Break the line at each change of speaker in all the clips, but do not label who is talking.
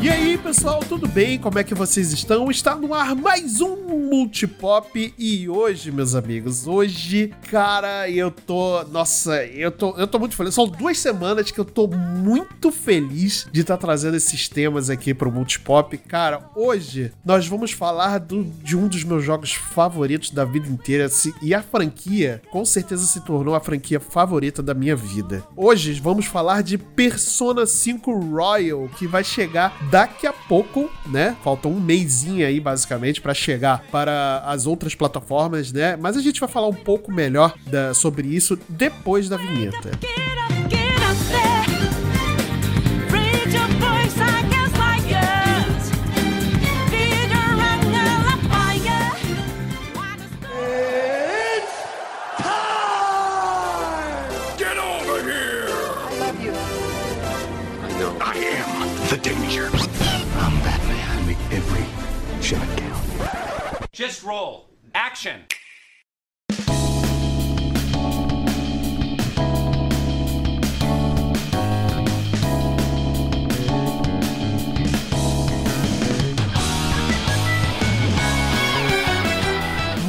E aí, pessoal, tudo bem? Como é que vocês estão? Está no ar mais um Multipop e hoje, meus amigos, hoje, cara, eu tô, nossa, eu tô, eu tô muito feliz. São duas semanas que eu tô muito feliz de estar trazendo esses temas aqui pro Multipop. Cara, hoje nós vamos falar do- de um dos meus jogos favoritos da vida inteira se- e a franquia com certeza se tornou a franquia favorita da minha vida. Hoje vamos falar de Persona 5 Royal, que vai chegar daqui a pouco, né? Falta um mêsinho aí, basicamente, pra chegar para as outras plataformas, né? Mas a gente vai falar um pouco melhor da- sobre isso depois da vinheta.
Get up, get up there. Raise your voice against liars. Feed your anger like fire. Why does the-
Get over here! I love you. I know. I am the danger. I'm Batman. Make every shot count.
Just roll. Action.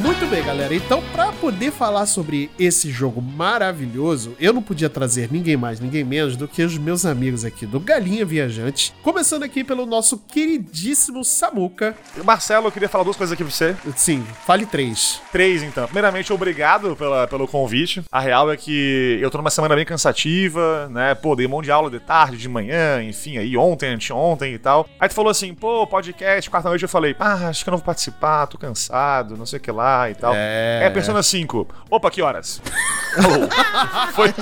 Muito bem, galera. Então, pra poder falar sobre esse jogo maravilhoso, eu não podia trazer ninguém mais, ninguém menos do que os meus amigos aqui do Galinha Viajante. Começando aqui pelo nosso queridíssimo Samuca.
Marcelo, eu queria falar duas coisas aqui pra você.
Sim, fale três.
Três, então. Primeiramente, obrigado pela, pelo convite. A real é que eu tô numa semana bem cansativa, né? Pô, dei um monte de aula de tarde, de manhã, enfim, aí ontem, anteontem e tal. Aí tu falou assim, pô, podcast, quarta-noite. Eu falei, ah, acho que eu não vou participar, tô cansado, não sei o que lá e tal.
É.
é Persona 5. Opa, que horas? Alô. Foi.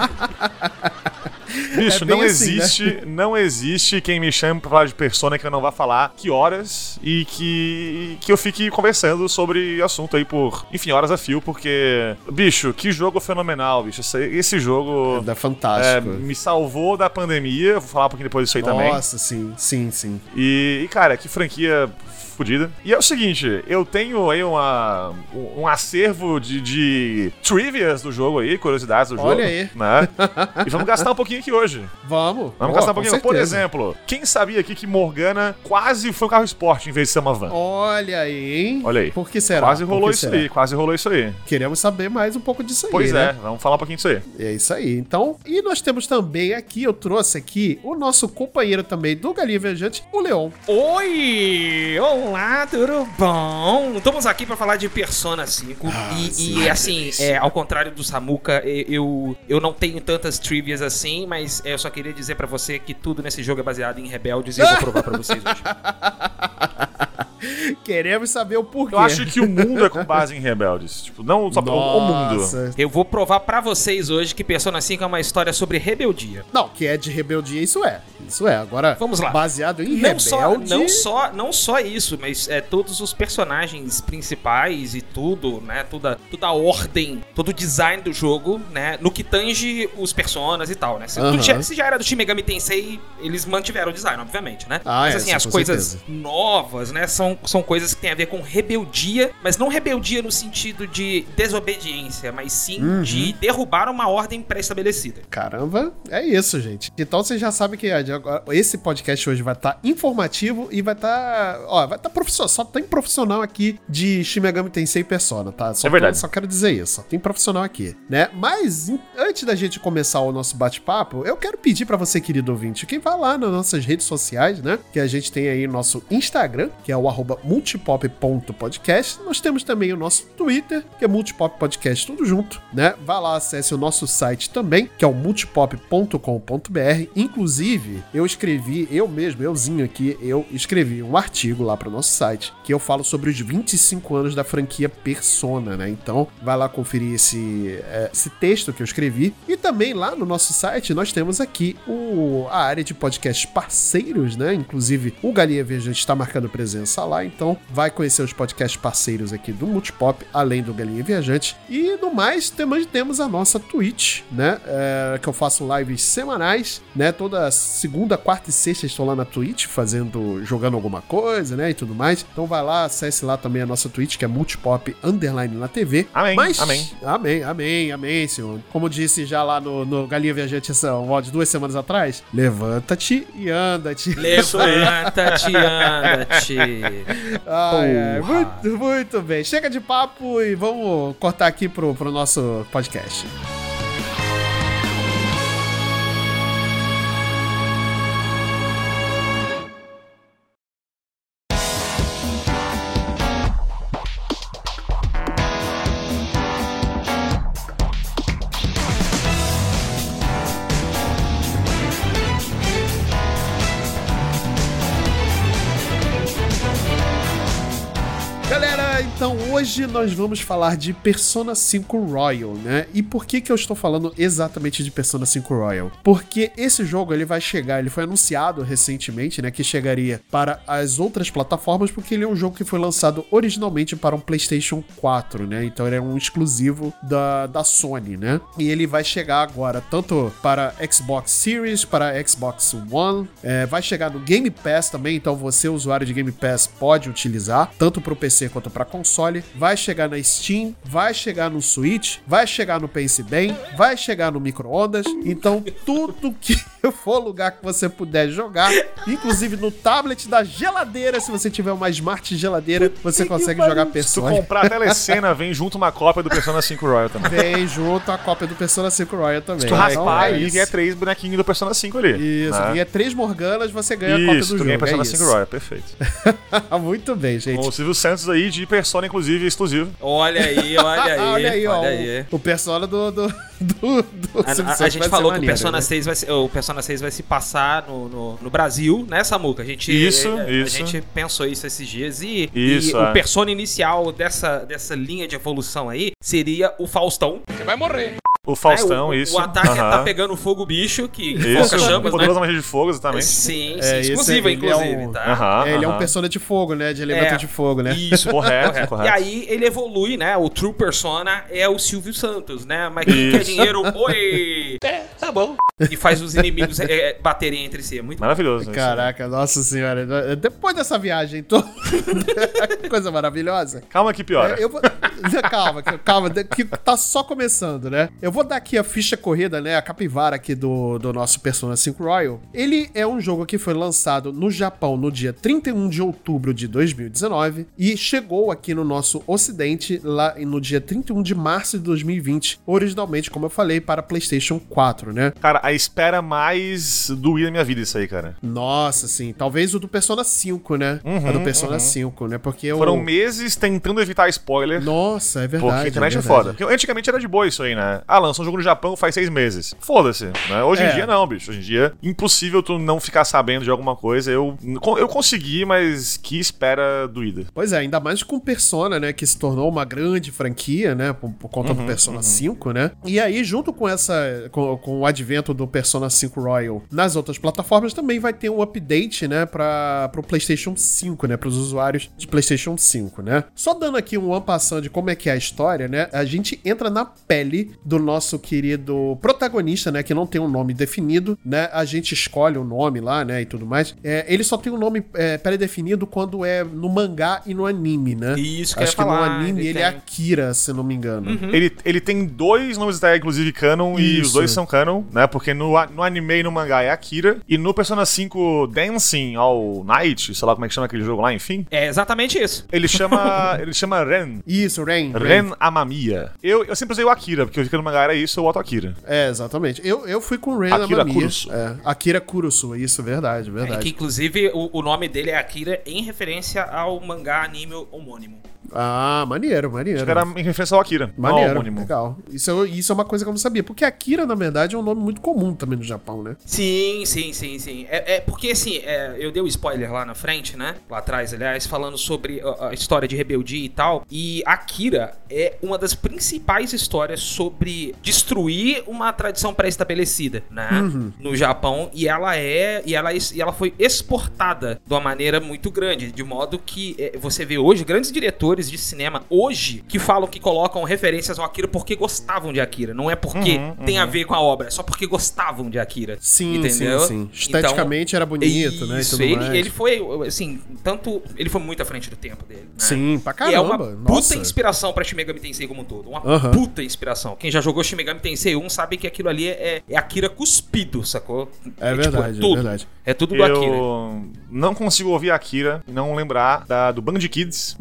Bicho,
É bem
não
assim, né?
existe, não existe quem me chame pra falar de persona que eu não vá falar que horas e que que eu fique conversando sobre assunto aí por, enfim, horas a fio, porque bicho, que jogo fenomenal, bicho. Esse, esse jogo
Da
é,
Fantástico.
me salvou da pandemia, vou falar um pouquinho depois disso aí também.
Nossa, sim, sim, sim.
E, e, cara, que franquia fodida. E é o seguinte, eu tenho aí uma, um um acervo de, de trivias do jogo aí, curiosidades do jogo.
Olha aí.
Né? E vamos gastar um pouquinho aqui hoje.
Vamos.
Vamos
Ó,
gastar
com
um pouquinho. Por
certeza.
exemplo, quem sabia aqui que Morgana quase foi um carro esporte em vez de ser uma van?
Olha aí, hein?
Olha aí.
Por que será?
Quase
Por
rolou
que
isso
será?
aí, quase rolou isso aí.
Queremos saber mais um pouco disso
Pois
aí,
é,
né?
vamos falar um pouquinho disso aí.
É isso aí. Então, e nós temos também aqui, eu trouxe aqui, o nosso companheiro também do Galinha Viajante, o Leon.
Oi! Olá, tudo bom? Estamos aqui para falar de Persona 5. e, e, assim, é, ao contrário do Samuka, e- eu, eu não tenho tantas trivias assim, mas é, eu só queria dizer para você que tudo nesse jogo é baseado em rebeldes e eu vou provar para vocês hoje.
Queremos saber o porquê.
Eu acho que o mundo é com base em rebeldes. Tipo, não só o- o mundo.
Nossa.
Eu vou provar para vocês hoje que Persona 5 é uma história sobre rebeldia.
Não, que é de rebeldia, isso é. Isso é. Agora,
Vamos lá.
baseado em
Não
rebelde...
só, não, só, não só isso, mas é, todos os personagens principais e tudo, né? Toda, toda a ordem, todo o design do jogo, né? No que tange os personas e tal, né? Se,
Aham.
tudo já, se já era do Shin Megami Tensei, eles mantiveram o design, obviamente, né?
Ah,
mas
é,
assim,
sim,
as
com
coisas
certeza.
novas, né? São, são coisas que têm a ver com rebeldia, mas não rebeldia no sentido de desobediência, mas sim
Uhum.
de derrubar uma ordem pré-estabelecida.
Caramba, é isso, gente. Então vocês já sabem que agora- esse podcast hoje vai estar informativo e vai estar. ó, vai estar profissional. Só tem profissional aqui de Shin Megami Tensei e Persona, tá? Só
É verdade.
só quero dizer isso. Só tem profissional aqui, né? Mas em- antes da gente começar o nosso bate-papo, eu quero pedir pra você, querido ouvinte, que vá lá nas nossas redes sociais, né? Que a gente tem aí o nosso Instagram, que é o arroba multipop.podcast. Nós temos também o nosso Twitter, que é Multipop Podcast, tudo junto, né? Vá lá, acesse o nosso site também, que é o multipop.com.br. Inclusive, eu escrevi, eu mesmo, euzinho aqui, eu escrevi um artigo lá para o nosso site que eu falo sobre os 25 anos da franquia Persona, né? Então, vai lá conferir esse, eh, esse texto que eu escrevi. E também lá no nosso site nós temos aqui o, a área de podcasts parceiros, né? Inclusive, o Galinha Viajante está marcando presença lá, então vai conhecer os podcasts parceiros aqui do Multipop, além do Galinha Viajante. E no mais, também temos a nossa Twitch, né? É, que eu faço lives semanais, né? Toda segunda, quarta e sexta estou lá na Twitch fazendo, jogando alguma coisa, né? E tudo mais. Então vai lá, acesse lá também a nossa Twitch, que é Multipop Underline na TV.
Amém,
Mas,
amém.
Amém, amém, amém, senhor. Como disse já lá no, no Galinha Viajante, essa ó, de duas semanas atrás, levanta-te e anda-te.
Levanta-te, anda-te.
Ai, ai, muito, muito bem. Chega de papo e vamos cortar aqui pro, pro nosso podcast. Galera, então hoje nós vamos falar de Persona 5 Royal, né? E por que que eu estou falando exatamente de Persona 5 Royal? Porque esse jogo ele vai chegar, ele foi anunciado recentemente, né, que chegaria para as outras plataformas, porque ele é um jogo que foi lançado originalmente para um PlayStation 4, né? Então ele é um exclusivo da, da Sony, né? E ele vai chegar agora tanto para Xbox Series, para Xbox One, é, vai chegar no Game Pass também, então você, usuário de Game Pass, pode utilizar, tanto para o PC quanto para console. Vai chegar na Steam, vai chegar no Switch, vai chegar no Pense Bem, vai chegar no micro-ondas. Então, tudo que for lugar que você puder jogar, inclusive no tablet da geladeira, se você tiver uma smart geladeira, você consegue jogar
Se tu
Persona.
comprar a telecena, vem junto uma cópia do Persona 5 Royal também.
Vem junto a cópia do Persona 5 Royal também.
Se tu
Então,
raspar
é
aí,
isso.
ganha três bonequinhos do Persona 5 ali.
Isso,
né?
ganha três Morganas, você ganha a cópia do
Isso, tu
jogo.
ganha Persona
é
5
isso.
Royal, perfeito.
Muito bem, gente.
Com o Silvio Santos aí de Persona, inclusive, exclusivo.
Olha aí, olha aí.
Ah, olha aí, ó.
olha aí.
O, o Persona do. do, do, do
A-
Silvio
A, a
Santos vai
gente
ser
falou que o
maneiro,
Persona,
né?
6 vai se, o Persona 6 vai se passar no, no, no Brasil, né, Samuca? A gente, é,
Isso,
a, a
isso.
gente pensou isso esses dias e,
Isso,
e
é.
o Persona inicial dessa, dessa linha de evolução aí seria o Faustão.
O Faustão,
né? o,
isso.
O ataque
Aham.
tá pegando fogo bicho, que que
Isso,
foca chamas, né?
poderosa magia de fogo, exatamente.
Sim, sim,
É, esse
exclusiva,
aí, ele é
inclusive,
um-
tá?
Aham,
É, ele é um
aham.
Persona de fogo, né? De elemento
É.
de fogo, né?
Isso,
Correto, correto.
E aí ele evolui, né? O True Persona é o Silvio Santos, né? Mas quem quer
Isso.
dinheiro, oi! É, tá bom. E faz os inimigos é, é, baterem entre si. É muito
Maravilhoso. isso.
Caraca, nossa senhora. Depois dessa viagem toda. Coisa maravilhosa.
Calma que piora.
É, eu vou... calma, que- calma, de- que tá só começando, né? Eu vou dar aqui a ficha corrida, né? A capivara aqui do, do nosso Persona 5 Royal. Ele é um jogo que foi lançado no Japão no dia 31 de outubro de 2019 e chegou aqui no nosso ocidente lá no dia 31 de março de 2020, originalmente, como eu falei, para PlayStation 4, né?
Cara, a espera mais do Wii da minha vida, isso aí, cara.
Nossa, sim. Talvez o do Persona 5, né?
Uhum,
é do Persona 5, né? Porque o...
Foram meses tentando evitar spoiler.
Nossa, é verdade.
Porque a internet é,
verdade.
foda. Porque antigamente era de boa isso aí, né? Ah, lançou um jogo no Japão faz seis meses. Foda-se. né? Hoje
É.
em dia não, bicho. Hoje em dia, impossível tu não ficar sabendo de alguma coisa. Eu, eu consegui, mas que espera doída.
Pois é, ainda mais com Persona, né? Que se tornou uma grande franquia, né? Por, por conta do Persona 5, né? E aí, junto com essa. Com, com o advento do Persona 5 Royal nas outras plataformas, também vai ter um update, né? Para o PlayStation 5, né? Para os usuários de PlayStation 5, né? Só dando aqui um ampassão de como é que é a história, né? A gente entra na pele do nosso querido protagonista, né? Que não tem um nome definido, né? A gente escolhe o nome lá, né? E tudo mais. É, ele só tem um nome é, pré-definido quando é no mangá e no anime, né?
Isso que eu
Acho
ia
que no
falar,
anime
ele
ele, é
tem. Uhum.
Akira, se não me engano.
Uhum. Ele, ele tem dois nomes da inclusive canon, e os
Isso.
dois são canon, né? Porque no, a- no anime e no mangá é Akira, e no Persona 5 Dancing All Night, sei lá como é que chama aquele jogo lá, enfim,
É exatamente isso.
ele chama, ele chama Ren.
Isso, Ren.
Ren Amamiya. Eu, eu sempre usei o Akira, porque eu vi que no mangá era isso, eu boto Akira.
É, exatamente. Eu, eu fui com o Ren
Akira
Amamiya.
Kurosu.
É, Akira Kurosu, isso, verdade,
É
verdade.
que inclusive o, o nome dele é Akira em referência ao mangá anime homônimo.
Ah, maneiro, maneiro.
Acho que era em referência ao Akira. ao
Maneiro,
homônimo.
legal. Isso, é- isso é uma coisa que eu não sabia. Porque Akira, na verdade, é um nome muito comum também no Japão, né?
Sim, sim, sim, sim. É, é porque, assim, é, eu dei um spoiler lá na frente, né? Lá atrás, aliás, falando sobre a, a história de rebeldia e tal. E Akira é uma das principais histórias sobre destruir uma tradição pré-estabelecida, né? No Japão. E ela é. E ela, es- e ela foi exportada de uma maneira muito grande. De modo que é, você vê hoje grandes diretores de cinema hoje que falam que colocam referências ao Akira porque gostavam de Akira. Não é porque tem a ver com a obra, é só porque gostavam de Akira.
Sim,
entendeu? Então,
sim, sim. Esteticamente era bonito, né? E
Isso,
tudo mais.
ele, ele foi, assim, tanto. Ele foi muito à frente do tempo dele. né?
Sim, pra
E é
caramba.
uma puta
Nossa.
inspiração pra Shin Megami Tensei como um todo. Uma
Aham.
puta inspiração. Quem já jogou Shin Megami Tensei 1 sabe que aquilo ali é, é Akira cuspido, sacou?
É
tipo,
verdade, é
tudo.
verdade.
É tudo do Akira.
Eu não consigo ouvir Akira e não lembrar da, do Band Kids.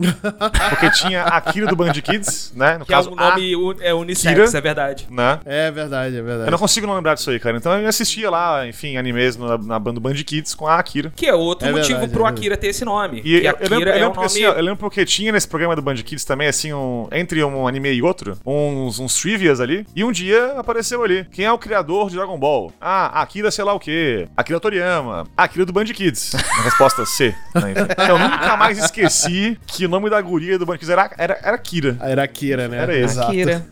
porque tinha Akira do Band Kids, né? No
Que é
caso,
um nome un- é unissex,
Akira.
é verdade.
A, né?
É verdade, é verdade.
Eu não consigo não lembrar disso aí, cara. Então eu assistia lá, enfim, animes na, na banda Band Kids com a Akira.
Que é outro
É verdade,
motivo
é
pro
verdade.
Akira ter esse nome.
E
que
eu, eu lembro, eu,
Akira é um
lembro porque,
nome.
assim, ó, eu lembro porque tinha nesse programa do Band Kids também, assim, um, entre um anime e outro, uns, uns trivias ali. E um dia apareceu ali. Quem é o criador de Dragon Ball? Ah, Akira sei lá o quê. Akira Toriyama. Akira do Band Kids. A resposta C. né, enfim. Eu nunca mais esqueci que o nome da guria do Band Kids era, era, era Akira.
Era Akira, né?
Era esse.
Akira.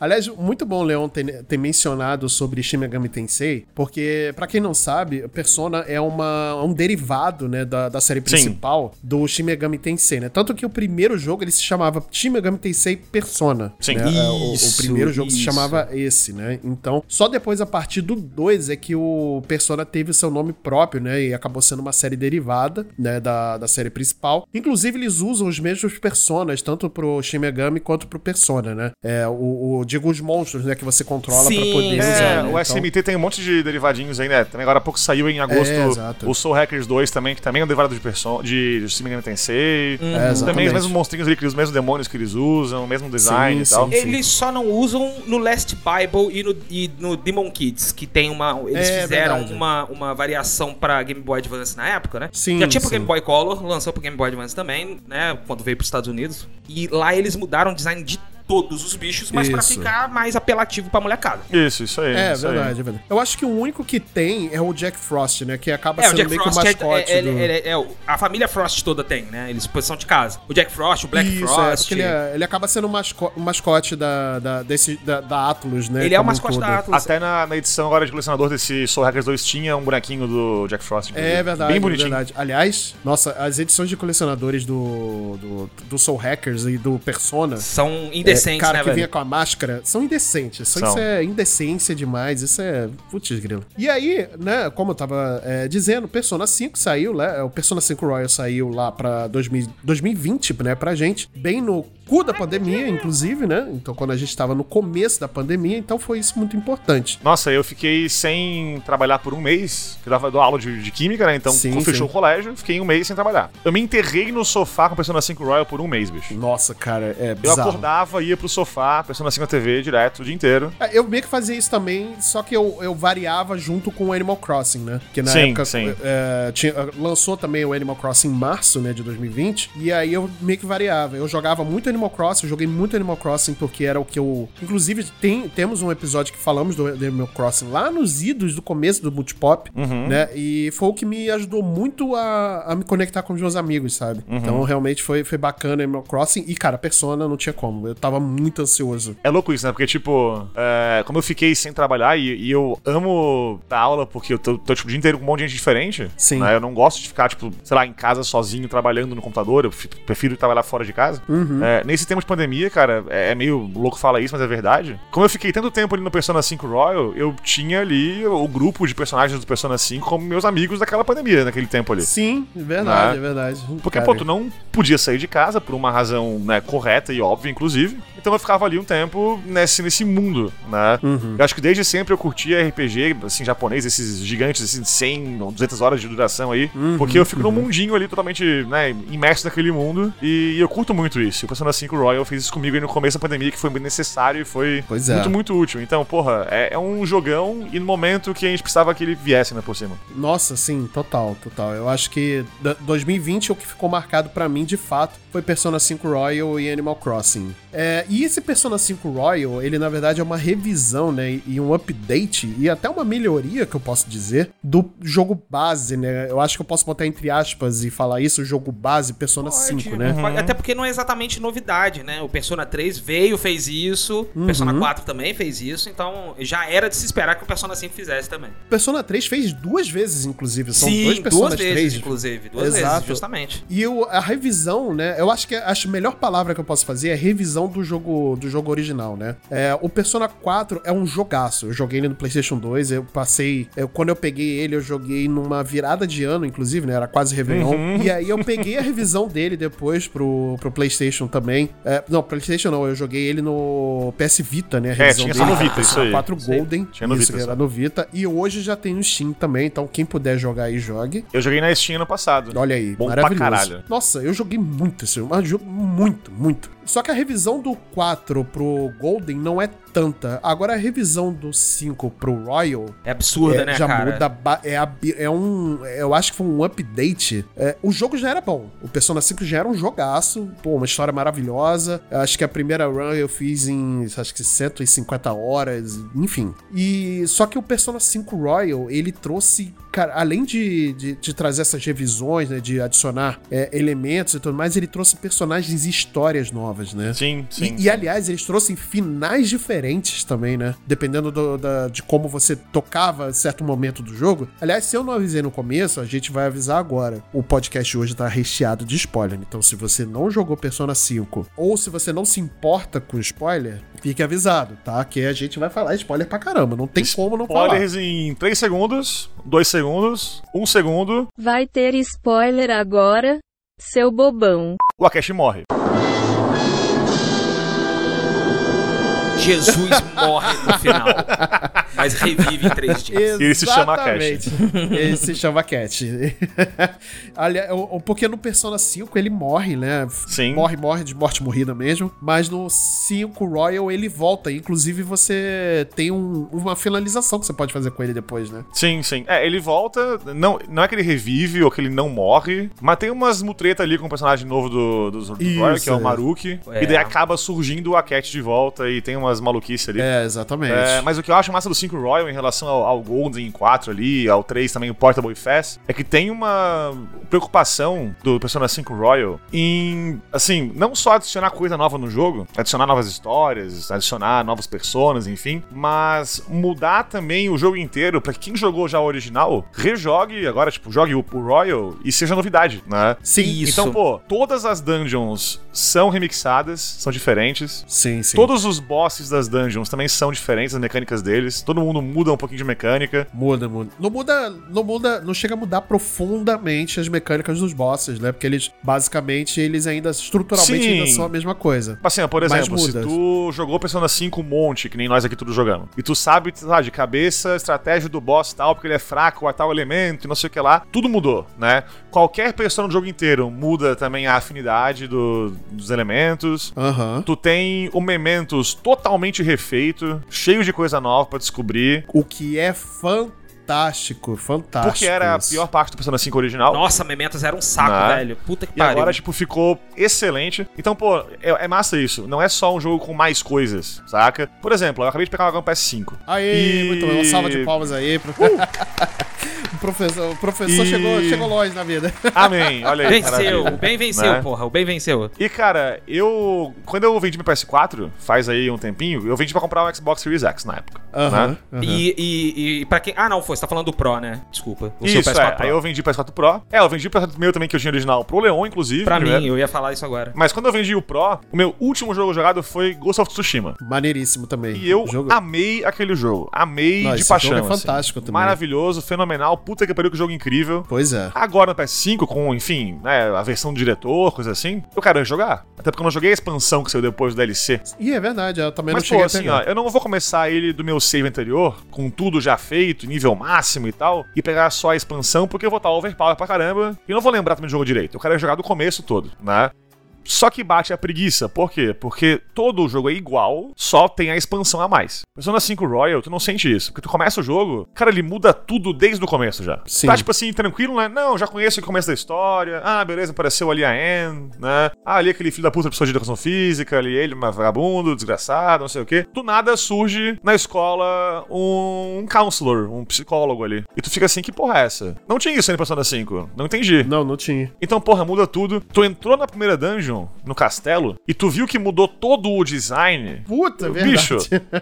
Aliás, muito bom o Leon ter, ter mencionado sobre Shin Megami Tensei, porque, pra quem não sabe, Persona é uma, é um derivado, né, da, da série principal do Shin Megami Tensei, né? Tanto que o primeiro jogo, ele se chamava Shin Megami Tensei Persona.
Sim.
né? É, o- o,
Isso,
primeiro jogo se
isso.
chamava esse, né? Então, só depois, a partir do 2, é que o Persona teve o seu nome próprio, né? E acabou sendo uma série derivada, né, da, da série principal. Inclusive, eles usam os mesmos personas, tanto pro Shin Megami quanto pro Persona, né? É, o, o- digo, os monstros, né, que você controla pra
Sim,
poder
é,
usar, né?
É, o
Então-
SMT tem um monte de derivadinhos aí, né? Também agora há pouco saiu em agosto
É, exato.
o Soul Hackers 2 também, que também é um derivado de Persona, de Shin Megami Tensei.
Uhum.
também os
É, exatamente.
mesmos monstrinhos ali, que os mesmos demônios que eles usam, o mesmo design
Sim,
e tal.
sim.
Eles só não usam no Last Bible e no, e no Demon Kids, que tem uma. Eles
É,
fizeram
verdade.
uma, uma variação pra Game Boy Advance na época, né?
Sim,
Já tinha pro
sim.
Game Boy Color, lançou pro Game Boy Advance também, né? Quando veio pros Estados Unidos. E lá eles mudaram o design de todos os bichos, mas pra
Isso.
ficar mais apelativo pra molecada.
Isso, isso aí.
É,
isso aí.
verdade, é verdade. Eu acho que o único que tem é o Jack Frost, né? Que acaba
É, o
sendo
Jack
meio
Frost
que o
é,
mascote
é-
do...
ele- ele- é o- a família Frost toda tem, né? Eles são de casa. O Jack Frost, o Black
Isso, é,
Frost.
porque ele, é- ele acaba sendo o masco- o mascote da, da, desse, da, da Atlus, né?
Ele é o
como um
mascote
todo.
da Atlas.
Até na, na edição agora de colecionador desse Soul Hackers 2 tinha um bonequinho do Jack Frost. inclusive.
É verdade,
Bem bonitinho.
é verdade. Aliás, nossa, as edições de colecionadores do, do, do Soul Hackers e do Persona...
São
é,
indecentes,
cara
né,
que
velho?
vinha com a máscara, são indecentes. Só
São.
Isso é indecência demais, isso é... Putz, grilo. E aí, né, como eu tava é, dizendo, Persona 5 saiu, né? O Persona 5 Royal saiu lá pra 2000, 2020, né, pra gente. Bem no cu da pandemia, inclusive, né? Então, quando a gente tava no começo da pandemia, então foi isso muito importante.
Nossa, eu fiquei sem trabalhar por um mês, que eu dava dou aula de, de química, né? Então
Sim,
fechou
sim.
o colégio, fiquei um mês sem trabalhar. Eu me enterrei no sofá com Persona 5 Royal por um mês, bicho.
Nossa, cara, é
Eu
bizarro.
acordava, ia pro sofá, Persona 5 na TV direto o dia inteiro.
É, Eu meio que fazia isso também, só que eu, eu variava junto com o Animal Crossing, né? Que na
Sim,
época
sim.
é, tinha- lançou também o Animal Crossing em março, né, de 2020. E aí eu meio que variava. Eu jogava muito Animal Crossing, eu joguei muito Animal Crossing porque era o que eu. Inclusive, tem, temos um episódio que falamos do, do Animal Crossing lá nos idos do começo do Multipop,
Uhum.
né? E foi o que me ajudou muito a, a me conectar com os meus amigos, sabe?
Uhum.
Então realmente foi, foi bacana Animal Crossing. E, cara, Persona não tinha como. Eu tava muito ansioso.
É louco isso, né? Porque, tipo, é, como eu fiquei sem trabalhar e, e eu amo dar aula porque eu tô, tô, tipo, o dia inteiro com um monte de gente diferente.
Sim.
né? Eu não gosto de ficar, tipo, sei lá, em casa sozinho trabalhando no computador. Eu fi- prefiro trabalhar fora de casa.
Uhum.
É, nesse tempo de pandemia, cara, é, é meio louco falar isso, mas é verdade. Como eu fiquei tanto tempo ali no Persona 5 Royal, eu tinha ali o grupo de personagens do Persona 5 como meus amigos daquela pandemia, naquele tempo ali.
Sim, é verdade,
Né?
é verdade.
Porque,
Cara,
pô, tu não podia sair de casa por uma razão né, correta e óbvia, inclusive. Então eu ficava ali um tempo nesse, nesse mundo, né?
Uhum.
Eu acho que desde sempre eu curtia RPG, assim, japonês, esses gigantes, assim, de 100 ou 200 horas de duração
Uhum.
aí. porque eu fico num mundinho ali totalmente, né, imerso naquele mundo. E, eu curto muito isso. E o Persona 5 5 Royal fez isso comigo aí no começo da pandemia, que foi muito necessário e foi
Pois é.
muito, muito útil. Então, porra, é, é um jogão e no momento que a gente precisava que ele viesse, né, por cima.
Nossa, sim, total, total. Eu acho que da- 2020 o que ficou marcado pra mim de fato foi Persona 5 Royal e Animal Crossing. É, e esse Persona 5 Royal, ele na verdade é uma revisão, né, e um update e até uma melhoria que eu posso dizer do jogo base, né? Eu acho que eu posso botar entre aspas e falar isso, o jogo base Persona 5, né?
Pode- Até porque não é exatamente novidade, né? O Persona 3 veio, fez isso,
Uhum.
o Persona 4 também fez isso, então já era de se esperar que o Persona 5 fizesse também.
Persona 3 fez duas vezes, inclusive. São dois
duas
Personas
vezes,
3.
inclusive. Duas
Exato.
vezes, justamente.
E eu- a revisão, né? Eu acho que a, acho a melhor palavra que eu posso fazer é revisão do jogo do jogo original, né? É, o Persona 4 é um jogaço. Eu joguei ele no PlayStation 2, eu passei. eu- quando eu peguei ele, eu joguei numa virada de ano, inclusive, né? Era quase Réveillon.
Uhum.
E aí eu peguei a revisão dele depois pro, pro PlayStation também. É, não, PlayStation não, eu joguei ele no PS Vita, né? A revisão
É, tinha só no Vita, isso aí.
4 Golden.
Tinha no
isso,
Vita,
que era
só.
no Vita. E hoje já tem no Steam também, então quem puder jogar aí, jogue.
Eu joguei na Steam ano passado.
Olha aí,
Bom pra
maravilhoso.
caralho.
Nossa, eu joguei muito esse jogo, mas jogo muito, muito. Só que a revisão do 4 pro Golden não é tanta. Agora a revisão do 5 pro Royal
É absurda,
é,
né,
já
cara?
muda. ba- É, ab- é um. é, Eu acho que foi um update. É, o jogo já era bom. O Persona 5 já era um jogaço. Pô, uma história maravilhosa. Eu Acho que a primeira run eu fiz em acho que 150 horas. Enfim. E só que o Persona 5 Royal, ele trouxe. Cara, além de, de, de trazer essas revisões, né? De adicionar é, elementos e tudo mais, ele trouxe personagens e histórias novas, né?
Sim,
E-
sim.
E, aliás, eles trouxem finais diferentes também, né? Dependendo do- da- de como você tocava certo momento do jogo. Aliás, se eu não avisei no começo, a gente vai avisar agora. O podcast hoje tá recheado de spoiler. Então, se você não jogou Persona 5 ou se você não se importa com spoiler, fique avisado, tá? Que a gente vai falar spoiler pra caramba. Não tem como não falar.
Spoilers em 3 segundos, 2 segundos, 1 segundo,
Vai ter spoiler agora, seu bobão.
o Akeshi morre.
Jesus morre no final, mas revive em três dias.
E ele se chama
Exatamente. Ele se chama Cat. Aliás, o- o- porque no Persona 5 ele morre, né?
Sim.
Morre, morre de morte morrida mesmo. Mas no 5 Royal ele volta. Inclusive você tem um- uma finalização que você pode fazer com ele depois, né?
Sim, sim. É, ele volta. Não, não é que ele revive ou que ele não morre, mas tem umas mutretas ali com o personagem novo do, do, do
Isso,
Roy, que é o
é.
Maruki.
É.
E daí acaba surgindo a Cat de volta e tem umas maluquices ali.
É, exatamente.
É, mas o que eu acho massa do 5 Royal em relação ao, ao Golden 4 ali, ao 3 também, o Portable e Fast, é que tem uma preocupação do Persona 5 Royal em, assim, não só adicionar coisa nova no jogo, adicionar novas histórias, adicionar novos personas, enfim, mas mudar também o jogo inteiro pra quem jogou já o original, rejogue agora, tipo, jogue o, o Royal e seja novidade, né?
Sim,
Isso.
Então, pô, todas as dungeons são remixadas, são diferentes.
Sim, sim.
Todos os bosses das dungeons também são diferentes, as mecânicas deles. Todo mundo muda um pouquinho de mecânica.
Muda, muda. Não muda, não muda, não chega a mudar profundamente as mecânicas dos bosses, né? Porque eles, basicamente, eles ainda, estruturalmente,
Sim.
ainda são a mesma coisa.
Assim, ó, por
Mas
exemplo, se
muda.
tu jogou Persona 5 um monte, que nem nós aqui tudo jogamos, e tu sabe, sei lá, de cabeça, estratégia do boss e tal, porque ele é fraco a tal elemento e não sei o que lá, tudo mudou, né? Qualquer persona no jogo inteiro muda também a afinidade do- dos elementos.
Aham.
Tu tem o Mementos totalmente refeito, cheio de coisa nova pra descobrir,
O que é fantástico, fantástico.
porque era a
isso.
pior parte do Persona 5 original.
Nossa, Mementos era um saco,
Né?
velho. Puta que
E
pariu.
agora, tipo, ficou excelente. Então, pô, é, é massa isso. Não é só um jogo com mais coisas, saca? Por exemplo, eu acabei de pegar agora um PS5.
Aê,
E- Uh!
muito bem. Uma salva de palmas aí. Pro... o professor, o professor
E-
chegou, chegou longe na vida.
Amém. Olha aí.
Venceu,
maravilha.
o bem venceu,
Né?
porra, o bem venceu.
E, cara, eu. Quando eu vendi meu PS4, faz aí um tempinho, eu vendi pra comprar um Xbox Series X na época.
Aham.
né?
aham.
E, e, e pra quem. Ah, não, foi, você tá falando do Pro, né? Desculpa. O
Isso, é.
Pro.
Aí eu vendi o PS4 Pro. É, eu vendi o PS4 meu também, que eu tinha original, pro Leon, inclusive.
Pra
primeiro.
mim, eu ia falar isso agora.
Mas quando eu vendi o Pro, o meu último jogo jogado foi Ghost of Tsushima.
Maneiríssimo também.
E eu
Jogo- é
amei aquele jogo. Amei
Não,
de
esse
paixão.
jogo é
assim.
fantástico também.
Maravilhoso, fenomenal. Puta que pariu, que jogo incrível.
Pois é.
Agora no PS5, com, enfim, né, a versão do diretor, coisa assim, eu quero jogar. Até porque eu não joguei a expansão que saiu depois do DLC.
E é verdade, eu também
Mas,
não
pô,
cheguei a
assim, ó,
pegar.
eu não vou começar ele do meu save anterior, com tudo já feito, nível máximo e tal, e pegar só a expansão, porque eu vou estar overpower pra caramba, e não vou lembrar também do jogo direito. Eu quero jogar do começo todo, né? Só que bate a preguiça. Por quê? Porque todo o jogo é igual, só tem a expansão a mais. Persona 5 Royal, tu não sente isso. Porque tu começa o jogo, cara, ele muda tudo desde o começo já.
Sim.
Tá tipo assim, tranquilo, né? Não, já conheço o começo da história. Ah, beleza, apareceu ali a Anne, né? Ah, ali aquele filho da puta pessoa de educação física, ali ele, uma vagabundo, desgraçado, não sei o quê. Do nada surge na escola um, um counselor, um psicólogo ali. E tu fica assim, que porra é essa? Não tinha isso aí no Persona 5. Não entendi.
Não, não tinha.
Então, porra, muda tudo. Tu entrou na primeira dungeon, no castelo, e tu viu que mudou todo o design.
Puta, É verdade.
Bicho,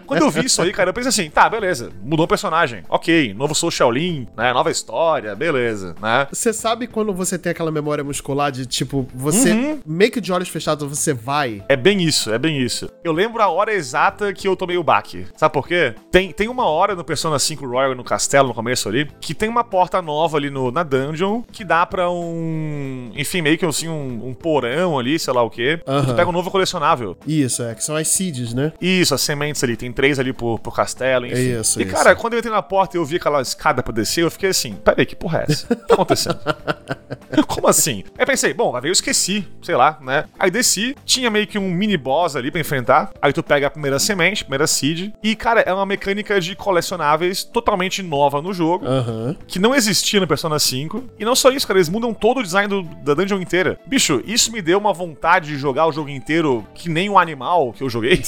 quando eu vi isso aí, cara, eu pensei assim, tá, beleza, mudou o personagem. Ok, novo Soul Shaolin, né, nova história, beleza, né?
Você sabe quando você tem aquela memória muscular de tipo, você
Uhum.
meio que de olhos fechados você vai?
É bem isso, é bem isso. Eu lembro a hora exata que eu tomei o baque. Sabe por quê? Tem, tem uma hora no Persona 5 Royal no castelo, no começo ali, que tem uma porta nova ali no, na dungeon que dá pra um. Enfim, meio que assim, um, um porão ali, sei lá o quê. E
Aham.
Tu pega um novo colecionável.
Isso, é, que são as seeds, né?
Isso, as sementes ali, tem três ali por, por castelo, enfim.
É isso,
e
isso.
cara, quando eu entrei na porta e eu vi aquela escada pra descer, eu fiquei assim, peraí, que porra é essa? O que tá acontecendo? Como assim? Aí pensei, bom, vai ver, eu esqueci, sei lá, né? Aí desci, tinha meio que um mini boss ali pra enfrentar. Aí tu pega a primeira semente, a primeira seed, e cara, é uma mecânica de colecionáveis totalmente nova no jogo
Aham.
que não existia no Persona 5. E não só isso, cara, eles mudam todo o design do- da dungeon inteira. Bicho, isso me deu uma vontade de jogar o jogo inteiro que nem um animal que eu joguei,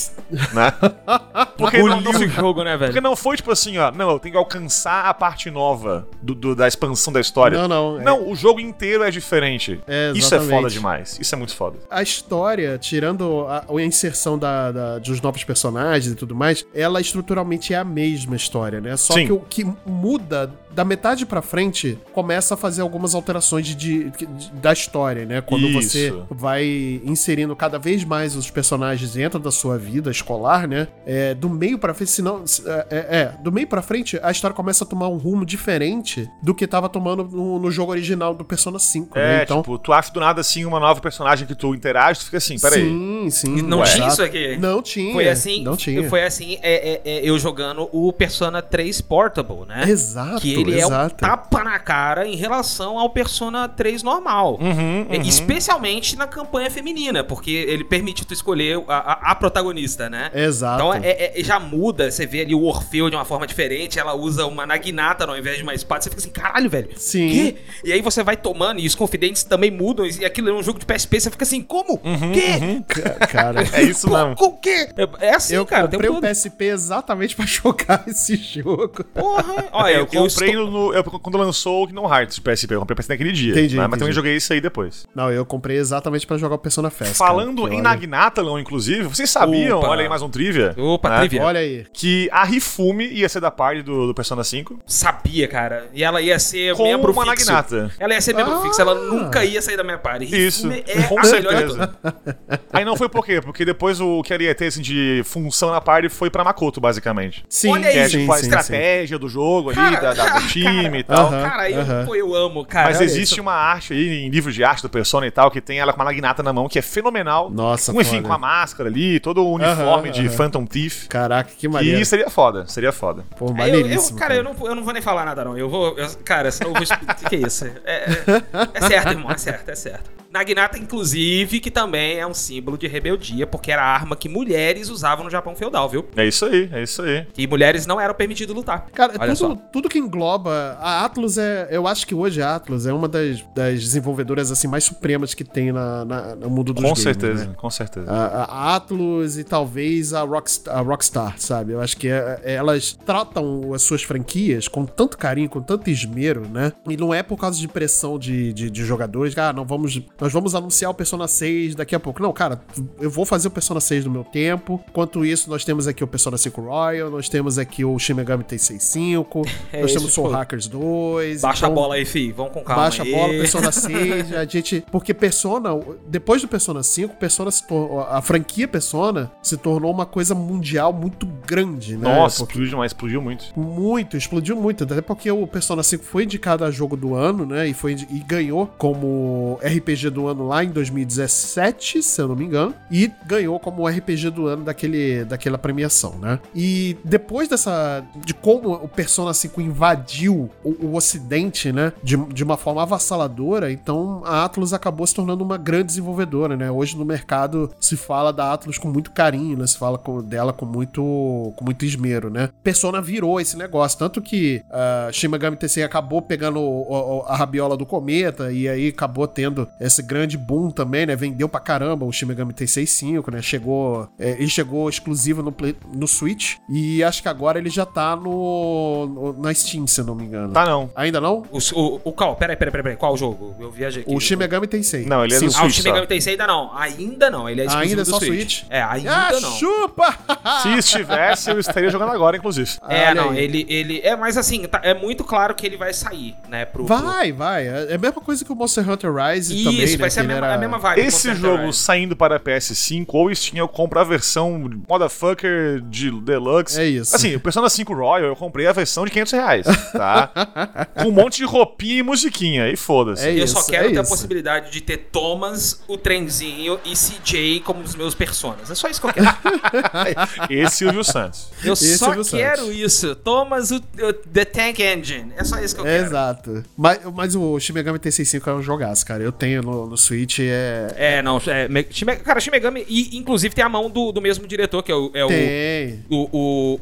né? Porque não, não
Engoliu o
fica-
jogo, né, velho?
porque não foi tipo assim, ó, não, eu tenho que alcançar a parte nova do- do- da expansão da história.
Não, não, é-
Não, o jogo inteiro é diferente.
É,
isso é foda
exatamente.
demais. Isso é muito foda.
A história, tirando a, a inserção da, da- dos novos personagens e tudo mais, ela estruturalmente é a mesma história, né? Só
Sim.
que o que muda da metade pra frente começa a fazer algumas alterações de, de- de- da história, né? Quando
Isso.
você vai inserindo cada vez mais os personagens dentro da sua vida escolar, né? É, do meio pra frente, senão. É, é, é, do meio pra frente, a história começa a tomar um rumo diferente do que tava tomando no, no jogo original do Persona 5, né?
É, tipo, tu acha do nada assim uma nova personagem que tu interage, tu fica assim, peraí.
Sim, sim.
Não
ué.
tinha
Exato.
isso aqui?
Não tinha.
Foi assim,
Não tinha.
Foi assim é, é, é, eu jogando o Persona 3 Portable, né?
Exato,
Que ele
exato.
é um tapa na cara em relação ao Persona 3 normal.
Uhum,
É, Especialmente na campanha feminina, porque ele permite tu escolher a, a- a protagonista, né?
Exato.
Então é- é- já muda, você vê ali o Orfeu de uma forma diferente, ela usa uma naginata ao invés de uma espada, você fica assim, caralho, velho.
Sim.
quê? E aí você vai tomando, e os confidentes também mudam, e aquilo é um jogo de PSP, você fica assim, como?
Uhum,
quê?
Cara,
É isso mesmo.
Com o quê? É, é assim,
eu
cara. tempo
comprei um o
todo.
PSP exatamente pra jogar esse jogo.
Porra! Olha,
É, eu
eu, eu
comprei
estou...
no, eu- quando lançou o Kingdom Hearts de PSP. Eu comprei o PSP naquele dia.
Entendi,
né? Mas
entendi.
também joguei isso aí depois.
Não, eu comprei exatamente pra jogar o Persona Fest.
Falando
cara, que
em
olha-
Nagnathalon, inclusive, vocês sabiam,
Opa.
olha aí mais um trivia.
Opa,
né?
trivia.
Olha aí.
Que a Rifumi ia ser da party do, do Persona 5
Sabia, cara. E ela ia ser
com
membro
uma
fixo.
Nagnata.
Ela ia ser membro
Ah!
fixo, ela nunca ia sair da minha party.
Isso,
Rifune é
com
a melhor
certeza. Aí não foi por quê? Porque depois o que ela ia ter assim, de função na party foi pra Makoto, basicamente.
Sim,
Olha aí,
Que é
sim,
tipo a
sim, sim.
estratégia do jogo ali, da, da- do time e tal.
Aham,
Então, Cara, eu,
aham.
pô, eu amo, cara.
Mas
Olha
existe
isso.
uma arte aí em livro de arte do Persona e tal, que tem ela com uma lagnata na mão, que é fenomenal.
Nossa,
com, Enfim,
foda.
com a máscara ali, todo o uniforme
Aham,
de
aham.
Phantom Thief.
Caraca, que maneiro.
E seria foda, seria foda.
Pô,
é- Eu, eu-
um maneiríssimo.
cara, eu não, eu não vou nem falar nada, não. Eu vou. eu- cara, senão eu vou. explicar- que, que é isso? É, é- é certo, irmão, é certo, é certo. Naginata, inclusive, que também é um símbolo de rebeldia, porque era a arma que mulheres usavam no Japão feudal, viu?
É isso aí, é isso aí.
Que mulheres não eram permitidas lutar.
Cara, é
Olha
tudo, tudo que engloba. A Atlus é. Eu acho que hoje a Atlus é uma das, das desenvolvedoras assim mais supremas que tem na, na- no mundo dos
com
games.
certeza,
né?
com certeza.
A, a Atlus e talvez a Rockstar, a Rockstar, sabe? Eu acho que é- elas tratam as suas franquias com tanto carinho, com tanto esmero, né? E não é por causa de pressão de, de, de jogadores, ah, não vamos, nós vamos anunciar o Persona 6 daqui a pouco. Não, cara, eu vou fazer o Persona 6 no meu tempo. Enquanto isso, nós temos aqui o Persona 5 Royal, nós temos aqui o Shin Megami Tensei 5,
É,
nós
isso,
temos Soul
tipo,
Hackers 2.
Baixa
então-
a bola aí, fi. Vamos com calma.
Baixa a
aí.
bola, Persona 6, a gente. Porque Persona, depois do Persona 5, Persona se tor- a franquia Persona se tornou uma coisa mundial muito grande, né?
Nossa,
Porque-
explodiu demais, explodiu muito.
muito, explodiu muito. Até porque o Persona 5 foi indicado a jogo do ano, né? E, foi, indi- e ganhou como RPG RPG do ano lá em 2017, se eu não me engano, e ganhou como RPG do ano daquele, daquela premiação, né? E depois dessa. de como o Persona 5 invadiu o, o Ocidente, né? De, de uma forma avassaladora, então a Atlus acabou se tornando uma grande desenvolvedora, né? Hoje no mercado se fala da Atlus com muito carinho, né? Se fala com- dela com muito, com muito esmero, né? Persona virou esse negócio, tanto que ah, Shin Megami Tensei acabou pegando o- o- a rabiola do cometa e aí acabou tendo esse grande boom também, né? Vendeu pra caramba o Shin Megami Tensei 5, né? Chegou, é, ele chegou exclusivo no, Play- no Switch e acho que agora ele já tá no, no- na Steam, se eu não me engano.
Tá não.
Ainda não?
O, o, o qual? Peraí, peraí, peraí, peraí. Qual jogo? Eu viajei aqui.
O Shin Megami Tensei.
Não, ele é do
Sim.
Ah, o
Switch
Shin
só.
Megami Tensei ainda não. Ainda não. Ele é exclusivo
Ainda
do
só
Switch.
Switch?
É, ainda
Ah,
não.
chupa!
Se estivesse, eu estaria jogando agora, inclusive.
É,
Olha
não,
aí.
ele, ele. É, mas assim, tá- é muito claro que ele vai sair, né? Pro, pro-
Vai, vai. É a mesma coisa que o Monster Hunter Rise
Isso,
também, né?
vai ser a
que ele
mesma,
era-
a mesma vibe.
Esse
com certeza.
jogo saindo para PS5 ou Steam, eu compro a versão motherfucker de Deluxe.
É isso.
Assim, o Persona 5 Royal, eu comprei a versão de 500 reais, tá? Com um monte de roupinha e musiquinha, e foda-se.
É
Eu
isso,
só quero
é
ter a
isso.
possibilidade de ter Thomas, o trenzinho e CJ como os meus personas. É só isso que eu quero.
E Silvio Santos.
Eu
Esse
só
é o Santos.
quero isso. Thomas, o, o- The Tank Engine. É só isso que eu
É,
quero.
Exato. Mas, mas o Shin Megami Tensei 5 é um jogaço, cara. Eu tenho no, no Switch, é...
É, não. É, Me- Shime- cara, Shimegami. E, inclusive, tem a mão do, do mesmo diretor, que é o. é o-
Tem.
o,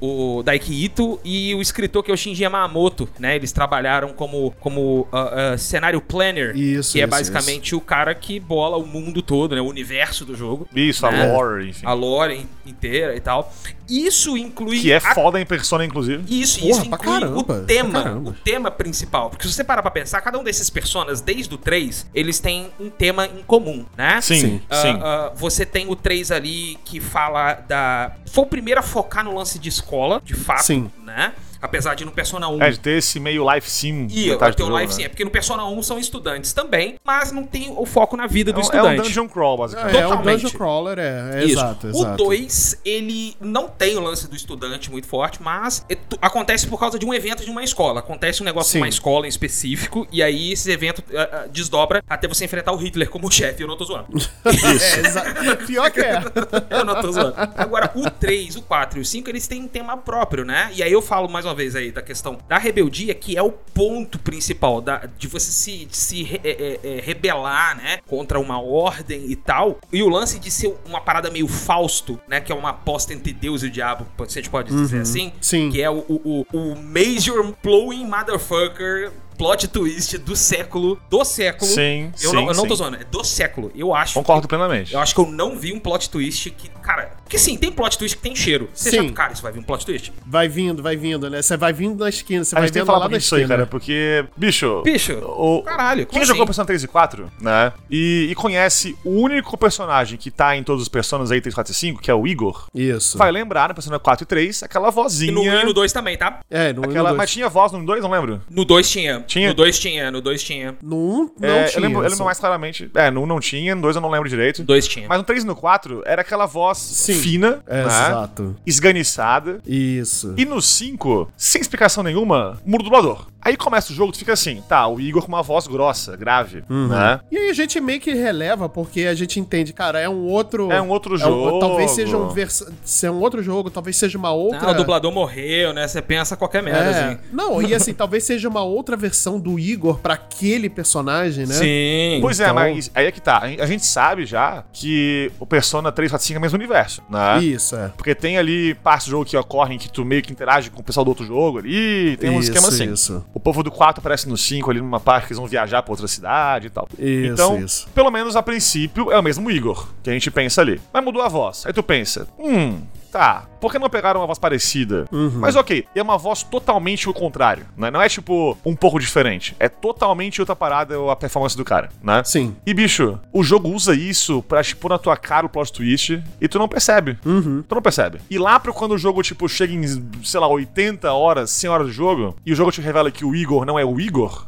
o, o Daiki Ito e o escritor que é o Shinji Yamamoto, né? Eles trabalharam como, como ah, ah, cenário planner,
Isso,
que é
isso,
basicamente o cara que bola o mundo todo, né? O universo do jogo,
Isso, a
É.
lore, enfim.
a lore in- inteira e tal. Isso inclui
Que é
a
foda em Persona, inclusive.
isso,
Porra,
isso
pra
inclui
caramba,
o
pra
tema,
caramba.
o tema principal. Porque se você parar pra pensar, cada um desses personas, desde o 3, eles têm um tema em comum, né?
Sim, sim.
Ah, ah, você tem o 3 ali que fala da. Foi o primeiro a focar no lance de escola, de fato,
Sim.
né? Apesar de no Persona 1.
É, de ter esse meio life sim.
E
metade
o teu
do jogo,
life sim,
né?
é porque no Persona 1 são estudantes também, mas não tem o foco na vida do
É um- É um
estudante.
dungeon crawl,
É,
basicamente.
é um
Totalmente.
Dungeon Crawler, é. é
Isso.
Exato, exato.
O 2, ele não tem o lance do estudante muito forte, mas é tu- acontece por causa de um evento de uma escola. Acontece um negócio
Sim.
de uma escola em específico, e aí esse evento ah, ah, desdobra até você enfrentar o Hitler como chefe. Eu não tô zoando.
É, exa- Pior que é.
Eu não tô zoando. Agora, o 3, o 4 e o 5, eles têm um tema próprio, né? E aí eu falo mais uma vez aí da questão da rebeldia, que é o ponto principal da- de você se, de se re- é- é- é, rebelar, né? Contra uma ordem e tal. E o lance de ser uma parada meio Fausto, né? Que é uma aposta entre Deus e o diabo, se a gente pode
Uhum.
dizer assim.
Sim.
Que é o, o, o- o Major Blowing Motherfucker plot twist do século. Do século.
Sim,
Eu,
sim,
não, eu não tô
sim.
zoando, é do século. Eu acho.
Concordo plenamente.
Eu acho que eu não vi um plot twist que. Cara, porque sim, tem plot twist que tem cheiro. Você
Sim.
já, cara, isso vai vir um plot twist?
Vai vindo, vai vindo, né? Você vai vindo na esquina, você
A
vai
gente tem que
vendo
falar
lá na
pra isso aí,
esquina.
cara, porque, bicho.
Bicho,
o-
caralho, como
Quem jogou
assim?
Persona 3 e 4, né? E, e conhece o único personagem que tá em todos os personagens aí, 3, 4 e 5, que é o Igor,
Isso.
vai lembrar no Persona 4 e 3 aquela
E no 1
vozinha.
e no 2 também, tá?
É, no 1
aquela,
no
mas
2.
tinha voz no 2, não lembro?
No 2 tinha.
Tinha?
No 2 tinha, no 2 tinha.
No 1 não
É,
tinha. assim.
eu lembro, eu lembro
só.
mais claramente. É, no 1 não tinha, no 2 eu não lembro direito.
No 2 tinha.
Mas no 3 e no 4 era aquela voz
Sim.
fina,
É,
né?
Exato.
esganiçada.
Isso.
E no 5, sem explicação nenhuma, muro dublador. Aí começa o jogo, tu fica assim, tá, o Igor com uma voz grossa, grave,
Uhum.
né?
E aí a gente meio que releva, porque a gente entende, cara, é um outro.
É um outro jogo.
talvez seja um, versa- se é um outro jogo, talvez seja uma outra.
Ah, o dublador morreu, né? Você pensa qualquer merda,
É.
assim.
Não, e assim, talvez seja uma outra versão do Igor pra aquele personagem, né?
Sim.
Pois é,
Então-
mas aí é que tá. A gente sabe já que o Persona 3, 4, 5 é o mesmo universo, né?
Isso, é.
Porque tem ali partes do jogo que ocorrem que tu meio que interage com o pessoal do outro jogo ali, tem um
Isso,
esquema assim.
isso.
O povo do 4 aparece no 5 ali numa parte que eles vão viajar pra outra cidade e tal.
Isso,
então,
isso.
pelo menos a princípio é o mesmo Igor que a gente pensa ali. Mas mudou a voz. Aí tu pensa, hum, tá, por que não pegaram uma voz parecida? Mas ok, é uma voz totalmente o contrário, né? Não é tipo um pouco diferente. É totalmente outra parada a performance do cara, né?
Sim.
E, bicho, o jogo usa isso pra tipo na tua cara o plot twist e tu não percebe. Tu não percebe. E lá pra quando o jogo, tipo, chega em, sei lá, 80 horas, 100 horas de jogo, e o jogo te revela que o Igor não é o Igor.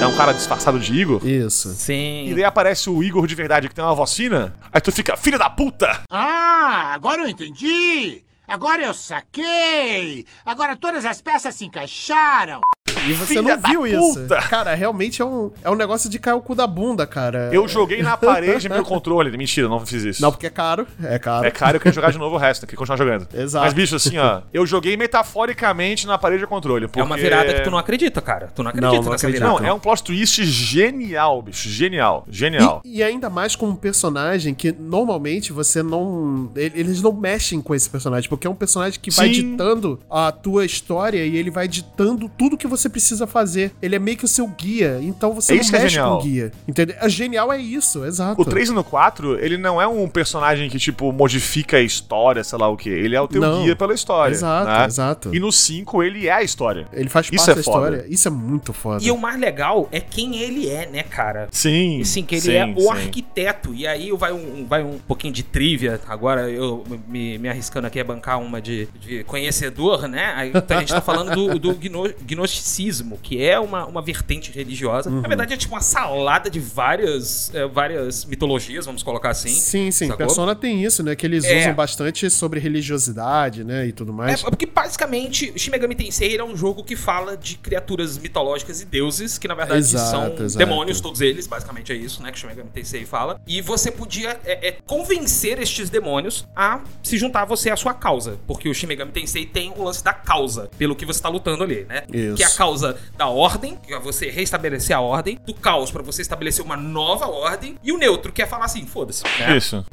É um cara disfarçado de Igor.
Isso.
E
Sim.
daí aparece o Igor de verdade que tem uma vocina. Aí tu fica, filha da puta!
Ah, agora eu entendi! Agora eu saquei! Agora todas as peças se encaixaram!
E você
Filha
não
da
viu isso.
puta!
Cara, realmente é um, é um negócio de cair o cu da bunda, cara.
Eu joguei na parede meu controle. Mentira, não fiz isso.
Não, porque é caro. É caro.
É caro, eu queria jogar de novo o resto, eu queria continuar jogando.
Exato.
Mas, bicho, assim, ó, eu joguei metaforicamente na parede de controle. Porque...
É uma virada que tu não acredita, cara. Tu não acredita
não
nessa
acredito.
Não,
virada.
é um plot twist genial, bicho. Genial. Genial.
E, e ainda mais com um personagem que normalmente você não. e- Eles não mexem com esse personagem, porque é um personagem que vai
Sim.
ditando a tua história e ele vai ditando tudo que você precisa fazer. Ele é meio que o seu guia, então você
É
não
isso que é
mexe com
genial.
o guia. Entendeu? É, Genial é isso, exato.
O 3 e no 4, ele não é um personagem que, tipo, modifica a história, sei lá o quê. Ele é o teu
Não.
guia pela história.
Exato,
né?
exato.
E no 5, ele é a história.
Ele faz parte
Isso
da
é foda.
história. Isso é muito foda.
E o mais legal é quem ele é, né, cara?
Sim.
E sim, que ele
sim,
é o
sim.
arquiteto. E aí vai um, vai um pouquinho de trivia. Agora eu me, me arriscando aqui a bancar uma de, de conhecedor, né? Aí, então a gente tá falando do, do gno- gnosticismo, que é uma, uma vertente religiosa. Na verdade, é tipo uma salada de várias, é, várias mitologias, vamos colocar assim.
Sim, sim.
Sacou?
Persona tem isso, né? Que eles
É.
usam bastante sobre religiosidade, né? E tudo
É,
mais.
porque basicamente Shin Megami Tensei ele é um jogo que fala de criaturas mitológicas e deuses, que na verdade
Exato,
são
exato.
demônios, todos eles, basicamente é isso, né, que Shin Megami Tensei fala. E você podia é, é, convencer estes demônios a se juntar a você à sua causa, porque o Shin Megami Tensei tem o lance da causa, pelo que você tá lutando ali, né?
Isso.
Que é a causa da ordem, que é você restabelecer a ordem, do caos pra você estabelecer uma nova ordem, e o neutro, que é falar assim, foda-se, né?
Isso.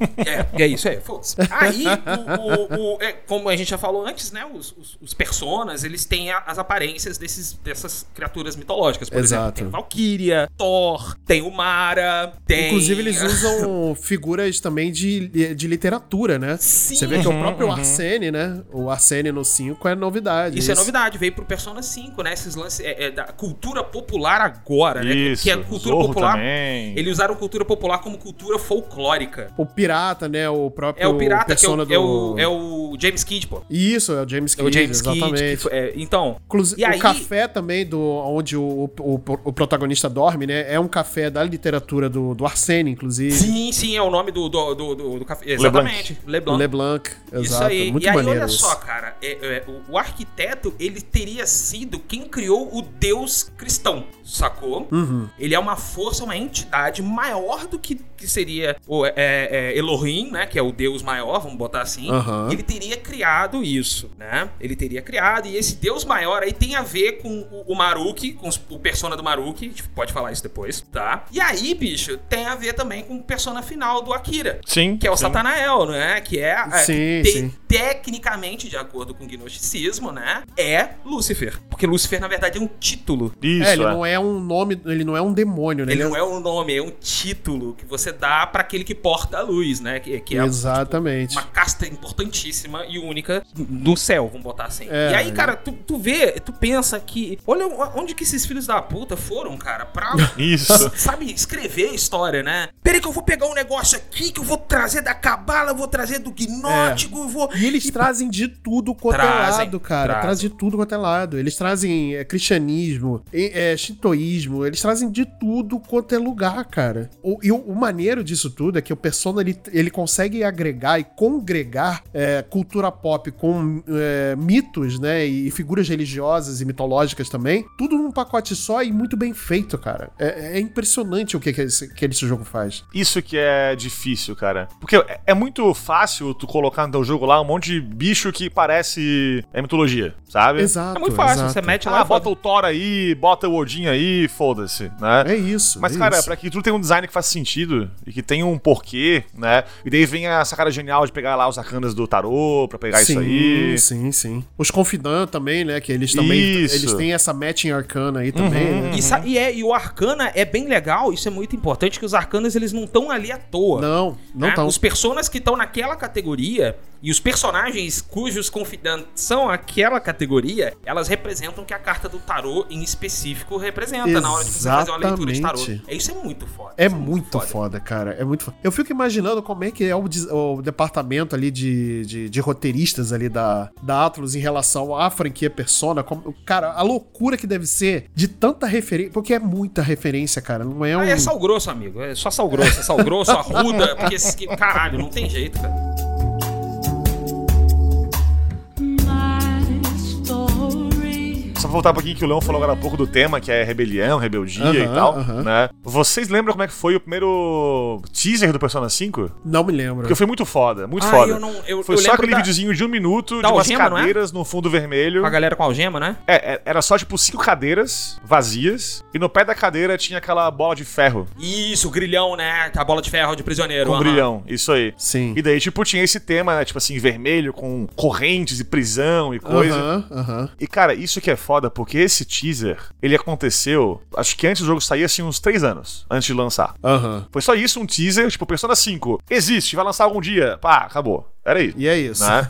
É, é isso aí, foda-se. Aí, o, o- o- é, como a gente já falou antes, né? Os, os- os personas, eles têm a- as aparências desses, dessas criaturas mitológicas. Por
Exato.
exemplo, tem Valkyria, Thor, tem o Mara, tem.
Inclusive, eles usam figuras também de, de literatura, né?
Sim. Uhum,
Você vê que o próprio Arsene, né? O Arsene no 5 é novidade.
Isso é novidade, veio pro Persona 5, né? Esses lances é, é da cultura popular agora, né?
Isso.
Que é cultura
Zorro
popular.
também.
Eles usaram cultura popular como cultura folclórica.
O pirata, né? O próprio
É o pirata que é o,
persona
é o-
do...
é o James Kidd, pô.
Isso, é o James
É
Kidd,
o James
exatamente.
Kidd. que foi- é, então,
Inclusive,
E
o
aí-
café também, do onde o, o, o- o protagonista dorme, né? É um café da literatura do, do Arsene, inclusive.
Sim, sim, é o nome do, do, do, do, do café. Exatamente.
O
Leblanc.
Leblanc,
Isso
exato.
aí.
Muito
e aí,
maneiro
olha
isso.
só, cara, é, é, o, o arquiteto, ele teria sido quem criou o Deus cristão, sacou?
Uhum.
Ele é uma força, uma entidade maior do que, que seria o é, é, Elohim, né? Que é o Deus maior, vamos botar assim.
Aham.
Ele teria criado isso, né? Ele teria criado, e esse Deus maior aí tem a ver com o, o Maruki, com os- o persona do Maruki, a gente pode falar isso depois, tá? E aí, bicho, tem a ver também com o persona final do Akira.
Sim.
Que é o
sim.
Satanael, né? Que é. é,
Sim,
que te-
sim.
Tecnicamente, de acordo com o gnosticismo, né? É Lúcifer. Porque Lúcifer, na verdade, é um título.
Isso.
É, ele
é.
não é um nome, ele não é um demônio, né?
Ele não é um nome, é um título que você dá pra aquele que porta a luz, né? Que, que é
Exatamente.
uma casta importantíssima e única do céu, vamos botar assim.
É,
e aí,
é.
cara, tu, tu vê, tu pensa que. Olha onde que esses filhos da puta foram, cara, pra
é.
Isso.
sabe, escrever a história, né? Peraí que eu vou pegar um negócio aqui que eu vou trazer da cabala, eu vou trazer
É.
do gnótico, eu vou...
E eles trazem de tudo quanto é
Trazem,
lado, cara. Trazem.
trazem.
de tudo quanto é lado. Eles trazem é, cristianismo, é, é, shintoísmo, eles trazem de tudo quanto é lugar, cara. O, e o, o maneiro disso tudo é que o Persona, ele, ele consegue agregar e congregar é, cultura pop com é, mitos, né, e figuras religiosas e mitológicas também, tudo num pacote só e muito bem feito, cara. É, é impressionante o que, que, esse, que esse jogo faz.
Isso que é difícil, cara. Porque é- é muito fácil tu colocar no teu jogo lá um monte de bicho que parece é mitologia, sabe?
Exato.
É muito fácil,
exato.
você mete lá... um
Ah, bota o Thor aí, bota o Odin aí, foda-se, né?
É isso.
Mas,
é
cara,
isso.
pra que tudo tenha um design que faça sentido e que tenha um porquê, né? E daí vem essa cara genial de pegar lá os arcanas do tarô pra pegar Tá isso aí.
Sim, sim. Os Confidant também, né? Que eles também.
Isso. Uhum.
Eles têm essa matching arcana aí também, né?
E, sa- e é, e o Arcana é bem legal, isso é muito importante, que os Arcanas eles não estão ali à toa.
Não, não
né?
tão.
Os personas que estão naquela categoria e os personagens cujos confidantes são aquela categoria, elas representam o que a carta do tarô em específico representa na hora de você fazer uma leitura de tarô.
Exatamente.
É, Isso é muito foda.
É
isso
muito foda.
foda.
cara. É muito foda. Eu fico imaginando como é que é o, des- o departamento ali de, de, de roteiristas ali da, da Atlus em relação à franquia Persona. Como- cara, a loucura que deve ser de tanta referência. Porque é muita referência, cara. Não é um.
Ah, é sal grosso, amigo. É só sal grosso, é sal grosso, arruda, porque esses que- caralho, não tem jeito, cara.
My story
Só pra voltar um pouquinho que o Leão falou agora há pouco do tema, que é rebelião, rebeldia e
Aham,
tal,
aham.
né? Vocês lembram como é que foi o primeiro teaser do Persona 5?
Não me lembro.
Porque foi muito foda, muito
Ah,
foda.
eu não- eu-
foi
eu
só
lembro
aquele
da-
videozinho de um minuto,
da
de umas
algema, não é?
cadeiras no fundo vermelho.
Com a galera com algema, né?
É, é, era só tipo cinco cadeiras vazias, e no pé da cadeira tinha aquela bola de ferro
Isso, o grilhão, né? A bola de ferro de prisioneiro.
com
aham.
brilhão, isso aí.
Sim.
E daí, tipo, tinha esse tema, né? Tipo assim, vermelho, com correntes e prisão e coisa.
Aham, aham.
E, cara, isso que é foda, porque esse teaser, ele aconteceu, acho que antes do jogo sair, assim, uns três anos, antes de lançar.
Aham.
Foi só isso, um teaser, tipo, Persona 5, existe, vai lançar algum dia, pá, acabou. Era isso.
E é isso.
Né?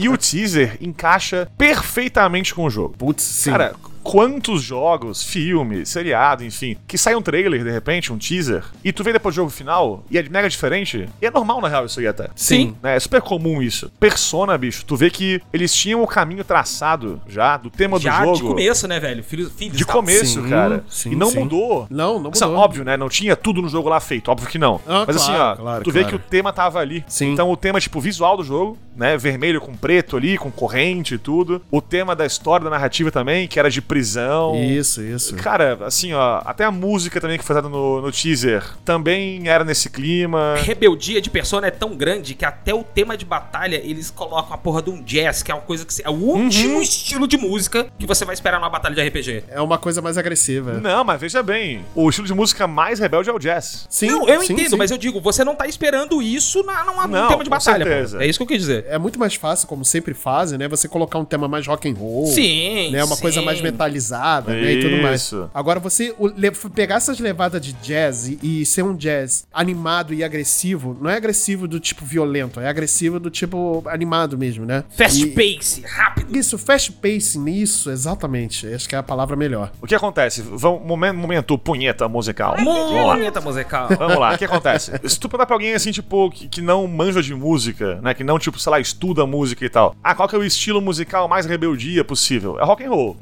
e o teaser encaixa perfeitamente com o jogo.
Putz, sim.
Cara, quantos jogos, filme, seriado, enfim, que sai um trailer de repente, um teaser, e tu vê depois do jogo final, e é mega diferente, e é normal na real isso aí até.
sim.
Né, É super comum isso. Persona, bicho, tu vê que eles tinham o caminho traçado já do tema
Já
do jogo.
de começo, né, velho? Filhos, filhos
De
tal.
começo,
Sim,
cara.
sim,
e não
sim.
mudou.
Não, não
Assim,
mudou.
óbvio, né? Não tinha tudo no jogo lá feito, óbvio que não.
Ah, claro,
Mas assim, ó,
claro,
tu vê
claro.
que o tema tava ali.
Sim.
Então o tema, tipo, visual do jogo, né? Vermelho com preto ali, com corrente e tudo. O tema da história, da narrativa também, que era de prisão.
Isso, isso.
Cara, assim, ó, até a música também que foi dada no, no teaser também era nesse clima.
rebeldia de persona é tão grande que até o tema de batalha eles colocam a porra de um jazz, que é uma coisa que se- é o último
Uhum.
estilo de música que você vai esperar numa batalha de RPG.
É uma coisa mais agressiva.
Não, mas veja bem, o estilo de música mais rebelde é o jazz.
Sim,
não, eu
sim,
entendo,
sim.
mas eu digo, você não tá esperando isso na, numa- num
Não,
tema de
com
batalha. pô.
certeza.
É isso que eu quis dizer.
É muito mais fácil, como sempre fazem, né? Você colocar um tema mais rock and roll.
Sim,
Né, uma
sim.
coisa mais metalizada, né? E tudo mais.
Isso.
Agora, você o- le- pegar essas levadas de jazz e, e ser um jazz animado e agressivo, não é agressivo do tipo violento, é agressivo do tipo animado mesmo, né?
Fast
E-
pace, rápido.
Isso, fast pacing, isso, exatamente. Acho que é a palavra melhor.
O que acontece? Vão, momento, momento punheta musical.
Moneta musical.
Vamos lá, o que acontece? Se tu perguntar pra alguém assim, tipo, que, que não manja de música, né? Que não, tipo, sei lá, estuda música e tal. Ah, qual que é o estilo musical mais rebeldia possível? É rock and roll.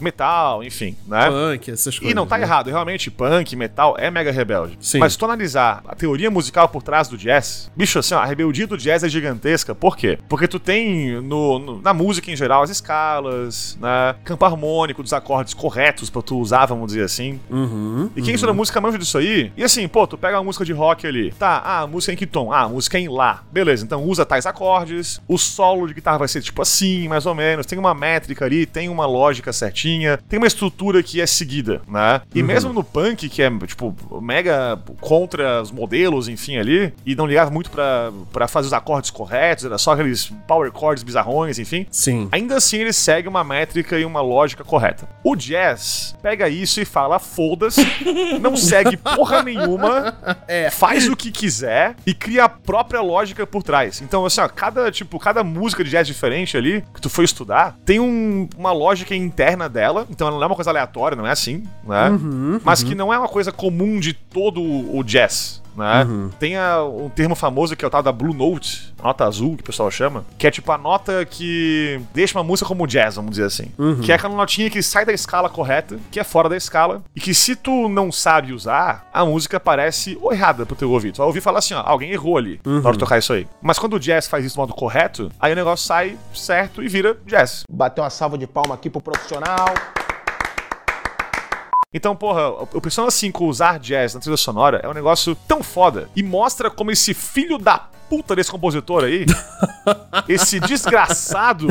Metal, enfim, né?
Uhum. Punk, essas coisas.
E não tá
né?
errado, realmente, punk, metal é mega rebelde.
Sim.
Mas se tu analisar a teoria musical por trás do jazz, bicho, assim, ó, a rebeldia do jazz é gigantesca. Por quê? Porque tu tem no, no- na música em geral as escalas, né? Campo harmônico, dos acordes corretos pra tu usar, vamos dizer assim. E quem estuda música manja disso aí. E assim, pô, tu pega uma música de rock ali. Tá, ah, a música é em que tom? Ah, a música é em lá. Beleza, então usa tais acordes. O solo de guitarra vai ser tipo assim, mais ou menos. Tem uma métrica ali, tem uma lógica certinha. Tem uma estrutura que é seguida, né? E mesmo no punk, que é, tipo, mega contra os modelos, enfim, ali. E não ligava muito pra, pra fazer os acordes corretos. Era só aqueles power chords bizarrões, enfim.
Sim.
Ainda assim, ele segue uma métrica e uma lógica correta. O jazz pega isso e fala: foda-se, não segue porra nenhuma, faz o que quiser e cria a própria lógica por trás. Então, assim, ó, cada, tipo, cada música de jazz diferente ali que tu for estudar tem um- uma lógica interna dela. Então, ela não é uma coisa aleatória, não é assim, né? Mas que não é uma coisa comum de todo o jazz né? Tem a- um termo famoso que é o tal da Blue Note, a nota azul que o pessoal chama, que é tipo a nota que deixa uma música como jazz, vamos dizer assim. Que é aquela notinha que sai da escala correta, que é fora da escala, e que se tu não sabe usar, a música parece errada pro teu ouvido. Tu vai ouvir falar assim, ó, alguém errou ali na hora de tocar isso aí. Mas quando o jazz faz isso do modo correto, aí o negócio sai certo e vira jazz.
Bateu uma salva de palma aqui pro profissional.
Então, porra, o o Persona 5 usar jazz na trilha sonora é um negócio tão foda. E mostra como esse filho da puta desse compositor aí, esse desgraçado,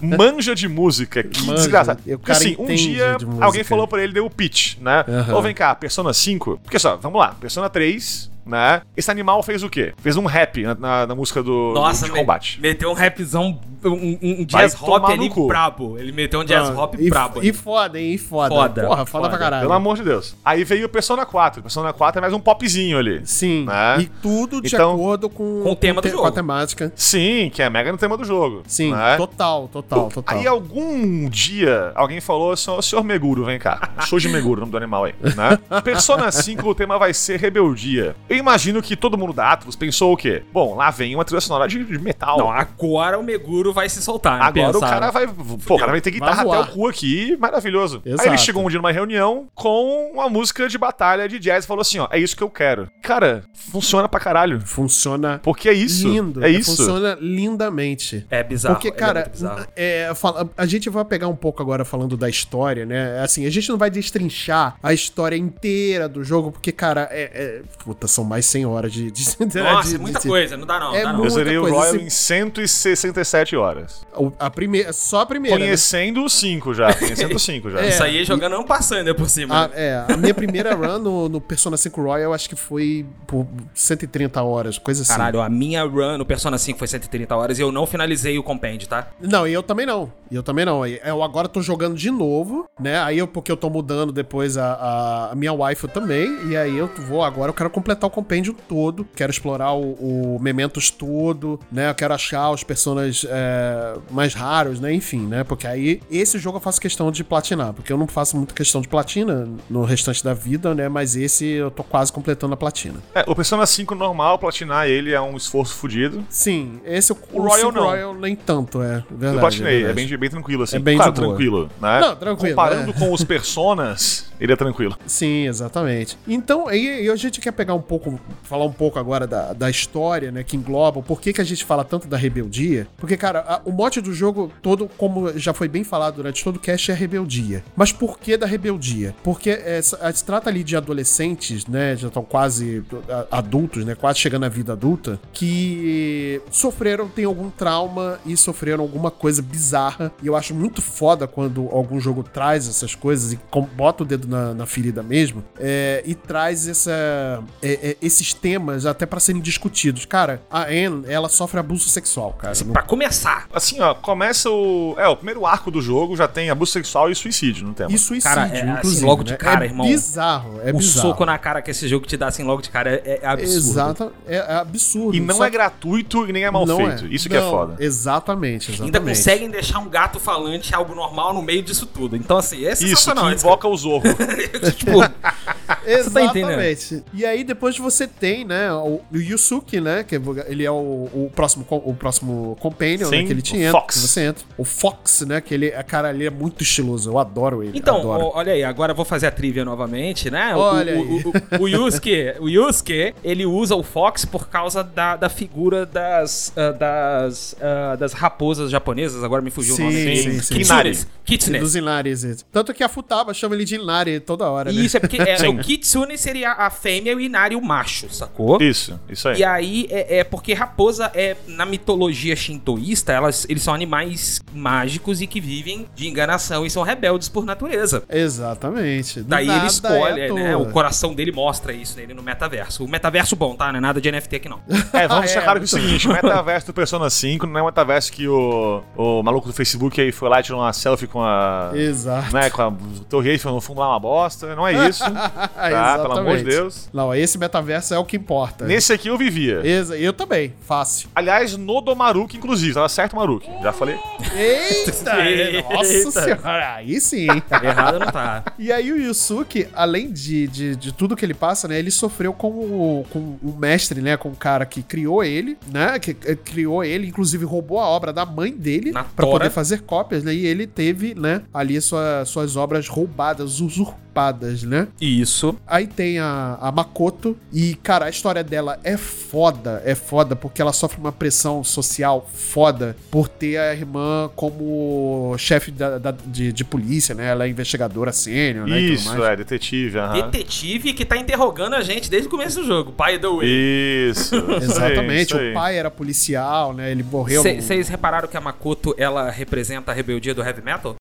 manja de música. Que
Manja,
desgraçado.
e o
Porque
cara
assim, um
entende
dia
de música.
alguém falou pra ele, deu o pitch, né?
Aham.
Ou vem cá, Persona 5. Porque só, vamos lá, Persona 3, né? Esse animal fez o quê? Fez um rap na, na- na música do,
Nossa,
de
me-
combate.
meteu um rapzão, um, um- um jazz
Vai
hop
tomar
ali
no cu. Ah,
brabo. Ele meteu um jazz hop
Ah, e,
brabo.
e foda, hein? E foda.
Foda,
Porra, foda, pra caralho.
Pelo amor de Deus. Aí veio o Persona 4. Persona 4 é mais um popzinho ali.
Sim.
Né?
E tudo de
Então-
acordo com,
Com o tema do
te-
jogo.
Com a temática.
Sim, que é mega no tema do jogo.
Sim,
né?
total, total, total.
Aí é algum dia alguém falou assim, "Ô, senhor Meguro, vem cá. Shoji Meguro, nome do animal aí, né? Persona 5, o tema vai ser rebeldia. Eu
ah,
imagino que todo mundo da Atlas pensou o quê? Bom, lá vem uma trilha sonora de, de metal.
Não, agora o Meguro Arturo vai se soltar. né?
Agora o
Pensaram.
cara vai. Pô, o cara vai ter guitarra
Vai voar.
até o cu aqui, maravilhoso. Aí ele
Exato.
chegou um dia numa reunião com uma música de batalha de jazz e falou assim: ó, é isso que eu quero. Cara, funciona pra caralho.
Funciona
Porque é isso.
lindo.
É isso.
Funciona lindamente.
É bizarro.
Porque,
ele é muito
cara,
bizarro.
é, fala- a gente vai pegar um pouco agora falando da história, né? Assim, a gente não vai destrinchar a história inteira do jogo, porque, cara, é. é- puta, são mais 100 horas de. de
Nossa,
de-
é muita
de-
coisa, não dá não.
É
dá não.
Eu
muita
zerei o
coisa,
Royal
esse-
em 167 horas.
o- A primeira, só a primeira. né?
Conhecendo o 5 já. Conhecendo o 5 já.
Isso aí é jogando não passando ainda por cima.
A, é, a minha primeira run no, no Persona 5 Royal acho que foi por 130 horas, coisa assim.
Caralho, a minha run no Persona 5 foi 130 horas e eu não finalizei o Compend, tá?
Não, e eu também não. E eu também não. Eu agora tô jogando de novo, né? Aí eu, porque eu tô mudando depois a, a- a minha wife também. E aí eu vou agora, eu quero completar o compêndio todo. Quero explorar o, o Mementos todo, né? Eu quero achar os personagens é, mais raros, né? Enfim, né? Porque aí esse jogo eu faço questão de platinar. Porque eu não faço muita questão de platina no restante da vida, né? Mas esse eu tô quase completando a platina.
É, o Persona 5 normal, platinar ele é um esforço fodido.
Sim, esse o,
O Royal
Super
não.
Royal nem tanto, é. Verdade,
Eu platinei,
verdade.
é bem, de- bem tranquilo, assim.
É bem de
claro,
boa.
tranquilo, né?
Não, tranquilo,
Comparando
é.
com os personas, ele é tranquilo.
Sim, exatamente. Então, aí, aí a gente quer pegar um pouco, falar um pouco agora da, da história, né, que engloba, por que, que a gente fala tanto da rebeldia? Porque, cara, a- o mote do jogo todo, como já foi bem falado durante todo o cast, é a rebeldia. Mas por que da rebeldia? Porque essa- a- se trata ali de adolescentes, né, já estão quase a- adultos, né, quase chegando à vida adulta, que sofreram, tem algum trauma e sofreram alguma coisa bizarra. E eu acho muito foda quando algum jogo traz essas coisas e com- bota o dedo na, na ferida mesmo é, e traz essa, é, é, esses temas até pra serem discutidos. Cara, a Anne, ela sofre abuso sexual, cara. Não-
Pra começar.
Assim, ó, começa o. É, o primeiro arco do jogo já tem abuso sexual e suicídio no tema.
E suicídio,
Cara, é, assim,
inclusive.
logo de
né?
cara,
é
irmão.
Bizarro, é
o
bizarro.
soco na cara que esse jogo te dá assim logo de cara é, é absurdo.
Exato, é, é absurdo.
E não
Só
é
que
gratuito e nem é mal
não
feito. Isso que é
Não,
foda.
Exatamente, exatamente.
Ainda conseguem deixar um gato falante algo normal no meio disso tudo. Então, assim, é
Isso,
sensacional.
que
esse cara.
invoca o Zorro.
tipo, tá entendendo?
Exatamente. E aí depois você tem, né, o, o Yusuke, né, que é- ele é o, o próximo co- o próximo companion
Sim,
né, que ele te
o
entra,
Fox.
que você entra. O Fox, né, que ele, é- cara, ele é muito estiloso, eu adoro ele,
então,
adoro.
ó, olha aí, agora eu vou fazer a trivia novamente, né? O-
Olha
o,
aí.
o- o- o Yusuke, o Yusuke, ele usa o Fox por causa da, da figura das, ah, das, ah, das raposas japonesas, agora me fugiu
Sim,
o nome.
sim,
Kitsunes.
sim.
Kitsunes.
E
Kitsunes.
é Dos Inares. isso. Tanto que a Futaba chama ele de Inari toda hora, né?
Isso, é porque era,
Sim.
o Kitsune seria a fêmea e o Inari o macho, sacou?
Isso, isso aí.
E aí é, é porque raposa é na mitologia shintoísta, elas eles são animais mágicos e que vivem de enganação e são rebeldes por natureza.
Exatamente. Do
Daí ele
nada
escolhe,
é à
né?
toa.
O coração dele mostra isso nele no metaverso. O metaverso bom, tá? Não é nada de NFT aqui não.
É, vamos deixar
É,
claro que é o
muito
seguinte: o metaverso do Persona 5 não é o metaverso que o, o maluco do Facebook aí foi lá e tirou uma selfie com a.
Exato.
Né, com a Torre Eiffel no fundo lá uma bosta. Não é isso. tá, pelo amor de
Exatamente.
Deus.
Não, esse metaverso é o que importa.
Nesse aqui eu vivia.
Exa- Eu também, fácil.
Aliás, no do Maruki, inclusive. Tava certo, Maruki. Já
É,
falei.
né, Eita!
Eita.
Nossa senhora, aí sim.
Errado não tá.
E aí o Yusuke, além de, de, de tudo que ele passa, né? Ele sofreu com o, com o mestre, né? Com o cara que criou ele, né? Que eh, criou ele, inclusive roubou a obra da mãe dele
Na
pra
tora.
poder fazer cópias, né? E ele teve, né? Ali sua- suas obras roubadas, usurpadas, né?
Isso.
Aí tem a, a Makoto. E, cara, a história dela é foda. É foda porque ela sofre uma pressão social foda por ter a irmã como chefe da- da- de, de polícia, né? Ela é investigadora sênior, né? e tudo
Isso,
mais.
é, detetive. aham.
Detetive que tá interrogando a gente desde o começo do jogo. By the way.
Isso. isso aí,
Exatamente.
isso aí.
O pai era policial, né? Ele morreu. no-
Vocês repararam que a Makoto ela representa a rebeldia do heavy metal?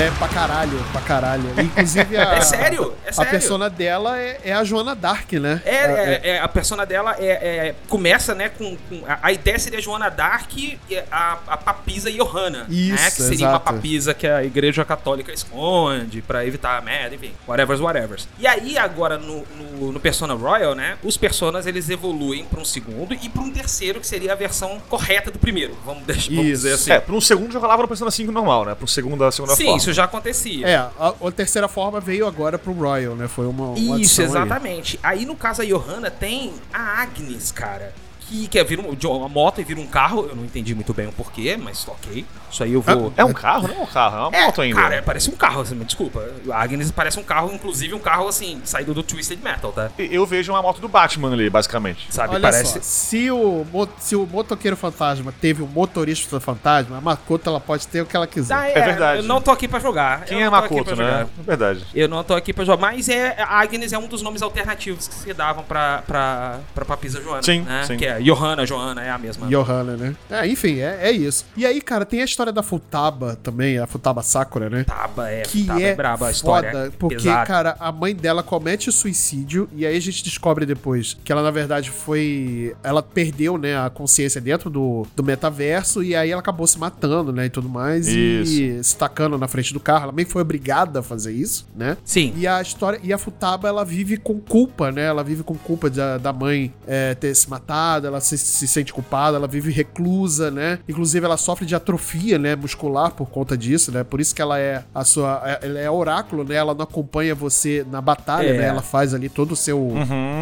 É, pra caralho, pra caralho. Inclusive, a,
É sério? É
a
sério?
persona dela é, é a Joana Dark, né?
É, é, é, a persona dela é, é- começa, né, com... com- a, a ideia seria a Joana Dark, e a, a papisa Johanna,
Isso,
né? Que seria uma
exato.
papisa que a igreja católica esconde pra evitar a merda, enfim. Whatevers, whatevers. E aí, agora, no, no, no Persona Royal, né, os personas, eles evoluem pra um segundo e pra um terceiro, que seria a versão correta do primeiro. Vamos, deixar, vamos
Isso.
dizer assim.
É, pra um segundo já rolava no Persona 5 normal, né? Pra um segundo, a segunda
Sim,
forma.
isso já acontecia.
É, a, a terceira forma veio agora pro Royal, né? Foi uma. uma
Isso,
adição aí.
exatamente. Aí. no caso a Johanna tem a Agnes, cara. Que quer vir um- de uma moto e vira um carro. Eu não entendi muito bem o porquê, mas tá ok. Isso aí eu vou.
É um carro? Não é um carro, é uma moto ainda.
Cara, parece um carro, assim, me desculpa. A Agnes parece um carro, inclusive um carro assim, saído do Twisted Metal, tá?
Eu vejo uma moto do Batman ali, basicamente.
Sabe?
Olha
parece.
só, se o, mo- se o motoqueiro fantasma teve um motorista fantasma, a Makoto ela pode ter o que ela quiser.
Ah,
É verdade.
Eu não tô aqui pra jogar.
Quem
eu
é
não tô aqui pra
Makoto,
jogar.
né? Verdade.
Eu não tô aqui pra jogar, mas é, a Agnes é um dos nomes alternativos que se davam pra, pra, pra Papisa Joana.
Sim,
né?
sim.
Que é Johanna, Joana, é a mesma.
Johanna, né? É, enfim, é, é isso. E aí, cara, tem a história da Futaba também, a Futaba Sakura, né?
Taba, é.
Que
Taba
é,
braba a história.
foda, porque,
Pesado.
cara, a mãe dela comete suicídio e aí a gente descobre depois que ela, na verdade, foi. Ela perdeu, né, a consciência dentro do, do metaverso e aí ela acabou se matando, né, e tudo mais. E se tacando na frente do carro. Ela meio que foi obrigada a fazer isso, né?
Sim.
E a história. E a Futaba, ela vive com culpa, né? Ela vive com culpa da, da mãe é, ter se matado, ela se, se sente culpada, ela vive reclusa, né? Inclusive, ela sofre de atrofia, né? Muscular por conta disso, né? Por isso que ela é a sua. é- Ela é oráculo, né? Ela não acompanha você na batalha,
É. Uhum,
né? Ela faz ali todo o seu.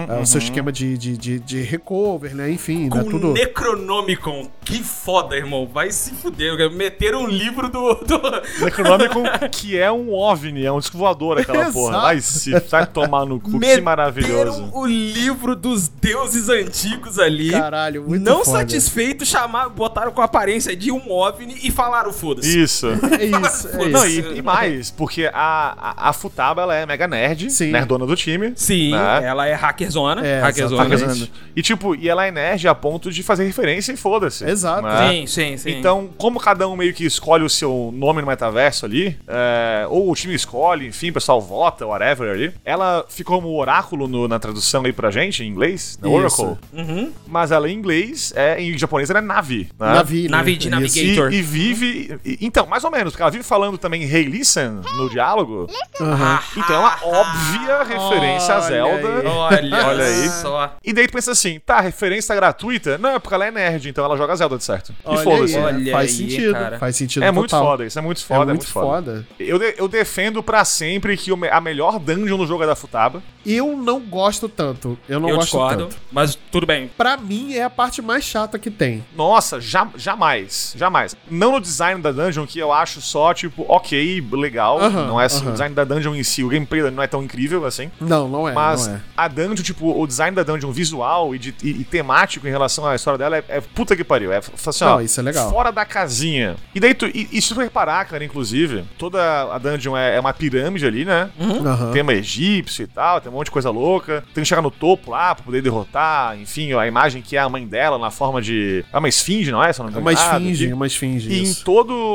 é, O seu esquema de, de, de, de recover, né? Enfim,
com
né? Tudo.
Necronomicon. Que foda, irmão. Vai se fuder. cara. Meteram um livro do. do...
Necronomicon, que é um OVNI, é um disco voador aquela porra.
Exato.
Vai se vai tomar no cu, que maravilhoso.
o livro dos deuses antigos ali.
Caralho, muito
não
foda.
satisfeito, chamaram, botaram com a aparência de um OVNI e falaram, foda-se.
Isso.
É isso, é
Não,
isso.
e, e mais, porque a, a, a Futaba, ela é mega nerd,
Sim.
nerdona do time.
Sim,
né?
ela é hackerzona.
É,
hackerzona.
exatamente.
Exatamente. E tipo, e ela é nerd a ponto de fazer referência e foda-se.
Exato.
né?
Sim, sim, sim.
Então, como cada um meio que escolhe o seu nome no metaverso ali, é, ou o time escolhe, enfim, o pessoal vota, whatever ali, ela ficou como oráculo no- na tradução aí pra gente, em inglês, na
Isso.
Oracle.
Uhum.
Mas ela em inglês, é, em japonês, ela é Navi. Né?
Navi, né?
Navi Ah, de
Isso.
Navigator.
E, e vive. e- então, mais ou menos, porque ela vive falando também Hey, listen no diálogo.
Ah,
Aham.
Então é uma óbvia referência a
Olha
Zelda.
aí.
Olha,
Olha aí.
só.
E daí tu pensa assim, tá, referência gratuita? Não, é porque ela é nerd, então ela joga Zelda de certo.
Olha
e foda-se.
aí, né?
Olha
faz
aí,
sentido,
cara.
faz sentido
É muito
total.
foda, isso é muito foda, é muito foda. Eu, de- eu defendo pra sempre que o me- a melhor dungeon no jogo é da Futaba.
Eu não gosto tanto. Eu não
Eu
gosto
discordo,
tanto.
mas tudo bem.
Pra mim é a parte mais chata que tem.
Nossa, ja- jamais, jamais. Não no design da dungeon, que eu acho só, tipo, ok, legal.
Aham,
não é assim,
aham.
o design da dungeon em si, o gameplay não é tão incrível assim.
Não, não é.
Mas
não é.
a dungeon, tipo, o design da dungeon visual e, de- e- e temático em relação à história dela é, é puta que pariu. É, f- assim,
Não,
ó,
isso é legal.
Fora da casinha. E daí, tu, e, e se tu reparar, cara, inclusive, toda a dungeon é, é uma pirâmide ali, né?
Aham.
Tema egípcio e tal, tem um monte de coisa louca. Tem que chegar no topo lá pra poder derrotar, enfim, ó, a imagem que é a mãe dela na forma de. É uma esfinge, não é? Se eu não
É
tô
uma
enganado,
esfinge,
que-
é uma esfinge.
e em
isso.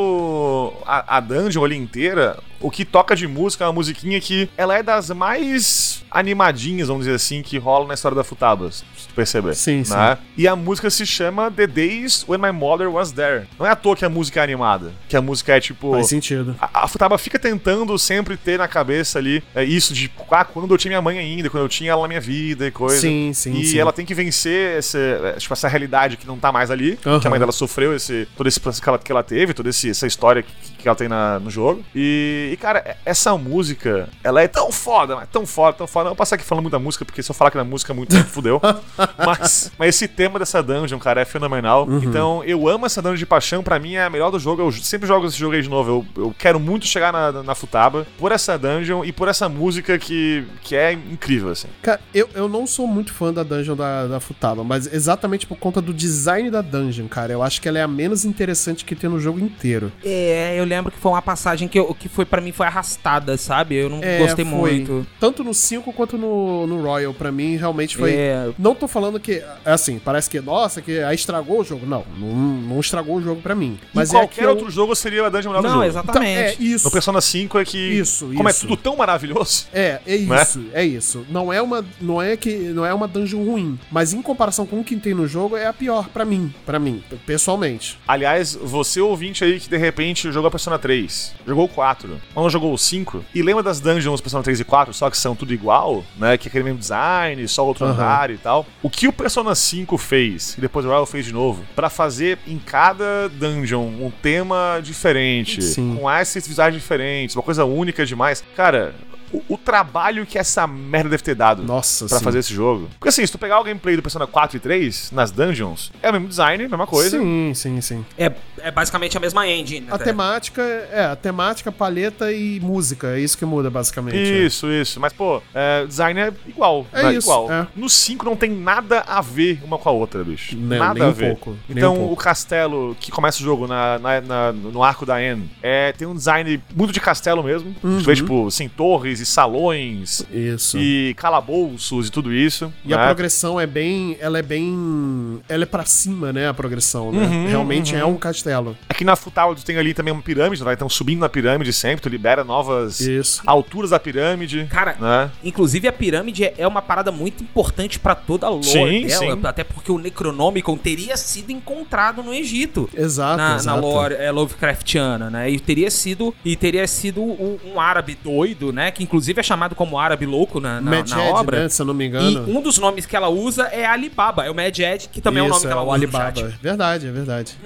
todo a, a dungeon ali inteira, o que toca de música é uma musiquinha que ela é das mais animadinhas, vamos dizer assim, que rola na história da Futabas, se tu perceber.
Sim,
sim. E a música se chama The Days When My Mother Was There. Não é à toa que a música é animada, que a música é tipo...
Faz sentido.
A, a Futaba fica tentando sempre ter na cabeça ali é, isso de ah, quando eu tinha minha mãe ainda, quando eu tinha ela na minha vida e coisa.
Sim, sim,
E
sim.
ela tem que vencer essa, é, tipo, essa realidade que não tá mais ali, que a
Aham.
mãe dela sofreu, esse, todo esse processo que ela, que ela teve, toda esse- essa história que, que ela tem na- no jogo. E, e, cara, é- essa música, ela é tão foda, mas tão foda, tão foda. Não vou passar aqui falando muito da música, porque se eu falar que na música é muito fudeu. mas, mas esse tema dessa dungeon, cara, é fenomenal.
Uhum.
Então, eu amo essa dungeon de paixão. Pra mim, é a melhor do jogo. Eu sempre jogo esse jogo aí de novo. Eu, eu quero muito chegar na, na Futaba por essa dungeon e por essa música que, que é incrível, assim.
Cara, eu, eu não sou muito fã da dungeon da, da Futaba, mas mas exatamente por conta do design da dungeon, cara. Eu acho que ela é a menos interessante que tem no jogo inteiro.
É, eu lembro que foi uma passagem que, eu, que foi para mim foi arrastada, sabe? Eu não
É,
gostei
foi.
muito.
Tanto no 5 quanto no, no Royal, pra mim, realmente foi.
É.
Não tô falando que, assim, parece que, nossa, que aí estragou o jogo. Não, não, não estragou o jogo pra mim. Mas
Mas
é que
qualquer
eu-
outro jogo seria a dungeon melhor do
Não,
jogo.
Então, é
exatamente.
isso.
No Persona 5 é que.
Isso,
Como
isso.
é tudo tão maravilhoso.
É, é
Né?
isso, é isso. Não é uma, não é que, não é uma dungeon ruim, mas em comparação com o que tem no jogo é a pior pra mim, para mim, pessoalmente.
Aliás, você ouvinte aí que de repente jogou a Persona 3, jogou o 4, ou não jogou o 5, e lembra das dungeons Persona 3 e 4, só que são tudo igual, né? Que é aquele mesmo design, só outro
Aham.
andar e tal. O que o Persona 5 fez, e depois o Royal fez de novo, pra fazer em cada dungeon um tema diferente,
Sim.
com assets visuais diferentes, uma coisa única demais. Cara, o, o trabalho que essa merda deve ter dado.
Nossa,
Pra
sim.
fazer esse jogo. Porque assim, se tu pegar o gameplay do Persona 4 e 3 nas dungeons, é o mesmo design, a mesma coisa.
Sim, sim, sim.
É, é basicamente a mesma né, tá engine.
A
até.
temática, é, a temática, paleta e música, é isso que muda basicamente.
Isso, isso. Mas, pô, é, design é igual.
É
né?
isso,
igual.
é.
No 5 não tem nada a ver uma com a outra, bicho.
Não,
nada
nem
a
um
ver.
pouco, nem
Então,
um pouco.
o castelo que começa o jogo na, na- na- no arco da Anne é, tem um design muito de castelo mesmo. Tu vê, tipo, assim, torres e salões
É. Isso. E...
e calabouços e tudo isso.
a
né?
progressão é bem. Ela é bem. Ela é pra cima, né? A progressão, né?
Uhum,
Realmente é um castelo.
Aqui na Futal tu tem ali também uma pirâmide, vai então subindo na pirâmide sempre, tu libera novas
Isso.
alturas da pirâmide.
Cara,
né?
Inclusive, a pirâmide é- é uma parada muito importante pra toda a lore
Sim,
dela.
sim.
Até porque o Necronomicon teria sido encontrado no Egito.
Exato.
na, na
exato.
lore é, Lovecraftiana, né? E teria sido, e teria sido um, um árabe doido, né? Que inclusive é chamado como árabe louco na, na,
Mad
na
Head,
obra.
né? Se eu não me
E
engano.
um dos nomes que ela usa é Alibaba, é o Mad Ed, que também é o nome
Isso,
que ela
o
usa
Alibaba.
no
Verdade, é verdade.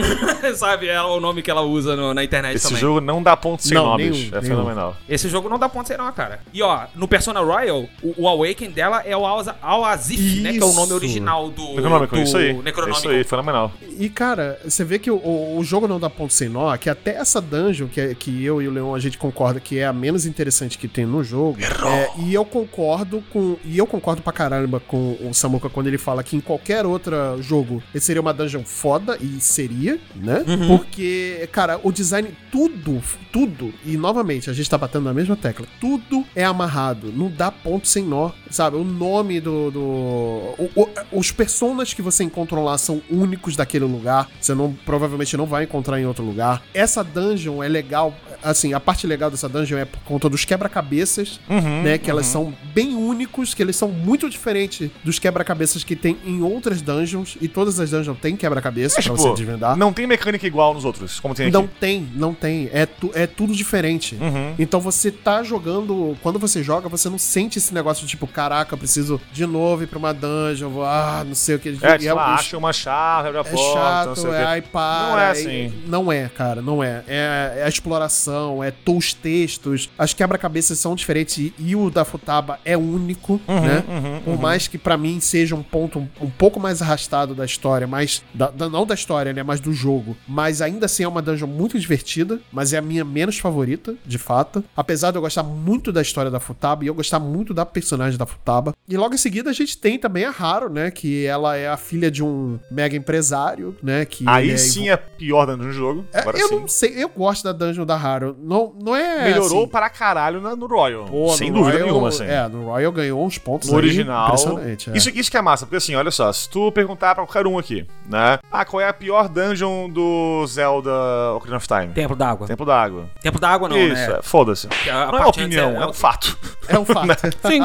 chat. Sabe, é o nome que ela usa no- na internet
Esse
também.
jogo não dá ponto sem
Não,
nó,
nenhum,
bicho. É
nenhum.
fenomenal.
Esse jogo não dá ponto sem não, cara. E ó, no Persona Royal, o, o Awaken dela é o Al- Al-Azif, né? Que é o nome
Isso.
original do
Necronômico,
do
isso aí. É
Necronomicon.
Isso aí, fenomenal.
E, cara, você vê que o, o- o jogo não dá ponto sem nó, que até essa dungeon, que, é- que eu e o Leon a gente concorda que é a menos interessante que tem no jogo. é, e eu concordo com. E eu concordo pra caramba com o Samuka quando ele fala que em qualquer outro jogo esse seria uma dungeon foda, e seria, né? Porque, cara, o design, tudo, tudo, e novamente, a gente tá batendo na mesma tecla, tudo é amarrado, não dá ponto sem nó, sabe? O nome do. do o- o- os personas que você encontra lá são únicos daquele lugar, você não, provavelmente não vai encontrar em outro lugar. Essa dungeon é legal, assim, a parte legal dessa dungeon é por conta dos quebra-cabeças, né? Que elas são bem únicos, que eles são muito diferentes dos quebra-cabeças que tem em outras dungeons, e todas as dungeons têm quebra-cabeça pra
Mas,
você
tipo,
desvendar.
não tem mecânica igual nos outros, como tem aqui.
Não tem, não tem. É, tu- é tudo diferente.
Uhum.
Então você tá jogando. Quando você joga, você não sente esse negócio de tipo, caraca, eu preciso de novo ir pra uma dungeon, vou, ah, não sei o que.
É,
E
tipo,
um-
lá, acha uma chave, abre a
é
porta, não sei
chato,
o quê.
é aí para.
Não é
aí-
assim.
não é, cara, não é. É, é a exploração, é tu- os textos, as quebra-cabeças são diferentes e- e o da Futaba é único,
Uhum,
né? Por mais que pra mim seja um ponto um, um pouco mais arrastado da história, mas da- da- não da história, né? Mas do jogo. Mas ainda assim é uma dungeon muito divertida, mas é a minha menos favorita, de fato. Apesar de eu gostar muito da história da Futaba e eu gostar muito da personagem da Futaba. E logo em seguida a gente tem também a Haru, né? Que ela é a filha de um mega empresário, né? Que
Aí
ele é
sim é pior dentro do jogo.
é,
Agora
eu
sim.
não sei, eu gosto da dungeon da Haru. Não, não é.
Melhorou
assim,
para caralho na- no Royal.
pô,
sem
no
dúvida
Royal-
nenhuma, assim.
É, no Royal ganhou uns pontos.
No
aí é
original.
Impressionante. é.
Isso, isso que é massa, porque assim, olha só, se tu perguntar pra qualquer um aqui, né? Ah, qual é a pior dungeon do Zelda Ocarina of Time?
Templo d'água.
Tempo da água.
Tempo d'água não,
isso,
né?
é, foda-se.
a
Não é
parte antes
opinião,
é-
é um fato. Né?
é um fato.
Sim.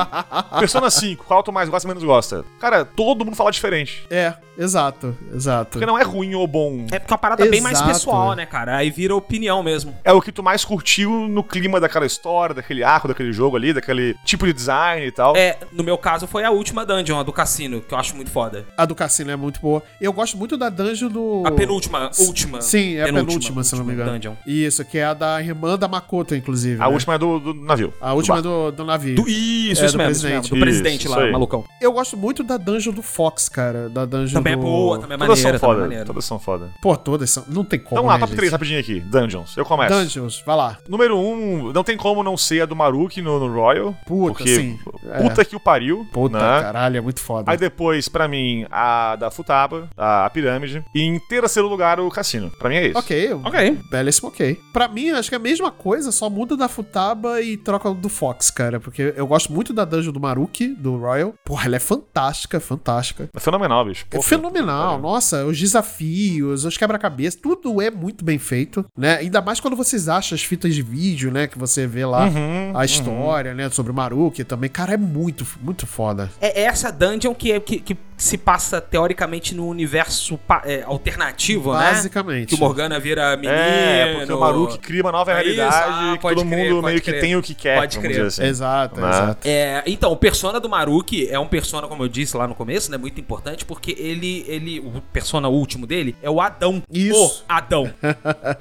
Persona 5, qual tu mais gosta menos gosta? Cara, todo mundo fala diferente.
é, exato, exato.
Porque não é ruim ou bom.
É porque é uma parada bem mais
Exato.
pessoal, né, cara? Aí vira opinião mesmo.
É o que tu mais curtiu no clima daquela história, daquele arco, daquele jogo ali, daquele tipo de design e tal.
É, no meu caso foi a última dungeon, a do cassino, que eu acho muito foda.
A do Cassino é muito boa. Eu gosto muito da dungeon do.
A penúltima, última.
Sim, é a penúltima, se eu não me
última
engano.
Dungeon.
Isso, que é a da irmã da Makoto, inclusive.
A
né?
última é do, do navio.
A última é
do. barco.
do, do navio.
Do, isso,
É,
isso
do
mesmo,
presidente.
isso mesmo, Do presidente
Isso,
lá,
isso aí.
malucão.
Eu gosto muito da dungeon do Fox, cara. Da dungeon
Também é
do-
boa, também é
Todas
maneira,
são
também é
foda.
maneira.
Todas são foda.
Pô, todas são. Não tem como.
Então lá,
né,
top
gente?
3 rapidinho aqui. Dungeons. Eu começo.
Dungeons, Matheus, vai lá.
Número um, não tem como não ser a do Maruki no, no Royal.
Puta,
porque,
sim. É.
Puta que o pariu.
Puta,
né?
caralho, é muito foda.
Aí depois, pra mim, a da Futaba, a, a pirâmide. E em terceiro lugar, o cassino. Pra mim é isso.
Ok,
Ok.
belíssimo ok. Pra mim, acho que é a mesma coisa, só muda da Futaba e troca do Fox, cara. Porque eu gosto muito da dungeon do Maruki, do Royal. Porra, ela é fantástica, fantástica.
É fenomenal, bicho.
É
Pô,
fenomenal,
puta
nossa, os desafios, os quebra-cabeça, tudo é muito bem feito, né? Ainda mais quando vocês acham as fitas de vídeo, né? Que você vê lá
Uhum,
a história, né? Sobre o Maruki também. Cara, é muito, muito foda.
É essa dungeon que, é- que, que se passa teoricamente no universo pa- é, alternativo, né?
Basicamente.
Que o Morgana vira
que
menino.
pariu. É, porque o Maruki cria uma nova
É isso,
realidade
ah,
que
pode
todo
crer,
mundo
pode
meio que
crer.
tem o que quer,
Pode
vamos
crer.
dizer assim.
Exato,
Né?
exato.
É, então, o persona do Maruki é um persona, como eu disse lá no começo, né? Muito importante, porque ele. ele o persona último dele é o Adão.
Isso.
O Adão.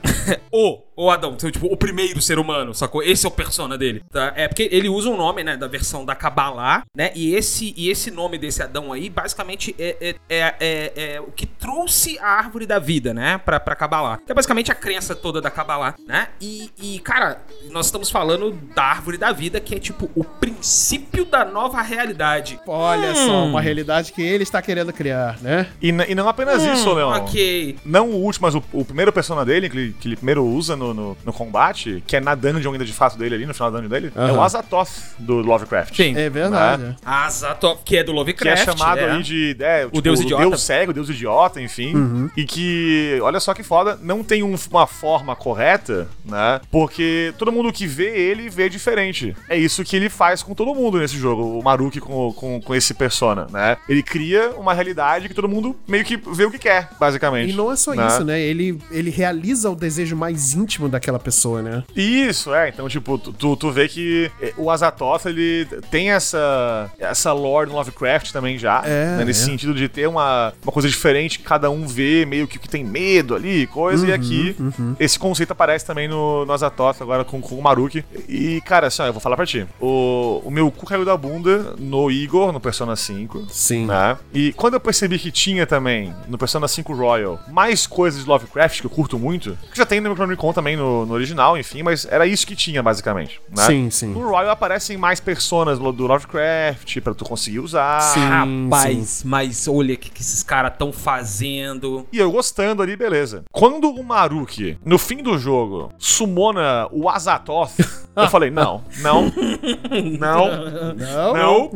o, o Adão. Então, tipo, o primeiro ser humano, sacou? Esse é o persona dele. Tá? É porque ele usa um nome, né? Da versão da Kabbalah, né? E esse, e esse nome desse Adão aí, basicamente, é, é, é, é- é o que trouxe a árvore da vida, né? Pra, pra Kabbalah. Que é basicamente a crença toda da Kabbalah, né? E, e, cara, nós estamos falando da árvore da vida, que é tipo o princípio da nova realidade.
Olha só,
Hum.
uma realidade que ele está querendo criar, né?
E, n- e não é apenas isso, Leon.
Hum, Ok.
Não o último, mas o, o primeiro persona dele, que ele, que ele primeiro usa no, no, no combate, que é na dungeon ainda de fato dele ali, no final da dungeon dele, é o
Aham.
Azathoth do Lovecraft.
Sim.
É verdade.
Né?
Azathoth, que é do
Que
Lovecraft.
é chamado
né?
ali de. É, o
Deus Idiota. Uhum.
Deus cego, o Deus idiota, enfim. E que, olha só que foda, não tem um- uma forma correta, né? Porque todo mundo que vê ele vê diferente. É isso que ele faz com todo mundo nesse jogo, o Maruki com, com, com esse persona, né? Ele cria uma realidade que todo mundo meio que vê o que quer, basicamente.
E não é só isso, né? Ele, ele realiza o desejo mais íntimo daquela pessoa, né?
Isso, é. Então, tipo, tu, tu, tu vê que eh, o Azathoth, ele tem essa, essa lore no Lovecraft também já.
É,
né? Nesse
é.
sentido de ter uma, uma coisa diferente que cada um vê, meio que o que tem medo ali, coisa.
Uhum,
e aqui, esse conceito aparece também no, no Azathoth, agora com, com o Maruki. E, cara, assim, ó, eu vou falar pra ti. O, o meu cu caiu da bunda no Igor, no Persona 5.
Sim.
Né? E quando eu percebi que tinha também no Persona 5 Royal mais coisas de Lovecraft que eu curto muito, que já tem no Necronomicon também no, no original, enfim, mas era isso que tinha basicamente. Né?
Sim, sim.
No Royal aparecem mais personas do do Lovecraft pra tu conseguir usar.
Rapaz, mas olha o que, que esses caras estão fazendo.
E eu gostando ali, beleza. Quando o Maruki, no fim do jogo, sumona o Azathoth, eu falei: não, não, não,
Não.
não,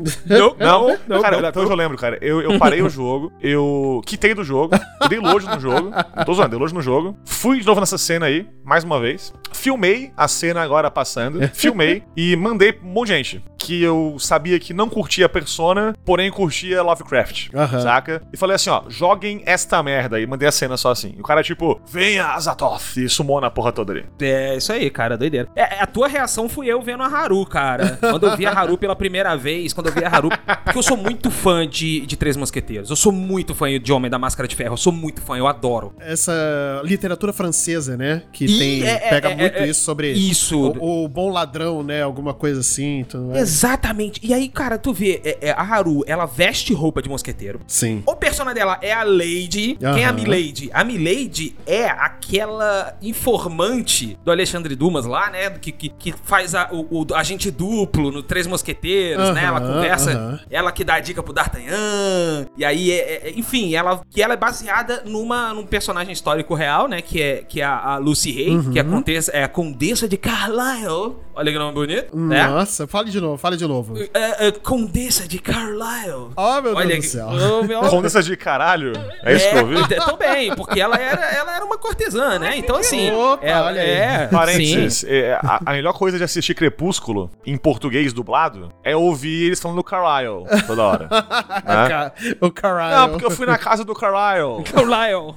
não, não, Cara, até hoje eu lembro, cara. Eu, eu parei o jogo, eu quitei do jogo, eu dei load no jogo. Não tô zoando, dei load no jogo. Fui de novo nessa cena aí, mais uma vez. Filmei a cena agora passando. Filmei e mandei pra um monte de gente. Que eu sabia que não curtia Persona, porém curtia Lovecraft.
Aham.
Saca? E falei assim, ó, joguem esta merda aí. Mandei a cena só assim. E o cara, tipo, venha, Azathoth. E sumou na porra toda ali.
É isso aí, cara, doideira. É, a tua reação fui eu vendo a Haru, cara. Quando eu vi a Haru pela primeira vez, quando eu vi a Haru. Porque eu sou muito fã de, de Três Mosqueteiros. Eu sou muito fã de Homem da Máscara de Ferro. Eu sou muito fã, eu adoro.
Essa literatura francesa, né? Que
Ih,
tem,
é, é,
pega
é,
muito
é,
isso sobre
Isso.
o, o bom ladrão, né? Alguma coisa assim. e Tudo mais.
Exatamente. E aí, cara, tu vê, é- é, a Haru, ela veste roupa de mosqueteiro.
Sim.
O personagem dela é a Lady.
Aham.
Quem é a Milady? A Milady é aquela informante do Alexandre Dumas lá, né? Que, que, que faz a, o, o agente duplo no Três Mosqueteiros, né? Ela
Aham,
conversa.
aham.
Ela que dá a dica pro D'Artagnan. E aí, é- é- enfim, ela que ela é baseada numa, num personagem histórico real, né? Que é, que é a, a Lucy Hay,
Uhum.
que é a, contessa, é a Condessa de Carlisle. Olha que nome bonito, né?
Nossa, fale de novo, fale de novo.
É, é, Condessa de Carlisle.
Ó, meu
Olha
Deus
que-
do céu.
Ô, meu
Condessa de caralho. É isso que eu ouvi?
é, também, porque ela era, ela era uma cortesã, né? Então, assim.
Opa,
ela,
olha aí.
é, sim.
Parênteses, é, a, a melhor coisa de assistir Crepúsculo em português dublado é ouvir eles falando Carlisle toda hora.
Ah, ca- O caralho.
Não, porque eu fui na casa do Carlisle.
O Lion.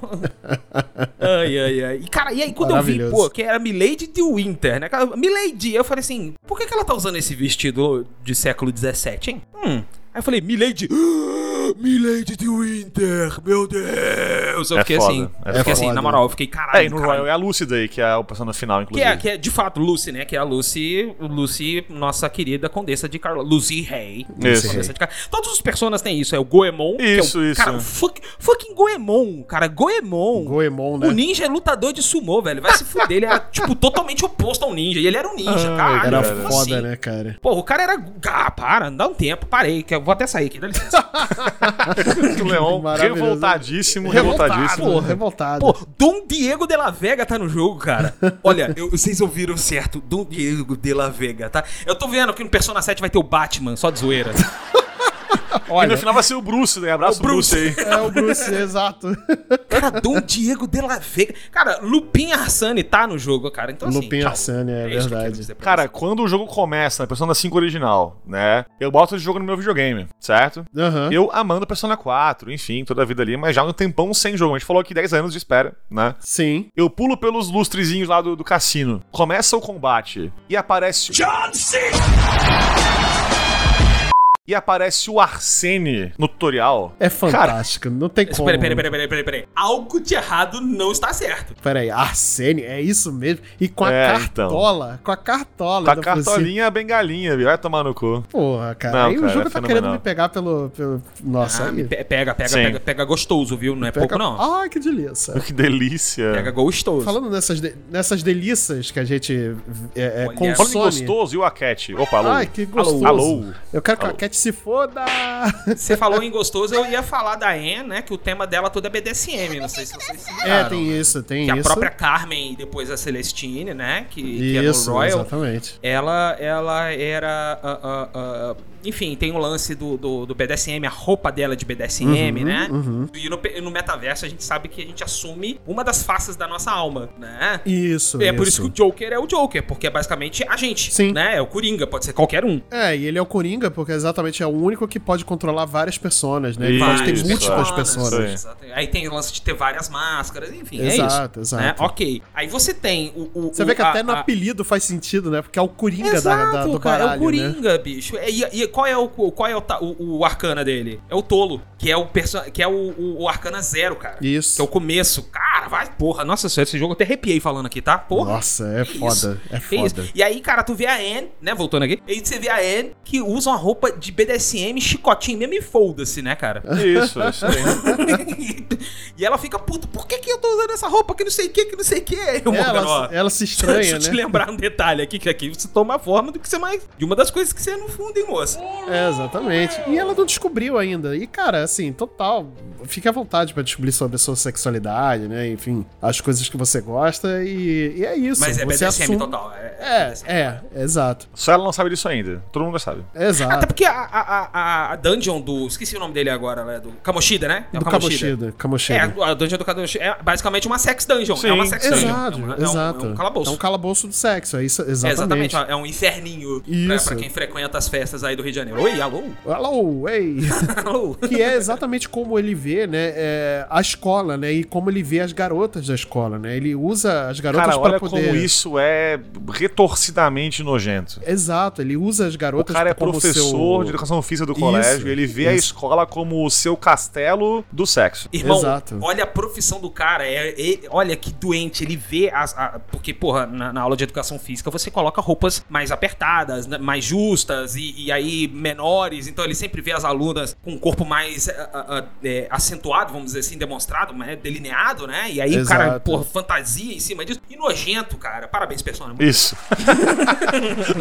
ai, ai, ai. E, cara, e aí quando eu vi,
Maravilhoso.
pô, que era Milady de Winter, né? Cara, Milady, eu falei assim, por que, que ela tá usando esse vestido de século XVII, hein? Hum. Aí eu falei, Milady, Milady de Winter, meu Deus. Eu
É
fiquei
foda,
assim,
é
eu fiquei assim,
foda.
na moral, eu fiquei caralho.
É, e no
caralho.
Royal é a Luciday, que é a persona final,
Que
inclusive.
é, que é de fato Lucy, né? Que é a Lucy, Lucy, nossa querida condessa de Carlos. Lucy Rey.
Isso.
Condessa de Car... Todos os personagens têm isso. É o Goemon.
Isso,
que é o...
isso.
Cara, fuck- fucking Goemon, cara. Goemon.
Goemon, né?
O ninja é lutador de sumô, velho. Vai se fuder. Ele era, tipo, totalmente oposto ao ninja. E ele era um ninja, caralho.
Ah, Era
como
foda,
assim?
né, cara?
Porra, o cara era. Ah, para, dá um tempo, parei, que eu vou até sair aqui, dá licença.
O
é
Leon,
Maravilhoso.
revoltadíssimo,
Revoltado,
revoltadíssimo.
né? revoltado.
Pô, Dom Diego de la Vega tá no jogo, cara. Olha, eu- vocês ouviram certo, Dom Diego de la Vega, tá? Eu tô vendo que no Persona 7 vai ter o Batman, só de zoeira.
E no
Olha,
final vai ser o Bruce, né? Abraço
O Bruce.
Bruce. aí.
É o Bruce, exato.
cara, Dom Diego de la Vega. Cara, Lupin Arsani tá no jogo, cara. Então, assim,
Lupin
tchau.
Arsani, é
isso que eu quero
verdade.
dizer pra
Cara, quando o jogo começa na Persona 5 original, né? Eu boto esse jogo no meu videogame, certo?
Aham.
Eu amando Persona 4, enfim, toda a vida ali, mas já um tempão sem jogo. A gente falou aqui 10 anos de espera, né?
Sim.
Eu pulo pelos lustrezinhos lá do, do cassino. Começa o combate e aparece. John C. E aparece o Arsene no tutorial.
É fantástico, não tem
Isso,
como.
Peraí, peraí, peraí, peraí, peraí, peraí. Algo de errado não está certo.
Peraí, Arsene, é isso mesmo? E com a
É, então.
cartola, com a cartola.
Com a
ainda por cima.
cartolinha e a bengalinha, viu? Vai tomar no cu.
Porra, cara.
Não,
aí o
cara,
jogo
é
tá
fenomenal.
querendo me pegar pelo. pelo- Nossa,
Ah,
aí.
me pe- pega, pega,
Sim.
pega, pega gostoso, viu? Não é
pega-
pouco, não.
Ai, que delícia.
Que delícia.
Pega gostoso.
Falando nessas, de- nessas delícias que a gente é, é,
Olha.
Falando em
consome.
gostoso, e o Aket? Opa, alô.
Ai, que gostoso.
Alô.
Eu quero que a
Alô.
Cat se foda.
Você falou em gostoso, eu ia falar da Anne, né? Que o tema dela todo é BDSM. Não sei se vocês se
É,
ligaram,
tem
né?
isso, tem
Que a
isso.
própria Carmen e depois a Celestine, né? Que, que é do
Isso,
Royal.
exatamente.
Ela, ela era. ah, ah, ah, enfim, tem o lance do, do, do BDSM, a roupa dela de
Uhum,
BDSM, né? E no, pe- no metaverso a gente sabe que a gente assume uma das faces da nossa alma, né?
Isso.
É por isso que o Joker é o Joker, porque é basicamente a gente,
Sim.
né? É o Coringa, pode ser qualquer um.
É, e ele é o Coringa, porque exatamente é o único que pode controlar várias personas, né? Ele pode ter
Várias
múltiplas
personas.
personas.
né? Exato. Aí tem o lance de ter várias máscaras, enfim, é isso.
Exato, exato.
né? Ok. Aí você tem o. o-
Você
o-
vê que
a-
até no
a-
apelido faz sentido, né? Porque é o Coringa da,
Exato,
da- do
cara,
baralho,
é o
né?
Coringa, bicho. É, E, e qual é, o, qual é o, ta- o, o arcana dele? É o Tolo, que é o, perso- que é o, o, o arcana zero, cara.
Isso.
Que é o começo. Cara, vai, porra. Nossa senhora, esse jogo eu até arrepiei falando aqui, tá? Porra.
Nossa, é
Que
foda, é
Que isso.
foda.
E aí, cara, tu vê a Anne, né? Voltando aqui. E você vê a Anne que usa uma roupa de BDSM, chicotinho mesmo e folda-se, né, cara?
Isso, é isso aí.
e ela fica puta, por que, que eu tô usando essa roupa que não sei o que, que não sei o que? Eu mano, ó,
É, Ela, ela se
Deixa
estranha,
eu te
né?
lembrar um detalhe aqui, que aqui você toma a forma do que você mais. De uma das coisas que você é no fundo, hein, moça?
É, exatamente. E ela não descobriu ainda. E, cara, assim, total. Fique à vontade pra descobrir sobre a sua sexualidade, né? Enfim, as coisas que você gosta e, e é isso.
Mas é
você
BDSM
assume-
total.
É,
BDSM.
é, exato.
Só ela não sabe disso ainda. Todo mundo já sabe.
Até
Exato.
porque a, a, a, a dungeon do. Esqueci o nome dele agora, né? Do Kamoshida, né? É o
Do Kamoshida.
É,
Kamoshida.
a dungeon do Kamoshida é basicamente uma sex dungeon.
Sim,
é uma sex dungeon.
Exato,
é uma- é um,
exato.
É um calabouço.
É um calabouço do sexo, é isso,
É,
exatamente.
exatamente, ó, é um inferninho pra,
Isso.
pra quem frequenta as festas aí do Rio de Janeiro. Oi, alô?
Hello, ei!
alô?
que é exatamente como ele vê, né, é, a escola, né, e como ele vê as garotas da escola, né? Ele usa as garotas
Cara,
para
olha
poder.
como isso é retorcidamente nojento.
Exato, ele usa as
O
garotas
cara é
como
professor
seu-
de educação física do
Isso,
colégio, ele vê a
isso.
escola como o seu castelo do sexo.
Irmão,
Exato.
olha a profissão do cara. É, é- olha que doente. Ele vê as. a- porque, porra, na, na aula de educação física você coloca roupas mais apertadas, né, mais justas e, e aí menores. Então ele sempre vê as alunas com um corpo mais ah, ah, ah, é, acentuado, vamos dizer assim, demonstrado, né, delineado, né? E aí o cara,
Exato.
porra, fantasia em cima disso. E nojento, cara. Parabéns, persona.
Isso.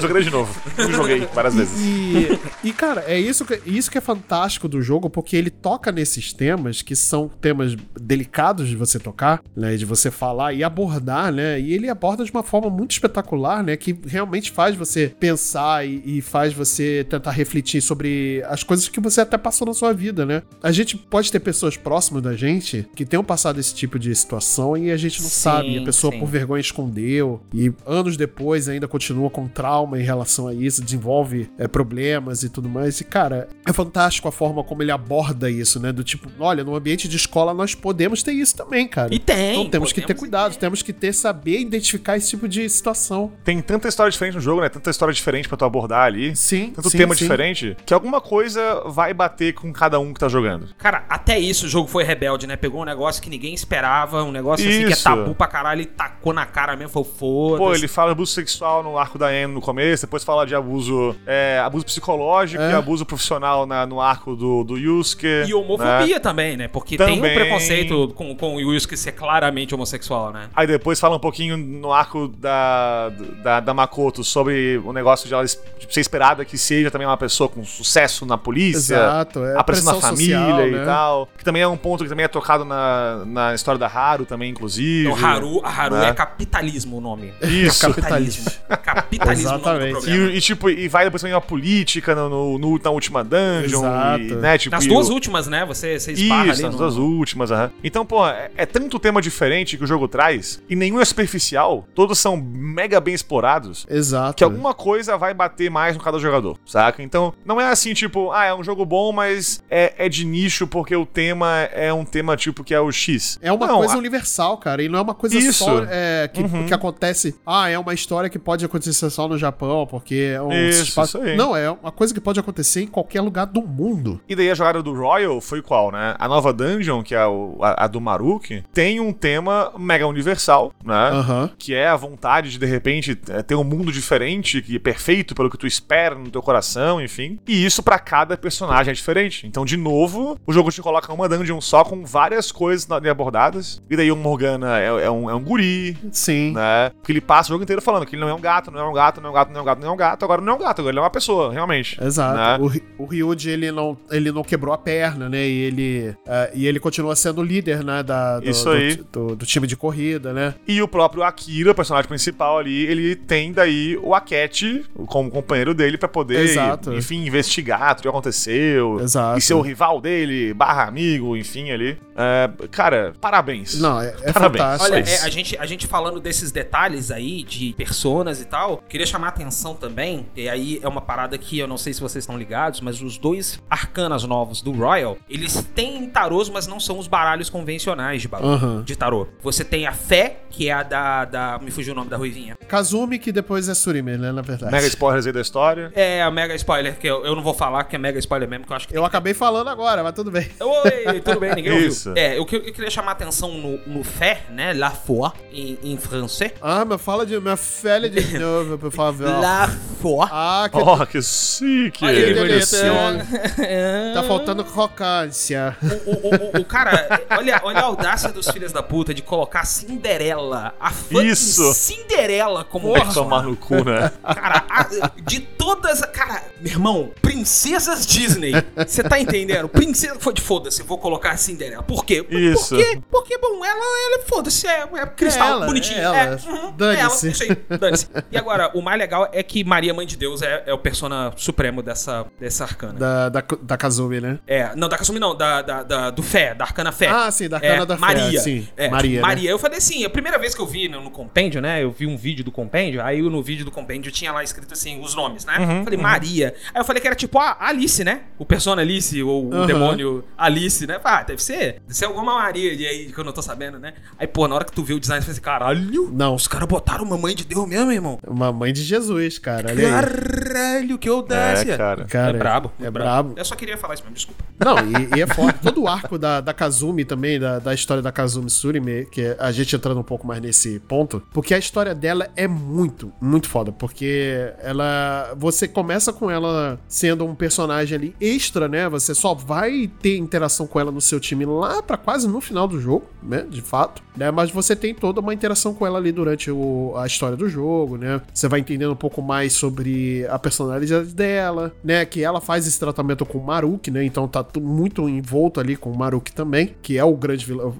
Joguei de novo. Eu joguei várias vezes.
E, e, cara, é isso que, isso que é fantástico do jogo, porque ele toca nesses temas, que são temas delicados de você tocar, né? e De você falar e abordar, né? E ele aborda de uma forma muito espetacular, né? Que realmente faz você pensar e, e faz você tentar refletir sobre as coisas que você até passou na sua vida, né? A gente pode ter pessoas próximas da gente que tenham passado esse tipo de situação e a gente não
Sim,
sabe. A pessoa,
sim.
por vergonha, escondeu. E anos depois ainda continua com trauma em relação a isso, desenvolve é, problemas e tudo mais. E, cara, é fantástico a forma como ele aborda isso, né? Do tipo, olha, no ambiente de escola nós podemos ter isso também, cara.
E tem,
Então temos que ter
podemos e
cuidado,
tem.
temos que ter, saber identificar esse tipo de situação.
Tem tanta história diferente no jogo, né? Tanta história diferente pra tu abordar ali.
Sim,
Tanto
sim,
tema
sim.
diferente, que alguma coisa vai bater com cada um que tá jogando.
Cara, até isso o jogo foi rebelde, né? Pegou um negócio que ninguém esperava, um negócio assim que é
Isso.
tabu pra caralho e tacou na cara mesmo, falou, foda-se.
Pô, ele fala abuso sexual no arco da Anne no começo, depois fala de abuso é, abuso psicológico
É.
e abuso profissional na- no arco do, do Yusuke.
E homofobia
né?
também, né? Porque tem um
Também.
preconceito com, com o Yusuke ser claramente homossexual, né?
Aí depois fala um pouquinho no arco da, da, da Makoto sobre o negócio de ela es- de ser esperada que seja também uma pessoa com sucesso na polícia.
Exato, é
a pressão na
pressão
família
social,
e
né?
tal. Que também é um ponto que também é tocado na, na história da Haru também, inclusive.
Então, Haru, a Haru
né?
é capitalismo o nome.
Isso.
Capitalismo. Capitalismo é o nome
Exatamente.
do
E,
programa.
e, tipo, e vai depois também uma política no, no- no- na última dungeon.
Exato.
E, né, tipo,
Nas
e
duas
o-
últimas, né? Você, você esbarra
Isso,
ali.
nas
no-
duas últimas, aham. Então, pô, é, é tanto tema diferente que o jogo traz, e nenhum é superficial, todos são mega bem explorados,
Exato.
que alguma coisa vai bater mais no cada jogador, saca? Então, não é assim, tipo, ah, é um jogo bom, mas é, é de nicho porque o tema é um tema, tipo, que é o X.
É uma
Não,
coisa
a-
universal, cara, e não é uma coisa
Isso. Uhum.
só é, que, que acontece. Ah, é uma história que pode acontecer só no Japão, porque é um
Isso, isso aí.
Não, é uma coisa que pode acontecer em qualquer lugar do mundo.
E daí a jogada do Royal foi qual, né? A nova dungeon, que é o- a, a do Maruki, tem um tema mega universal, né?
Aham.
que é a vontade de de repente é, ter um mundo diferente, que é perfeito pelo que tu espera no teu coração, enfim. E isso pra cada personagem é diferente. Então, de novo, o jogo te coloca uma dungeon só com várias coisas na- abordadas. E daí o Morgana é, é um, é um guri.
Sim.
Né? Porque ele passa o jogo inteiro falando que ele não é um gato, não é um gato, não é um gato, não é um gato, não é um gato. Agora não é um gato, agora ele é uma pessoa, realmente.
Exato.
Né?
O, Ry- o Ryuji, ele não, ele não quebrou a perna, né? E ele, ah, e ele continua sendo o líder, né? Da, do,
Isso
do-
aí.
Do, do time de corrida, né?
E o próprio Akira, o personagem principal ali, ele tem daí o Akete como companheiro dele pra poder,
Exato.
enfim, investigar tudo o que aconteceu.
Exato.
E ser o rival dele, barra amigo, enfim, ali. É, cara, parabéns.
Não, é, é
Parabéns.
fantástico.
Olha,
Isso.
é, a, gente, a gente falando desses detalhes aí, de personas e tal, queria chamar a atenção também, e aí é uma parada que eu não sei se vocês estão ligados, mas os dois arcanas novos do Royal, eles têm tarôs, mas não são os baralhos convencionais de, baralho,
Aham.
de tarô. Você tem a fé, que é a da, da... me fugiu o nome da Ruivinha.
Kazumi, que depois é Surime, né? Na verdade.
Mega spoilers aí da história.
É a Mega Spoiler, que eu, eu não vou falar, que é Mega Spoiler mesmo, que eu acho que é.
Eu acabei falando agora, mas tudo bem.
Oi, tudo bem, ninguém
Isso.
ouviu. É, o que eu, eu queria chamar a atenção no, no fé, né? La foi, em, em francês.
Ah, mas fala de minha filha de novo, por favor.
La foi.
Ah, que
Oh, que é. sick!
Olha,
Ele-
Tá faltando crocância.
O, o- o- o cara, olha, olha a audácia dos filhos da puta de colocar Cinderela, a fã
Isso.
Cinderela como
Vai tomar
personagem.
no cu, né?
Cara, a- de todas. Cara, meu irmão, princesas Disney. Você tá entendendo? Princesa. Foi de foda-se, vou colocar a Cinderela. Por quê? Por-
Isso.
Porque, porque bom, ela, ela é foda-se, é, é cristal,
É ela,
bonitinha. uhum,
é ela. Dane-se.
ela, isso aí, dane-se. E agora, o mais legal é que Maria, mãe de Deus, é, é o persona supremo dessa, dessa arcana.
Da, da, da Kazumi, né?
É, não, da Kasumi não, da, da, da- do Fé, da Arcana Fé.
Ah, sim, da Arcana da Fé,
Maria.
sim.
É,
Maria,
Maria.
né?
Eu falei assim, a primeira vez que eu vi no, no compêndio, né? Eu vi um vídeo do compêndio, aí eu, no vídeo do compêndio tinha lá escrito assim, os nomes, né?
Uhum,
Eu falei, Maria. Aí eu falei que era tipo a Alice, né? O persona Alice, ou o
Aham.
demônio Alice, né? Eu falei, Ah, deve ser. Deve ser alguma Maria e aí que eu não tô sabendo, né? Aí, pô, na hora que tu vê o design, tu fala assim, caralho.
Não.
Os caras botaram mamãe de Deus mesmo, irmão.
Mamãe de Jesus, cara. Olha aí.
Caralho, que audácia.
É, cara.
É. Cara,
é brabo.
É brabo.
Eu só queria falar isso mesmo, desculpa.
Não, e, e é forte. Todo o arco da, da Kazumi também, da, da história da Kazumi Surime, que é a gente entrando um pouco mais nesse ponto, porque a história dela é muito, muito foda. Porque ela. Você começa com ela sendo um personagem ali extra, né? Você só vai ter interação com ela no seu time lá pra quase no final do jogo, né? De fato. Né? Mas você tem toda uma interação com ela ali durante o- a história do jogo, né? Você vai entendendo um pouco mais sobre a personalidade dela, né? Que ela faz esse tratamento com o Maruki, né? Então tá tudo muito envolto ali com o Maruki também, que é o grande vilão.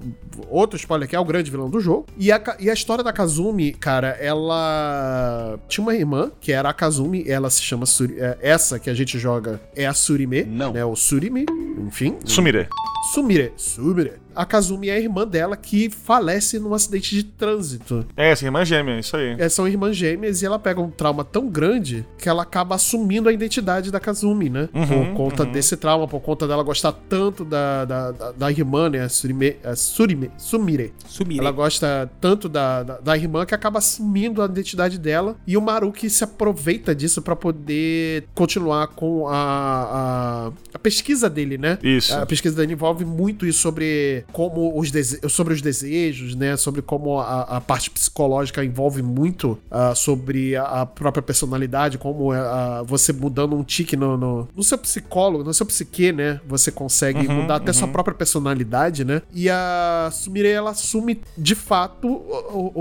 Outro spoiler que é o grande vilão do jogo. E a, Ka- e a história da Kazumi, cara, ela tinha uma irmã, que era a Kazumi, ela se chama Suri... é, Essa que a gente joga é a Surime,
Não.
né? O Surime, enfim.
Sumire.
Sumire. Sumire. a Kazumi é a irmã dela que falece num acidente de trânsito.
É, essa irmã gêmea, isso aí.
É, são irmãs gêmeas e ela pega um trauma tão grande que ela acaba assumindo a identidade da Kazumi, né? por conta desse trauma, por conta dela gostar tanto da, da, da, da irmã, né? A Surime, a Surime, Sumire.
Sumire.
Ela gosta tanto da, da, da irmã que acaba assumindo a identidade dela. E o Maruki se aproveita disso pra poder continuar com a, a, a pesquisa dele, né?
Isso.
A pesquisa dele envolve muito isso sobre como os, dese- sobre os desejos, né? Sobre como a, a parte psicológica envolve muito ah, sobre a, a própria personalidade, como é, ah, você mudando um tique no, no, no seu psicólogo, no seu psique, né? Você consegue
Uhum,
mudar até sua própria personalidade, né? E a Sumire, ela assume de fato o, o-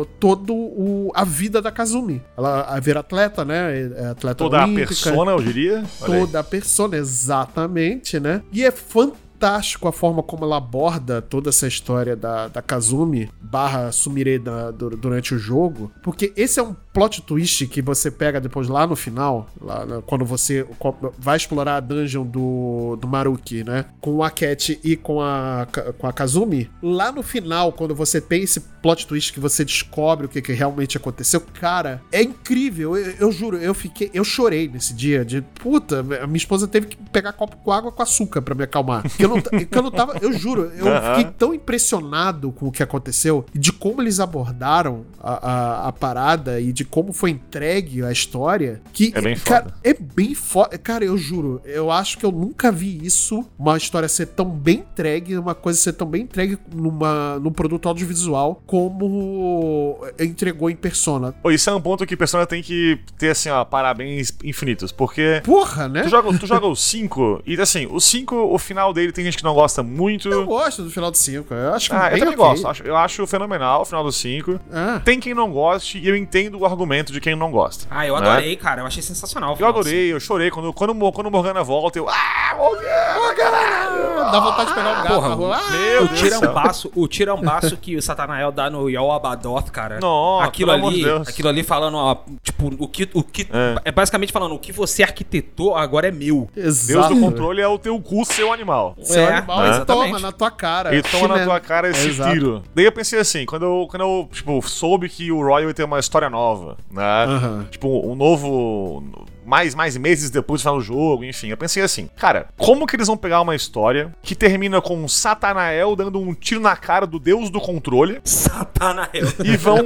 o- todo o, a vida da Kazumi. Ela a vira atleta, né? É Atleta
Toda a
olímpica
persona, eu diria. Olha aí.
toda a persona, exatamente, né? E é fantástico a forma como ela aborda toda essa história da, da Kazumi barra Sumire da- du- durante o jogo, porque esse é um plot twist que você pega depois lá no final, lá, na- quando você co- vai explorar a dungeon do, do Maruki, né? Com a Cat e com a, Ka- com a Kazumi. Lá no final, quando você tem esse plot twist que você descobre o que, que realmente aconteceu, cara, é incrível. Eu, eu juro, eu fiquei, eu chorei nesse dia de puta. A minha esposa teve que pegar copo com água com açúcar pra me acalmar. Que eu não, ta- que eu não tava, eu juro, eu fiquei tão impressionado com o que aconteceu e de como eles abordaram a, a, a parada e de como foi entregue a história que
É bem
cara,
foda.
é bem foda. Cara, eu juro, eu acho que eu nunca vi isso. Uma história ser tão bem entregue, uma coisa ser tão bem entregue numa, num produto audiovisual como entregou em persona.
Pô, isso é um ponto que persona tem que ter, assim, ó, parabéns infinitos, porque.
Porra, né?
Tu joga, tu joga o 5, e assim, o 5, o final dele tem gente que não gosta muito.
Eu gosto do final do 5. Eu acho
ah, eu
bem
também
ok.
gosto. acho- eu acho fenomenal o final do 5.
Ah.
Tem quem não goste, e eu entendo o argumento de quem não gosta.
Ah, eu
né?
adorei, cara. Eu achei sensacional. o
Eu
final, assim.
adorei, eu chorei. Quando, quando, Mo- quando Morgana volta, eu. Ah, Morgana, caralho!
Dá vontade de pegar um gato
porra,
na rua. Ah,
Meu
O
Deus do céu.
tirambaço, o tirambaço que o Satanael dá no Yol Abadoth, cara.
Nossa,
aquilo
pelo amor
ali,
de Deus.
aquilo ali falando, ó, tipo, o que o que
É.
é. basicamente falando, o que você arquitetou agora é meu.
Deus
Exato.
do controle é o teu cu, seu animal.
Seu
É,
animal, ele
exatamente.
toma na tua cara.
E toma na
Chimé.
tua cara esse
Exato.
tiro. Daí eu pensei assim, quando eu, quando eu tipo, soube que o Royal ia ter uma história nova, né?
Aham.
Tipo, um novo. Mais, mais meses depois do final do jogo, enfim. Eu pensei assim, cara, como que eles vão pegar uma história que termina com um Satanael dando um tiro na cara do deus do controle
Satanael.
e vão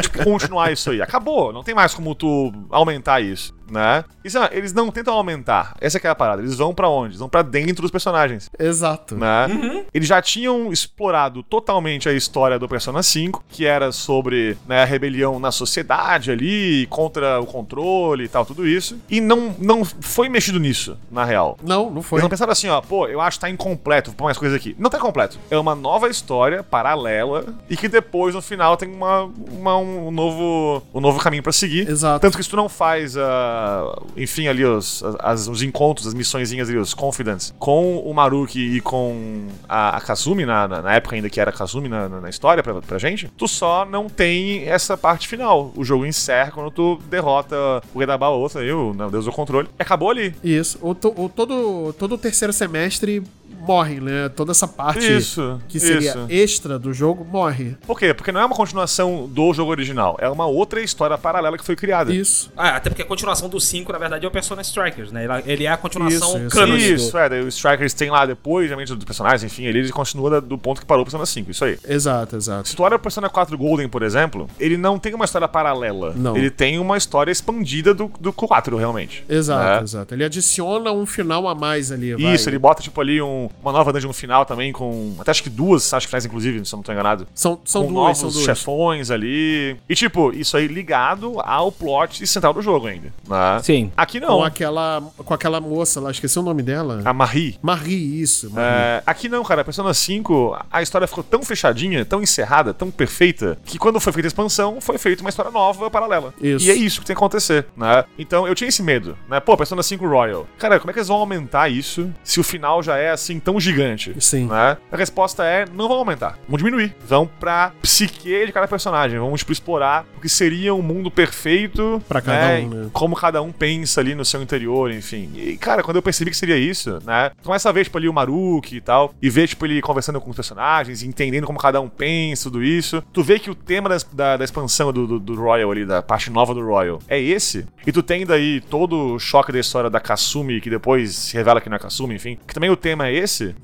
tipo, continuar isso aí? Acabou, não tem mais como tu aumentar isso, né? E, sei lá, eles não tentam aumentar. Essa que é a parada. Eles vão pra onde? Eles vão pra dentro dos personagens
Exato.
né? Eles já tinham explorado totalmente a história do Persona 5, que era sobre né, a rebelião na sociedade ali, contra o controle e tal, tudo isso. E não, não foi mexido nisso, na real.
Não, não foi. um
Eles não pensaram assim, ó, pô, eu acho que tá incompleto, vou pôr mais coisas aqui. Não tá completo. É uma nova história paralela e que depois, no final, tem uma, uma- um, novo, um novo caminho pra seguir.
Exato.
Tanto que se tu não faz, ah, enfim, ali os, as- os encontros, as missõezinhas ali, os confidence, com o Maruki e com a, a Kazumi, na, na, na época ainda que era Kazumi na, na, na história pra, pra gente, tu só não tem essa parte final. O jogo encerra quando tu derrota o Redabaoth aí, o não, Deus do Controle, e acabou ali.
Isso. O, to- o todo, todo o terceiro semestre morre, né? Toda essa parte
Isso,
que seria
isso.
extra do jogo morre.
Por quê? Porque não é uma continuação do jogo original, é uma outra história paralela que foi criada.
Isso.
Ah, até porque a continuação do 5, na verdade, é o Persona Strikers, né? Ela- Ele é a continuação
Isso, isso.
cânone do-
Isso, é, daí os Strikers tem lá depois, realmente, dos personagens, enfim, ali ele continua da- do ponto que parou o Persona 5, isso aí.
Exato, exato.
Se tu olha o Persona 4 Golden, por exemplo, ele não tem uma história paralela.
Não.
Ele tem uma história expandida do, do 4, realmente.
Exato,
Né?
exato. Ele adiciona um final a mais ali. vai.
Isso, ele bota, tipo, ali um- uma nova dungeon final também, com. Até acho que duas, acho que finais, inclusive, se eu não tô enganado.
São, são
com
duas, são
novos
duas.
chefões ali. E, tipo, isso aí ligado ao plot central do jogo ainda. né?
Sim.
Aqui não.
Com aquela, com aquela moça lá, esqueci o nome dela.
A Marie.
Marie, isso. Marie.
É, aqui não, cara. Persona 5, a história ficou tão fechadinha, tão encerrada, tão perfeita, que quando foi feita a expansão, foi feita uma história nova paralela.
Isso.
E é isso que tem que acontecer, né? Então eu tinha esse medo, né? Pô, Persona 5 Royal. Cara, como é que eles vão aumentar isso se o final já é assim? assim tão gigante.
Sim.
né? A resposta é: não vão aumentar, vão diminuir. Vão pra psique de cada personagem. Vamos tipo, explorar o que seria um mundo perfeito
Pra cada um, né?
Como cada um pensa ali no seu interior, enfim. E, cara, quando eu percebi que seria isso, né? Começa a ver, tipo, ali o Maruki e tal, e ver, tipo, ele conversando com os personagens, entendendo como cada um pensa, tudo isso. Tu vê que o tema das- da, da expansão do, do- do Royal ali, da parte nova do Royal, é esse. E tu tem daí todo o choque da história da Kasumi, que depois se revela que não é Kasumi, enfim. Que também o tema é esse.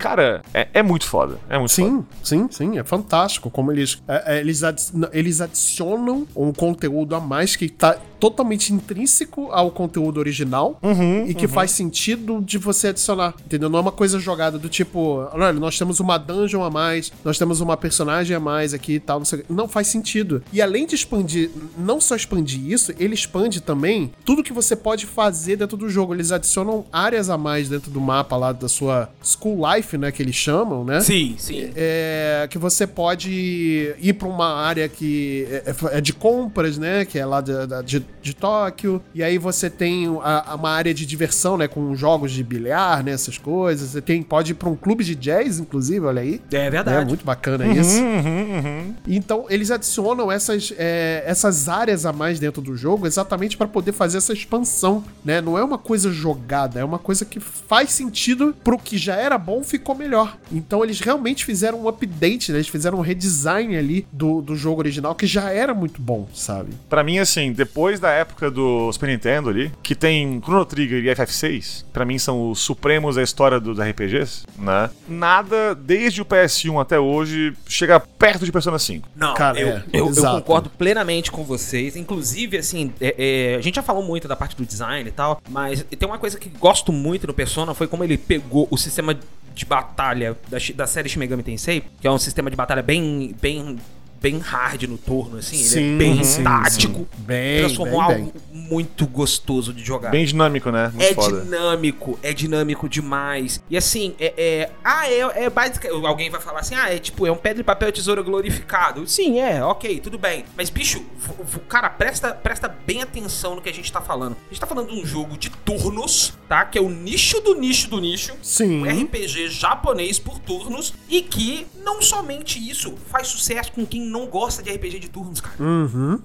Cara, é, é muito foda. É muito foda.
Sim, sim, sim, é fantástico como eles, é, é, eles, adi- eles adicionam um conteúdo a mais que tá totalmente intrínseco ao conteúdo original e que faz sentido de você adicionar, entendeu? Não é uma coisa jogada do tipo, olha, nós temos uma dungeon a mais, nós temos uma personagem a mais aqui e tal, não sei o quê. Não faz sentido. E além de expandir, não só expandir isso, ele expande também tudo que você pode fazer dentro do jogo. Eles adicionam áreas a mais dentro do mapa lá da sua school life, né, que eles chamam, né?
Sim, sim.
é, que você pode ir para uma área que é- é, é de compras, né? Que é lá da- da- de, de, Tóquio. E aí você tem a- a uma área de diversão, né? Com jogos de bilhar, né? Essas coisas. Você tem, pode ir para um clube de jazz, inclusive, olha aí.
É
É
verdade.
muito bacana isso.
Uhum.
Então, eles adicionam essas, é, essas áreas a mais dentro do jogo exatamente para poder fazer essa expansão, né? Não é uma coisa jogada, é uma coisa que faz sentido pro que já era bom ficou melhor. Então, eles realmente fizeram um update, né? Eles fizeram um redesign ali do, do jogo original que já era muito bom, sabe?
Pra mim, assim, depois da época do Super Nintendo ali, que tem Chrono Trigger e FF6, pra mim são os supremos da história dos RPGs, né? Nada, desde o PS1 até hoje, chega perto de Persona 5.
Não,
Cara,
eu,
é,
eu, eu
exato.
concordo plenamente com vocês. Inclusive, assim, é- é, a gente já falou muito da parte do design e tal, mas tem uma coisa que gosto muito do Persona foi como ele pegou o sistema de batalha da, Shi- da série Shin Megami Tensei, que é um sistema de batalha bem, bem, bem hard no turno, assim, ele
Sim,
é bem
sim,
tático,
Bem,
transformou
bem,
algo muito gostoso de jogar
Bem dinâmico, né? Muito
é
foda.
dinâmico, é dinâmico demais. E assim, é. é- ah, é, é basic- Alguém vai falar assim, ah, é tipo, é um pedra e papel tesoura glorificado. Sim, é, ok, tudo bem. Mas, bicho, v- v- cara, presta, presta bem atenção no que a gente tá falando. A gente tá falando de um jogo de turnos, tá? Que é o nicho do nicho do nicho.
Sim.
Um
Uhum.
RPG japonês por turnos. E que, não somente isso, faz sucesso com quem não gosta de RPG de turnos, cara.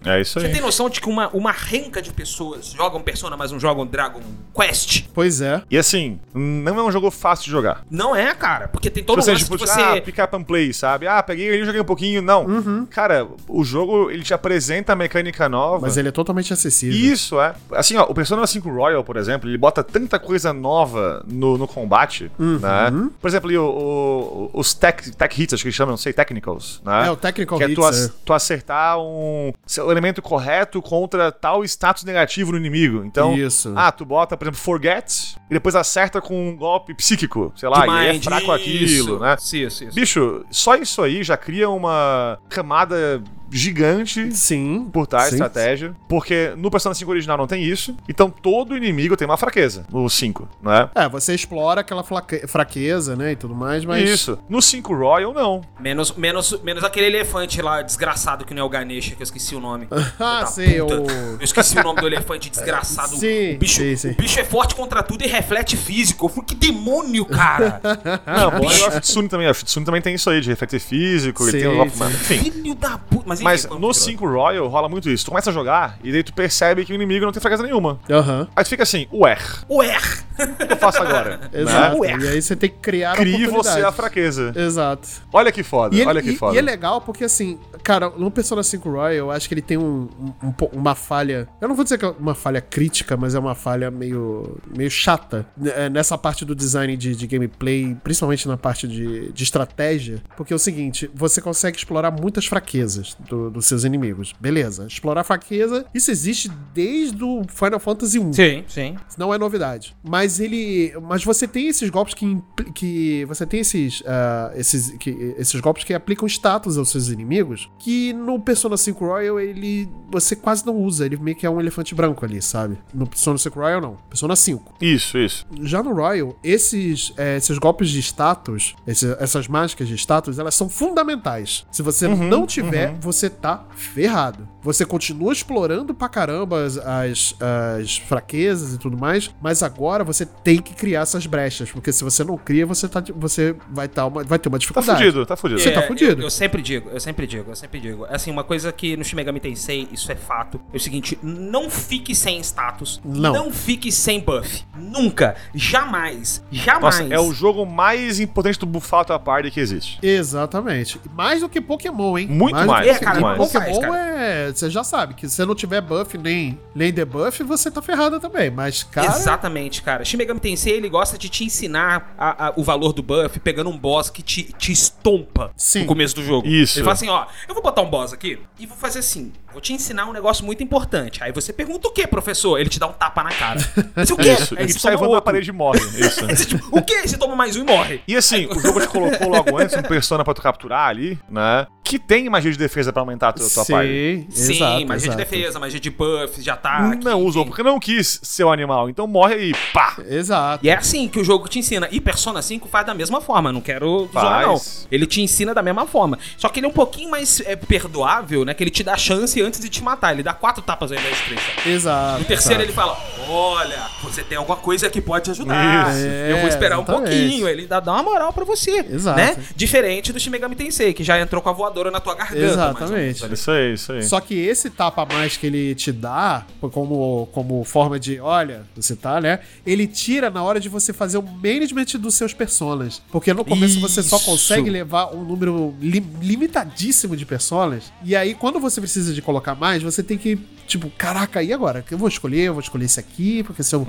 É isso
Você
aí.
tem noção de que uma, uma renca de pessoas jogam Persona, mas não jogam Dragon Quest?
Pois é.
E assim, não é um jogo fácil de jogar.
Não é, cara, porque tem todo
Tipo,
o
você,
lance
tipo,
que
você... ah,
você...
pick up and play, sabe? Ah, peguei ele, joguei um pouquinho. Não. Cara, o jogo, ele te apresenta a mecânica nova.
Mas ele é totalmente acessível.
Isso, é. Assim, ó, o Persona 5 Royal, por exemplo, ele bota tanta coisa nova no, no combate,
Uhum.
né? Por exemplo, ali, o- o- os tech, tech hits, acho que eles chamam, não sei, technicals, né?
É, o technical
que é tu,
hits,
ac-
é.
tu acertar um seu elemento correto contra tal status negativo no inimigo. Então,
Isso.
ah, tu bota, por exemplo, forget e depois acerta com um golpe psíquico, sei lá, e aí é
Mind,
fraco aquilo,
isso.
né?
Isso, isso.
Bicho, só isso aí já cria uma camada gigante
Sim.
por trás
Sim.
estratégia, porque no Persona 5 original não tem isso, então todo inimigo tem uma fraqueza no 5, né?
É, você explora aquela flaque- fraqueza, né, e tudo mais, mas...
Isso. No 5 Royal, não.
Menos, menos, menos aquele elefante lá, desgraçado, que não é o Ganesha, que eu esqueci o nome.
Ah,
Da
sei,
puta.
o-
Eu esqueci o nome do elefante desgraçado.
Sim,
o bicho,
sim, sim.
O bicho é forte contra tudo e reflete físico. Eu falei, que demônio, cara!
Não, bom, eu acho que Tsune também. Acho que Tsune também tem isso aí, de reflexo físico,
Sim,
ele tem um golpe-
sim.
mas, enfim.
Filho da puta! Mas, enfim,
Mas
vamos
no
continuar.
5 Royal rola muito isso. Tu começa a jogar e daí tu percebe que o inimigo não tem fraqueza nenhuma.
Aham.
Aí tu fica assim, ué,
Ué!
o que eu faço agora? Né?
Exato.
Ué.
E aí você tem que criar
Crie você a
oportunidades.
fraqueza.
Exato.
Olha que foda,
E, ele-
olha que
e-
foda.
e é legal porque, assim, cara, no Persona 5 Royal, eu acho que ele tem um- um- um po- uma falha. Eu não vou dizer que é uma falha crítica, mas é uma falha meio, meio chata né, é, nessa parte do design de, de gameplay, principalmente na parte de, de estratégia. Porque é o seguinte: você consegue explorar muitas fraquezas do- dos seus inimigos. Beleza. Explorar fraqueza, isso existe desde o Final Fantasy 1.
Sim, sim.
Não é novidade. Mas ele. Mas você tem esses golpes que. impli- que você tem esses. ah, esses, que- esses golpes que aplicam status aos seus inimigos. que no Persona 5 Royal ele você quase não usa, ele meio que é um elefante branco ali, sabe? No Persona 5 Royal não, Persona 5.
Isso, isso. Tá
Já no Royal, esses, é, esses golpes de status, esse- essas mágicas de status, elas são fundamentais. Se você
Uhum,
não tiver, você tá ferrado. Você continua explorando pra caramba as, as- as fraquezas e tudo mais, mas agora você tem que criar essas brechas, porque se você não cria, você, tá, de- você vai, tá uma- vai ter uma
Tá
dificuldade.
fudido, tá fudido.
Você tá
É,
fudido.
Eu, eu sempre digo, eu sempre digo, eu sempre digo. Assim, uma coisa que no Shin Megami Tensei, isso é fato, é o seguinte, não fique sem status.
Não.
fique sem buff. Nunca. Jamais. Jamais.
Nossa, é o jogo mais importante do Bufato à parte que existe.
Exatamente. Mais do que Pokémon, hein?
Muito
do
mais,
que
é, cara,
Pokémon.
muito mais,
Pokémon
cara.
é. Você já sabe que se você não tiver buff nem, nem debuff, você tá ferrado também. Mas, cara.
Exatamente, cara. Shin Megami Tensei, ele gosta de te ensinar a- a- o valor do buff pegando um boss que te, te estompa
Sim.
no começo do jogo.
Isso.
Ele fala assim, ó, eu vou botar um boss aqui e vou fazer assim, vou te ensinar um negócio muito importante. Aí você pergunta o que, professor? Ele te dá um tapa na cara. Mas o quê?
É, Isso,
Aí
e
você
tu sai
toma
voando na
outro.
parede e morre. é Isso.
Aí você, tipo, o quê? Você toma mais um e morre.
E assim, o jogo te colocou logo antes um persona pra tu capturar ali, né? Que tem magia de defesa pra aumentar a tua, tua parte.
Sim,
Sim,
exato,
magia
exato.
de defesa, magia de buff, de ataque.
Ah, Não usou porque não quis ser um animal, então morre aí, pá!
Exato.
E é assim que o jogo te ensina. E Persona 5 faz da mesma forma, não quero zoar, não.
Faz.
Ele te ensina da mesma forma. Só que ele é um pouquinho mais é, perdoável, né? Que ele te dá chance antes de te matar. Ele dá quatro tapas ao invés de três. sabe?
Exato.
No terceiro
exato.
ele fala: Olha, você tem alguma coisa que pode te ajudar.
Isso.
Eu vou esperar um
Exatamente.
pouquinho. Ele dá, dá uma moral pra você.
Exato.
Né? Diferente do Shimegami Tensei, que já entrou com a voadora na tua garganta. mais ou menos,
Exatamente.
ali.
Isso aí, isso aí.
Só que esse tapa a mais que ele te dá, como, como forma de, olha, você tá, né? Ele tira na hora de você fazer o management dos seus personas. Porque no começo você só
Isso.
consegue levar um número li- limitadíssimo de personas. E aí, quando você precisa de colocar mais, você tem que, tipo, caraca, e agora? Eu vou escolher, eu vou escolher esse aqui, porque se eu.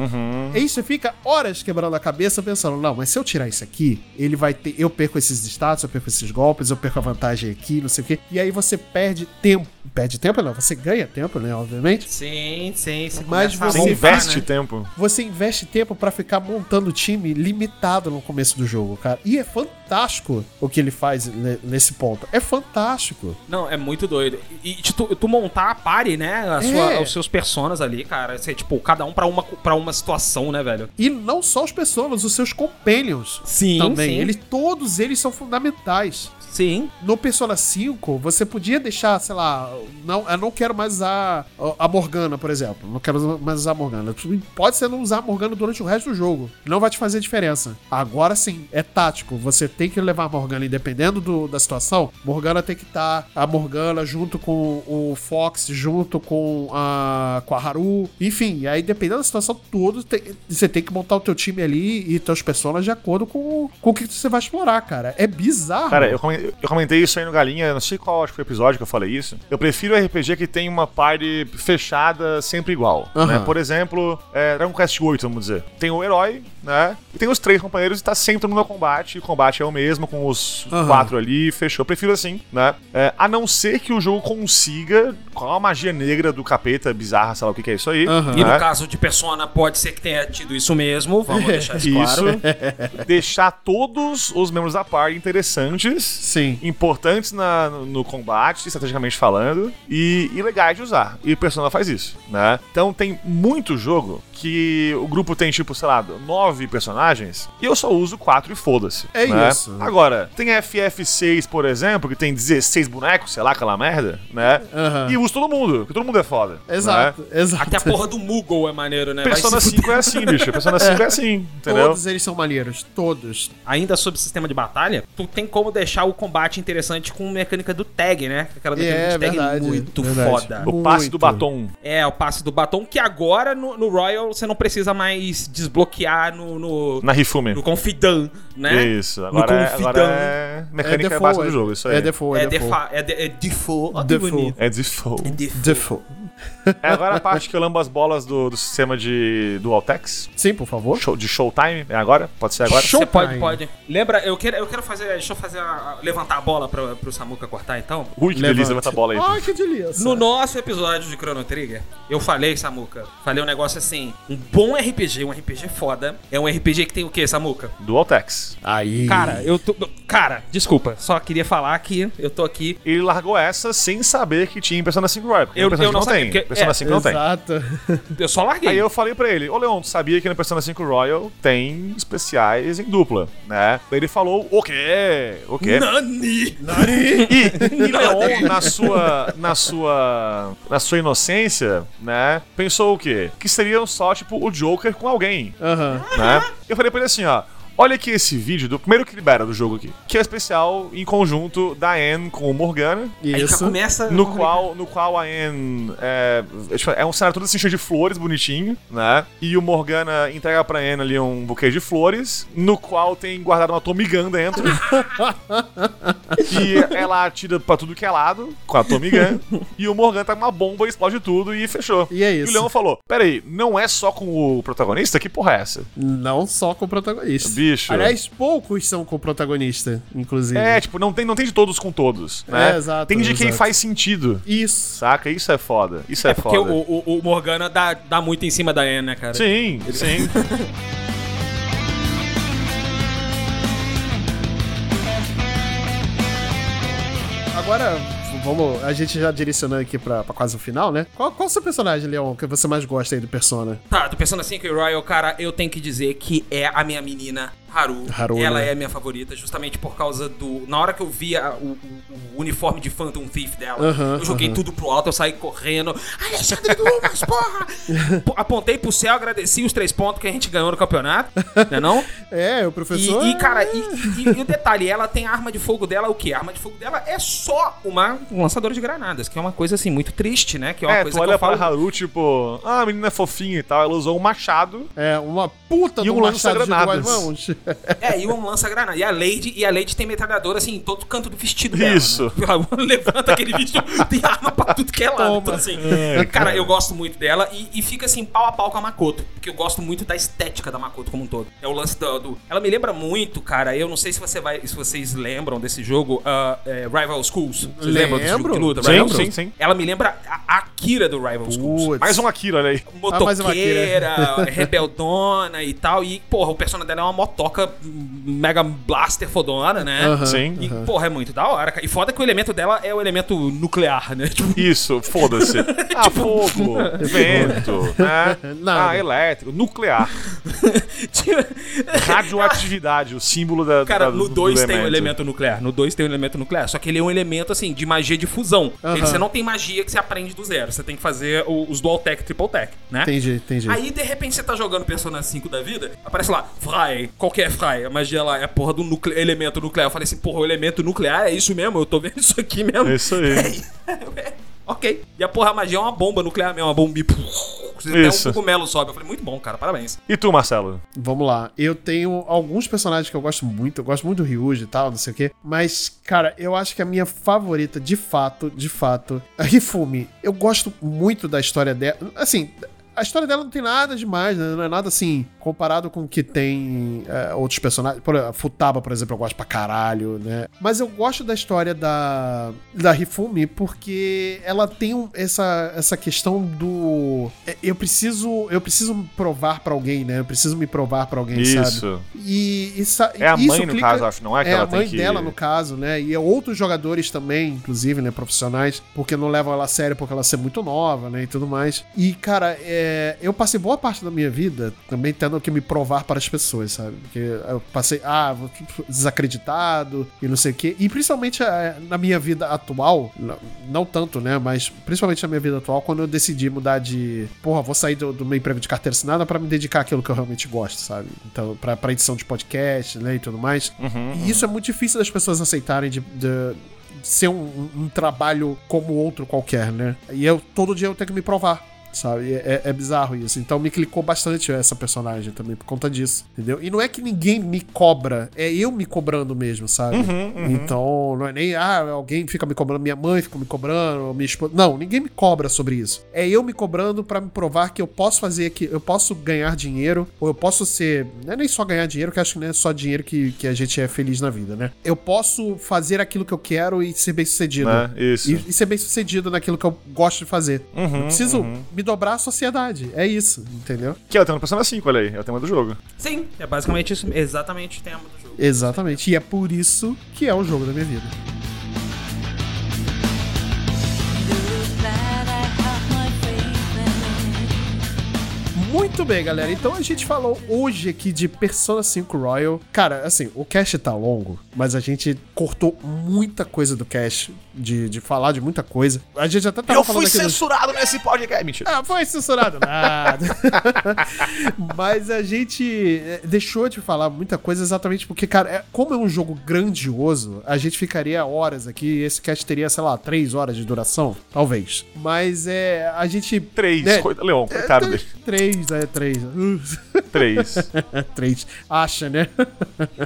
E você fica horas quebrando a cabeça pensando, não, mas se eu tirar isso aqui, ele vai ter. Eu perco esses status, eu perco esses golpes, eu perco a vantagem aqui, não sei o quê. E aí você perde tempo. Perde tempo, não, você ganha tempo, né? Obviamente.
Sim, sim. Você
Mas
começa a
Você
Sim,
roubar,
investe
né?
tempo.
Você investe tempo pra ficar montando o time limitado no começo do jogo, cara. E é fantástico o que ele faz ne- nesse ponto. É fantástico.
Não, é muito doido. E, e tu, tu montar a party, né? a sua- os seus personas ali, cara. Você, tipo, cada um pra uma, pra uma situação, né, velho?
E não só os personas, os seus companions.
Sim,
também.
sim.
Eles, todos eles são fundamentais.
Sim.
no Persona 5, você podia deixar, sei lá, não, eu não quero mais usar a Morgana, por exemplo. Não quero mais usar a Morgana. Pode ser não usar a Morgana durante o resto do jogo. Não vai te fazer diferença. Agora sim, é tático. Você tem que levar a Morgana, independendo do- da situação. Morgana tem que estar a Morgana junto com o Fox, junto com a, com a Haru. Enfim, aí dependendo da situação, tudo tem- você tem que montar o teu time ali e teus personagens de acordo com, com o que você vai explorar, cara. É bizarro.
Cara, eu comen- eu comentei isso aí no Galinha, não sei qual acho que foi o episódio que eu falei isso. Eu prefiro RPG que tem uma party fechada sempre igual.
Aham.
né? Por exemplo, é, Dragon Quest VIII, vamos dizer. Tem o herói, né? E tem os três companheiros e tá sempre todo mundo no combate. E o combate é o mesmo, com os
Aham.
quatro ali, fechou. Eu prefiro assim, né? É, a não ser que o jogo consiga, com a magia negra do capeta bizarra, sei lá o que, que é isso aí.
Aham.
E no
né?
caso de Persona, pode ser que tenha tido isso mesmo. Vamos deixar isso
Isso.
claro.
Deixar todos os membros da party interessantes.
Sim.
importantes na- no combate, estrategicamente falando, e, e legais de usar. E o Persona faz isso, né? Então tem muito jogo que o grupo tem, tipo, sei lá, nove personagens, e eu só uso quatro e foda-se.
É
né?
isso.
Agora, tem FF6, por exemplo, que tem 16 bonecos, sei lá, aquela merda, né?
Aham.
E uso todo mundo, porque todo mundo é foda. né?
Exato, exato.
Até a porra do Moogle é maneiro, né? Vai
Persona
se
5 é assim, bicho. Persona 5 é assim, entendeu?
Todos eles são maneiros, todos.
ainda sobre o sistema de batalha, tu tem como deixar o combate interessante com mecânica do tag, né? Aquela mecânica
É,
de tag
verdade,
muito
verdade.
foda.
O passe do
Muito.
batom.
É, o passe do batom, que agora no, no Royal você não precisa mais desbloquear no, no,
Na Rifume.
no Confidant, né?
Isso, agora, é,
Confidant.
agora é mecânica básica do jogo, isso aí.
É default, é,
É,
default.
defa, é, de, é default. Ó, que
Default.
bonito.
É default.
Default.
É agora a parte que eu lambo as bolas do, do sistema de do Altex,
Sim, por favor.
show, de Showtime, é agora? Pode ser agora?
Show-
Você pode,
Showtime.
pode. Lembra, eu quero, eu quero fazer. Deixa eu fazer a- a- levantar a bola pra, pro Samuka cortar então.
Ui, que delícia,
Levanta.
levanta a bola aí.
Ai, que delícia.
No nosso episódio de Chrono Trigger, eu falei, Samuca, falei um negócio assim: um bom RPG, um RPG foda, é um RPG que tem o quê, Samuca?
Do Altex.
Aí.
Cara, eu tô. Cara, desculpa, só queria falar que eu tô aqui.
Ele largou essa sem saber que tinha em Persona 5 Royal. Porque
Eu-
no Persona 5
eu não
não,
sabia,
tem.
porque-
Persona
é,
5 não tem.
Exato.
Eu só larguei.
Aí eu falei pra ele, ô Leon, tu sabia que no Persona 5 Royal tem especiais em dupla, né? Daí ele falou, o quê? O quê?
Nani! é
E, e Leon, na sua, na sua, na sua inocência, né, pensou o quê? Que seriam só, tipo, o Joker com alguém,
Aham.
né? Eu falei pra ele assim, ó. Olha aqui esse vídeo do primeiro que libera do jogo aqui, que é o especial em conjunto da Anne com o Morgana,
Aí já
Isso.
começa.
no
Uhum.
qual, no qual a Anne é, tipo, é um cenário todo assim cheio de flores, bonitinho, né? E o Morgana entrega pra Anne ali um buquê de flores, no qual tem guardado uma Tommy Gun dentro. que ela atira pra tudo que é lado com a Tommy Gun. e o Morgana tá com uma bomba, explode tudo e fechou.
E é
E o
isso.
Leão falou: peraí, não é só com o protagonista? Que porra é essa?
Não só com o protagonista.
Bicho.
Aliás, poucos são com o protagonista, inclusive.
É, tipo, não tem, não tem de todos com todos, né?
É, exato,
tem de quem
exato.
faz sentido.
Isso.
Saca? Isso é foda. Isso é,
É porque
foda.
o, o- o Morgana dá, dá muito em cima da Anne, né, cara?
Sim, sim.
Agora, vamos. A gente já direcionando aqui pra, pra quase o final, né? Qual, qual o seu personagem, Leon, que você mais gosta aí do Persona?
Tá, tô pensando assim que o Royal, cara, eu tenho que dizer que é a minha menina Haru.
Haru,
Ela
né?
é a minha favorita, justamente por causa do. Na hora que eu vi a- o, o- o uniforme de Phantom Thief dela,
Aham,
eu joguei
aham.
tudo pro alto, eu saí correndo. Alexandre Dumas, porra! P- Apontei pro céu, agradeci os três pontos que a gente ganhou no campeonato, né não?
É, o
E,
professor.
e, cara, e, e- e o detalhe, ela tem a arma de fogo dela, o que? A arma de fogo dela é só uma um lançadora de granadas, que é uma coisa assim muito triste, né? Que é uma
É,
coisa
tu
que
olha
eu
pra
falo.
Haru, tipo, ah, a menina é fofinha e tal, ela usou um machado.
É, uma puta
E
de
um
machado de duas
lança-granadas.
mãos.
É, e um lança-granada. E a Lady, e a Lady tem metralhadora assim em todo canto do vestido dela.
Isso.
Né? Ela Levanta aquele vestido, tem arma pra tudo que é lado.
Toma.
Então, assim,
É,
cara, eu gosto muito dela e, e fica assim pau a pau com a Makoto, porque eu gosto muito da estética da Makoto como um todo. É o lance do, do- ela me lembra muito, cara. Eu não sei se você vai, se vocês lembram desse jogo, ah, é, Rival Schools. Vocês lembram desse jogo
Lembro.
de luta?
Sim,
Rival
sim,
Schools?
sim.
Ela me lembra a a Akira do Rival Schools
Putz.
Mais um Akira, olha aí.
Ah, mais uma
motoqueira, rebeldona e tal. E, porra, o personagem dela é uma motoca mega blaster fodona, né?
Aham,
Sim.
E, porra, é muito da hora, cara. E foda que o elemento dela é o elemento nuclear, né? Tipo,
Isso, foda-se. Ah,
Tipo,
fogo, vento, né?
Nada.
Ah, elétrico, nuclear,
tinha-
radioatividade, o símbolo da.
Cara,
da-
no
do
2 tem um elemento nuclear. No 2 tem um elemento nuclear. Só que ele é um elemento, assim, de magia de fusão. Ele,
Aham.
você não tem magia que você aprende do zero. Você tem que fazer o- os dual tech, triple tech, né?
Entendi, entendi.
Aí, de repente, você tá jogando Persona 5 da vida, aparece lá, Fry, qualquer Fry, a magia lá é a porra do nucle- elemento nuclear. Eu falei assim, porra, o elemento nuclear é isso mesmo, eu tô vendo isso aqui mesmo.
É isso aí.
ok. E a porra, a magia é uma bomba nuclear mesmo, uma bomba e... Até um
Isso.
cogumelo sobe. Eu falei, muito bom, cara, parabéns.
E tu, Marcelo?
Vamos lá. Eu tenho alguns personagens que eu gosto muito. Eu gosto muito do Ryuji e tal, não sei o quê. Mas, cara, eu acho que a minha favorita, de fato, de fato, é a Hifumi. Eu gosto muito da história dela. Assim. A história dela não tem nada demais, né? Não é nada assim, comparado com o que tem é, outros personagens. Por, exemplo, a Futaba, por exemplo, eu gosto pra caralho, né? Mas eu gosto da história da, da Hifumi porque ela tem um- essa, essa questão do. é, Eu preciso, eu preciso me provar pra alguém, né? Eu preciso me provar pra alguém, sabe?
Isso.
E, e sa-
É a
isso
mãe, no
clica-
caso, acho, não é? Que
é
ela
a mãe
tem que.
dela, no caso, né? E outros jogadores também, inclusive, né? Profissionais, porque não levam ela a sério porque ela ser muito nova, né? E tudo mais. E, cara, é, eu passei boa parte da minha vida também tendo que me provar para as pessoas, sabe? Porque eu passei, ah, vou- desacreditado e não sei o quê. E principalmente eh, na minha vida atual, não, não tanto, né? Mas principalmente na minha vida atual, quando eu decidi mudar de. Porra, vou sair do, do meu emprego de carteira assinada para me dedicar àquilo que eu realmente gosto, sabe? Então, pra, pra edição de podcast, né? E tudo mais. E isso é muito difícil das pessoas aceitarem de. de- de ser um, um- um trabalho como outro qualquer, né? E eu todo dia eu tenho que me provar. Sabe? É, é- é bizarro isso. Então me clicou bastante essa personagem também por conta disso, entendeu? E não é que ninguém me cobra, é eu me cobrando mesmo, sabe? Então não é nem, ah, alguém fica me cobrando, minha mãe fica me cobrando, minha esposa. Não, ninguém me cobra sobre isso. É eu me cobrando pra me provar que eu posso fazer aqui, eu posso ganhar dinheiro, ou eu posso ser. Não é nem só ganhar dinheiro, que eu acho que não é só dinheiro que, que a gente é feliz na vida, né? Eu posso fazer aquilo que eu quero e ser bem sucedido.
Né? Isso. Uhum,
E, e ser bem sucedido naquilo que eu gosto de fazer. eu preciso me dobrar à sociedade. É isso, entendeu?
Que é o tema do Persona 5, olha aí. É o tema do jogo.
Sim, é basicamente isso, exatamente o tema do jogo.
Exatamente. E é por isso que é o jogo da minha vida.
That I have my faith in.
Muito bem, galera. Então a gente falou hoje aqui de Persona 5 Royal. Cara, assim, o cast tá longo, mas a gente cortou muita coisa do cast, de, de falar de muita coisa. A gente até tava
Eu
falando
fui
aqui do-
censurado nesse podcast. É, Mentira.
Ah, foi censurado nada. Mas a gente eh, deixou de falar muita coisa exatamente porque, cara, é- como é um jogo grandioso, a gente ficaria horas aqui e esse cast teria, sei lá, três horas de duração, talvez. Mas é. A gente.
Três.
né,
coitado- Leon, coitado dele.
Três, é três. Uh,
Três.
três. Acha, né?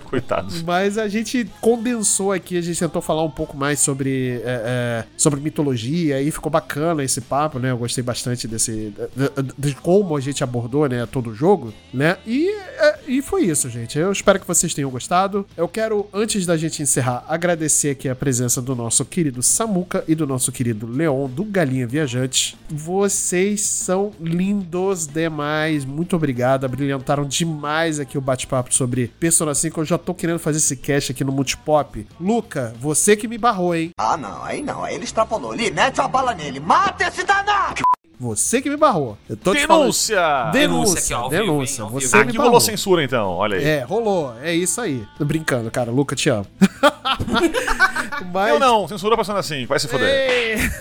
Coitado.
Mas a gente condensou aqui, a gente tentou falar um pouco mais sobre, é, é, sobre mitologia e ficou bacana esse papo, né? Eu gostei bastante desse. De, de como a gente abordou, né? Todo o jogo, né? E, é, e foi isso, gente. Eu espero que vocês tenham gostado. Eu quero, antes da gente encerrar, agradecer aqui a presença do nosso querido Samuca e do nosso querido Leon, do Galinha Viajante. Vocês são lindos demais. Muito obrigado. Abrilhantaram demais aqui o bate-papo sobre Persona 5. Eu já tô querendo fazer esse cast aqui no Multipop. Luca, você que me barrou, hein?
Ah, não, aí não. Aí ele extrapolou. Li, mete a bala nele. Mata esse danado!
Você que me barrou. Eu tô te falando.
Denúncia!
Denúncia,
Denúncia aqui, ó, ao vivo,
denúncia.
hein, ao
Você
vivo.
me
Aqui Ah, rolou
barrou.
censura, então. Olha aí.
É, rolou. É isso aí. Tô brincando, cara. Luca, te amo. É, Mas...
Eu não, censura passando assim, vai se foder.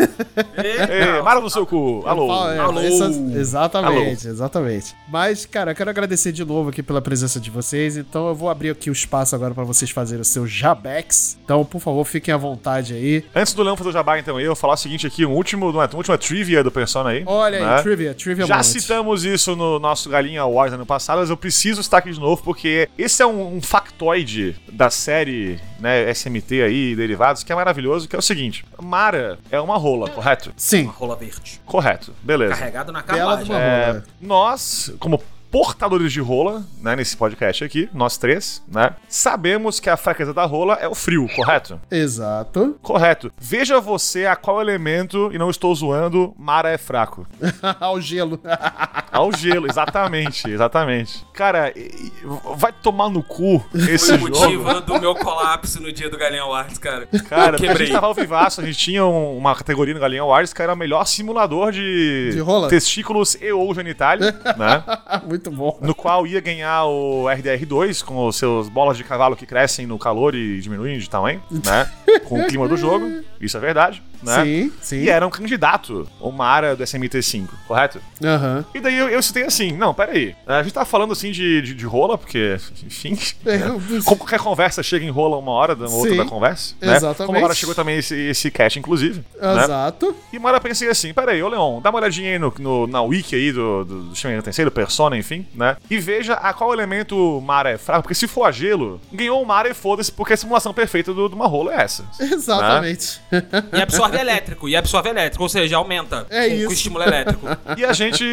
Ei, mara no seu cu. Alô.
Fala, é,
Alô.
essas- exatamente, exatamente. Mas, cara, eu quero agradecer de novo aqui pela presença de vocês. Então, eu vou abrir aqui o espaço agora pra vocês fazerem o seu jabex. Então, por favor, fiquem à vontade aí.
Antes do Leão fazer o jabá, então, eu vou falar o seguinte aqui, um último, uma última trivia do Persona aí.
Olha
né?
aí, trivia, trivia
Já
moment.
citamos isso no nosso Galinha Awards ano passado, mas eu preciso estar aqui de novo, porque esse é um, um factoide da série né, SMT aí e derivados, que é maravilhoso, que é o seguinte: Mara é uma rola, correto?
Sim,
Uma rola verde.
Correto, beleza.
Carregado na
bela de
cabagem.
uma
É,
rola.
nós, como portadores de rola, né, nesse podcast aqui, nós três, né, sabemos que a fraqueza da rola é o frio, correto?
Exato.
Correto. Veja você a qual elemento, e não estou zoando, Mara é fraco.
Ao gelo.
Ao gelo, exatamente, exatamente. Cara, e- e- vai tomar no cu
Foi
esse
o
jogo.
motivo do meu colapso no dia do Galinha Arts, cara.
Cara, a
Quebrei.
gente tava ao vivaço, a gente tinha um- uma categoria no Galinha Wars que era o melhor simulador de,
De rola?
testículos e ou genital, né?
Muito bom.
no qual ia ganhar o RDR2 com os seus bolas de cavalo que crescem no calor e diminuem de tamanho, né? Com o clima do jogo, isso é verdade, né?
Sim, sim.
E era um candidato, o Mara do SMT5, correto?
Aham.
E daí eu, eu citei assim, não, peraí, a gente tá falando assim de, de, de rola, porque, enfim,
É,
como qualquer conversa chega em rola uma hora, uma outra
Sim,
da conversa, né?
exatamente.
Como agora chegou também esse, esse cast, inclusive, né?
Exato.
E uma hora eu pensei assim, peraí, ô Leon, dá uma olhadinha aí no, no- na wiki aí do, do, do Shin Megami Tensei, do Persona, enfim, né? E veja a qual elemento Mara é fraco, porque se for a gelo, ganhou o Mara e foda-se, porque a simulação perfeita do- de uma rola é essa.
Exatamente.
E absorve elétrico, e absorve elétrico, ou seja, aumenta
É
com,
isso.
com estímulo elétrico.
E a gente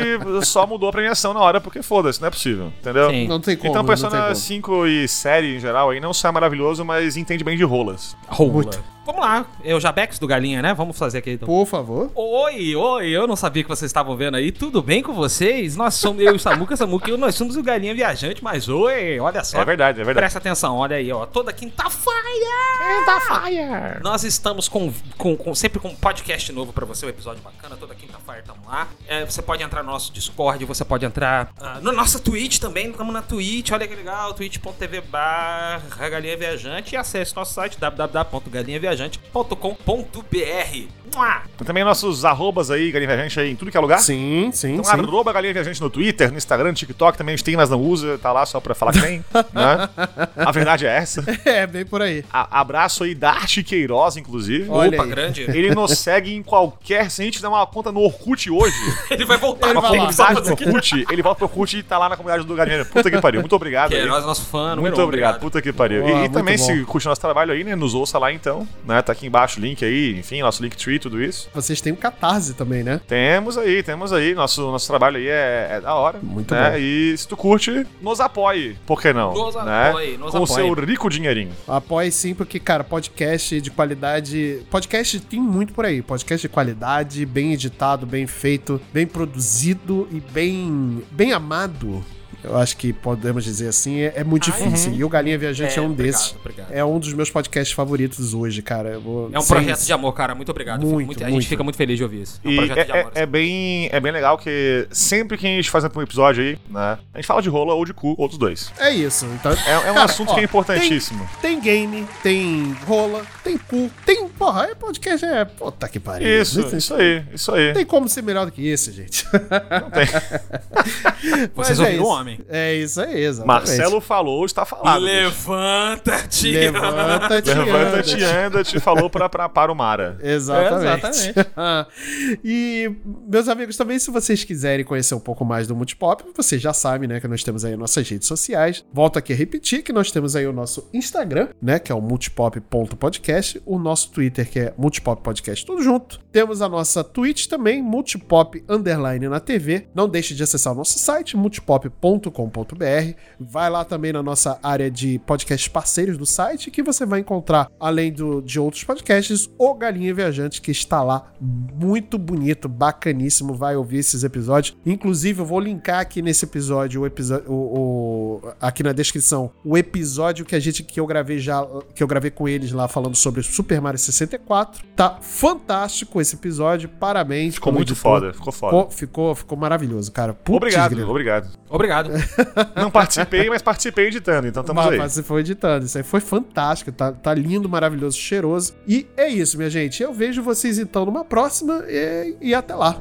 só mudou a premiação na hora, porque foda-se, não é possível, entendeu?
Sim.
Não tem como.
Então,
não
Persona
tem como.
5 e série em geral aí não só é maravilhoso, mas entende bem de rolas.
Rola. Vamos lá, é o Jabex do Galinha, né? Vamos fazer aqui então.
Por favor.
Oi, oi, eu não sabia que vocês estavam vendo aí. Tudo bem com vocês? Nós somos eu e o Samuca, Samuca, e eu, nós somos o Galinha Viajante, mas oi, olha só.
É verdade, é verdade.
Presta atenção, olha aí, ó. Toda quinta-feira! Nós estamos com, com- com- sempre com um podcast novo pra você, um episódio bacana, toda quinta-feira estamos lá. É, você pode entrar no nosso Discord, você pode entrar ah, na nossa Twitch também, estamos na Twitch, olha que legal, twitch.tv barra Galinha Viajante e acesse nosso site www.galinhaviajante.com.br Mua!
Também nossos arrobas aí, Galinha Viajante aí, em tudo que é lugar.
Sim, sim,
Então,
sim.
arroba Galinha Viajante no Twitter, no Instagram, no TikTok também a gente tem, mas não usa, tá lá só pra falar que tem, né? A verdade é essa.
É, bem por aí.
A- abraço aí, Dart Queiroz, inclusive.
Olha
Opa,
aí.
grande.
Ele nos segue em qualquer. Se a gente der uma conta no Orkut hoje,
Ele vai voltar
Ele
pra
vai lá.
conversar
comunidade
com
do
você.
Orkut, ele volta pro Orkut e tá lá na comunidade do Galinha. Puta que pariu. Muito obrigado. aí.
Queiroz é nosso fã, número
Muito
um,
obrigado, puta que pariu. E-
Boa,
e
muito
também,
bom.
se curte nosso trabalho aí, né? Nos ouça lá então, né? Tá aqui embaixo o link aí, enfim, nosso Linktree, tudo isso.
Vocês têm um catarse também, né?
Temos aí, temos aí. Nosso, nosso trabalho aí é, é da hora.
Muito
né?
bom.
E se tu curte, nos apoie. Por que não?
Nos
né?
apoie, nos
Com o
apoie.
seu rico dinheirinho.
Apoie sim, porque, cara, podcast de qualidade. Podcast tem muito por aí. Podcast de qualidade, bem editado, bem feito, bem produzido e bem. bem amado. Eu acho que podemos dizer assim, é, é muito difícil. E o Galinha Viajante é, um
Ah, obrigado,
desses.
obrigado.
É um dos meus podcasts favoritos hoje, cara. Eu vou-
É um
sem-
projeto de amor, cara. Muito obrigado. Fico
Muito,
A
muito.
gente fica muito feliz de ouvir isso. É um
E
projeto de
é,
amor.
é- é bem, é bem legal que sempre que a gente faz um episódio aí, né? A gente fala de rola ou de cu, outros dois.
É isso. Então,
É, é um
Cara,
assunto
ó,
que é importantíssimo.
Tem, tem game, tem rola, tem cu, tem. Porra, é podcast, é. Puta que pariu.
Isso,
Não tem-
isso aí, isso aí.
Não tem como ser melhor do que esse, gente.
Não tem.
Mas
Vocês
é
ouviram o
isso.
homem.
É isso aí, exatamente.
Marcelo falou, está falado. bicho.
Levanta-te.
Levanta-te.
Levanta-te,
anda.
anda, te falou pra, pra, para o Mara.
É, Exatamente. e, meus amigos, também, se vocês quiserem conhecer um pouco mais do Multipop, vocês já sabem, né, que nós temos aí nossas redes sociais. Volto aqui a repetir que nós temos aí o nosso Instagram, né, que é o multipop.podcast, o nosso Twitter, que é Multipop Podcast, tudo junto. Temos a nossa Twitch também, Multipop Underline na TV. Não deixe de acessar o nosso site, multipop.com.br. Vai lá também na nossa área de podcasts parceiros do site, que você vai encontrar, além do, de outros podcasts, o Galinha Viajante, que está lá muito bonito, bacaníssimo. Vai ouvir esses episódios. Inclusive, eu vou linkar aqui nesse episódio, o episódio o, o- aqui na descrição, o episódio que a gente que eu gravei já, que eu gravei com eles lá falando sobre Super Mario 64. Tá fantástico esse episódio. Parabéns.
Ficou
pro
muito
editor.
foda, ficou foda.
Ficou, ficou, ficou maravilhoso, cara. Putz,
obrigado,
grilo.
obrigado.
Obrigado.
Não participei, mas participei editando, então estamos
Mas-
aí.
mas você foi editando. Isso aí foi fantástico. Tá, tá lindo, maravilhoso, cheiroso. E é isso, minha gente. Eu vejo vocês então numa próxima e, e até lá.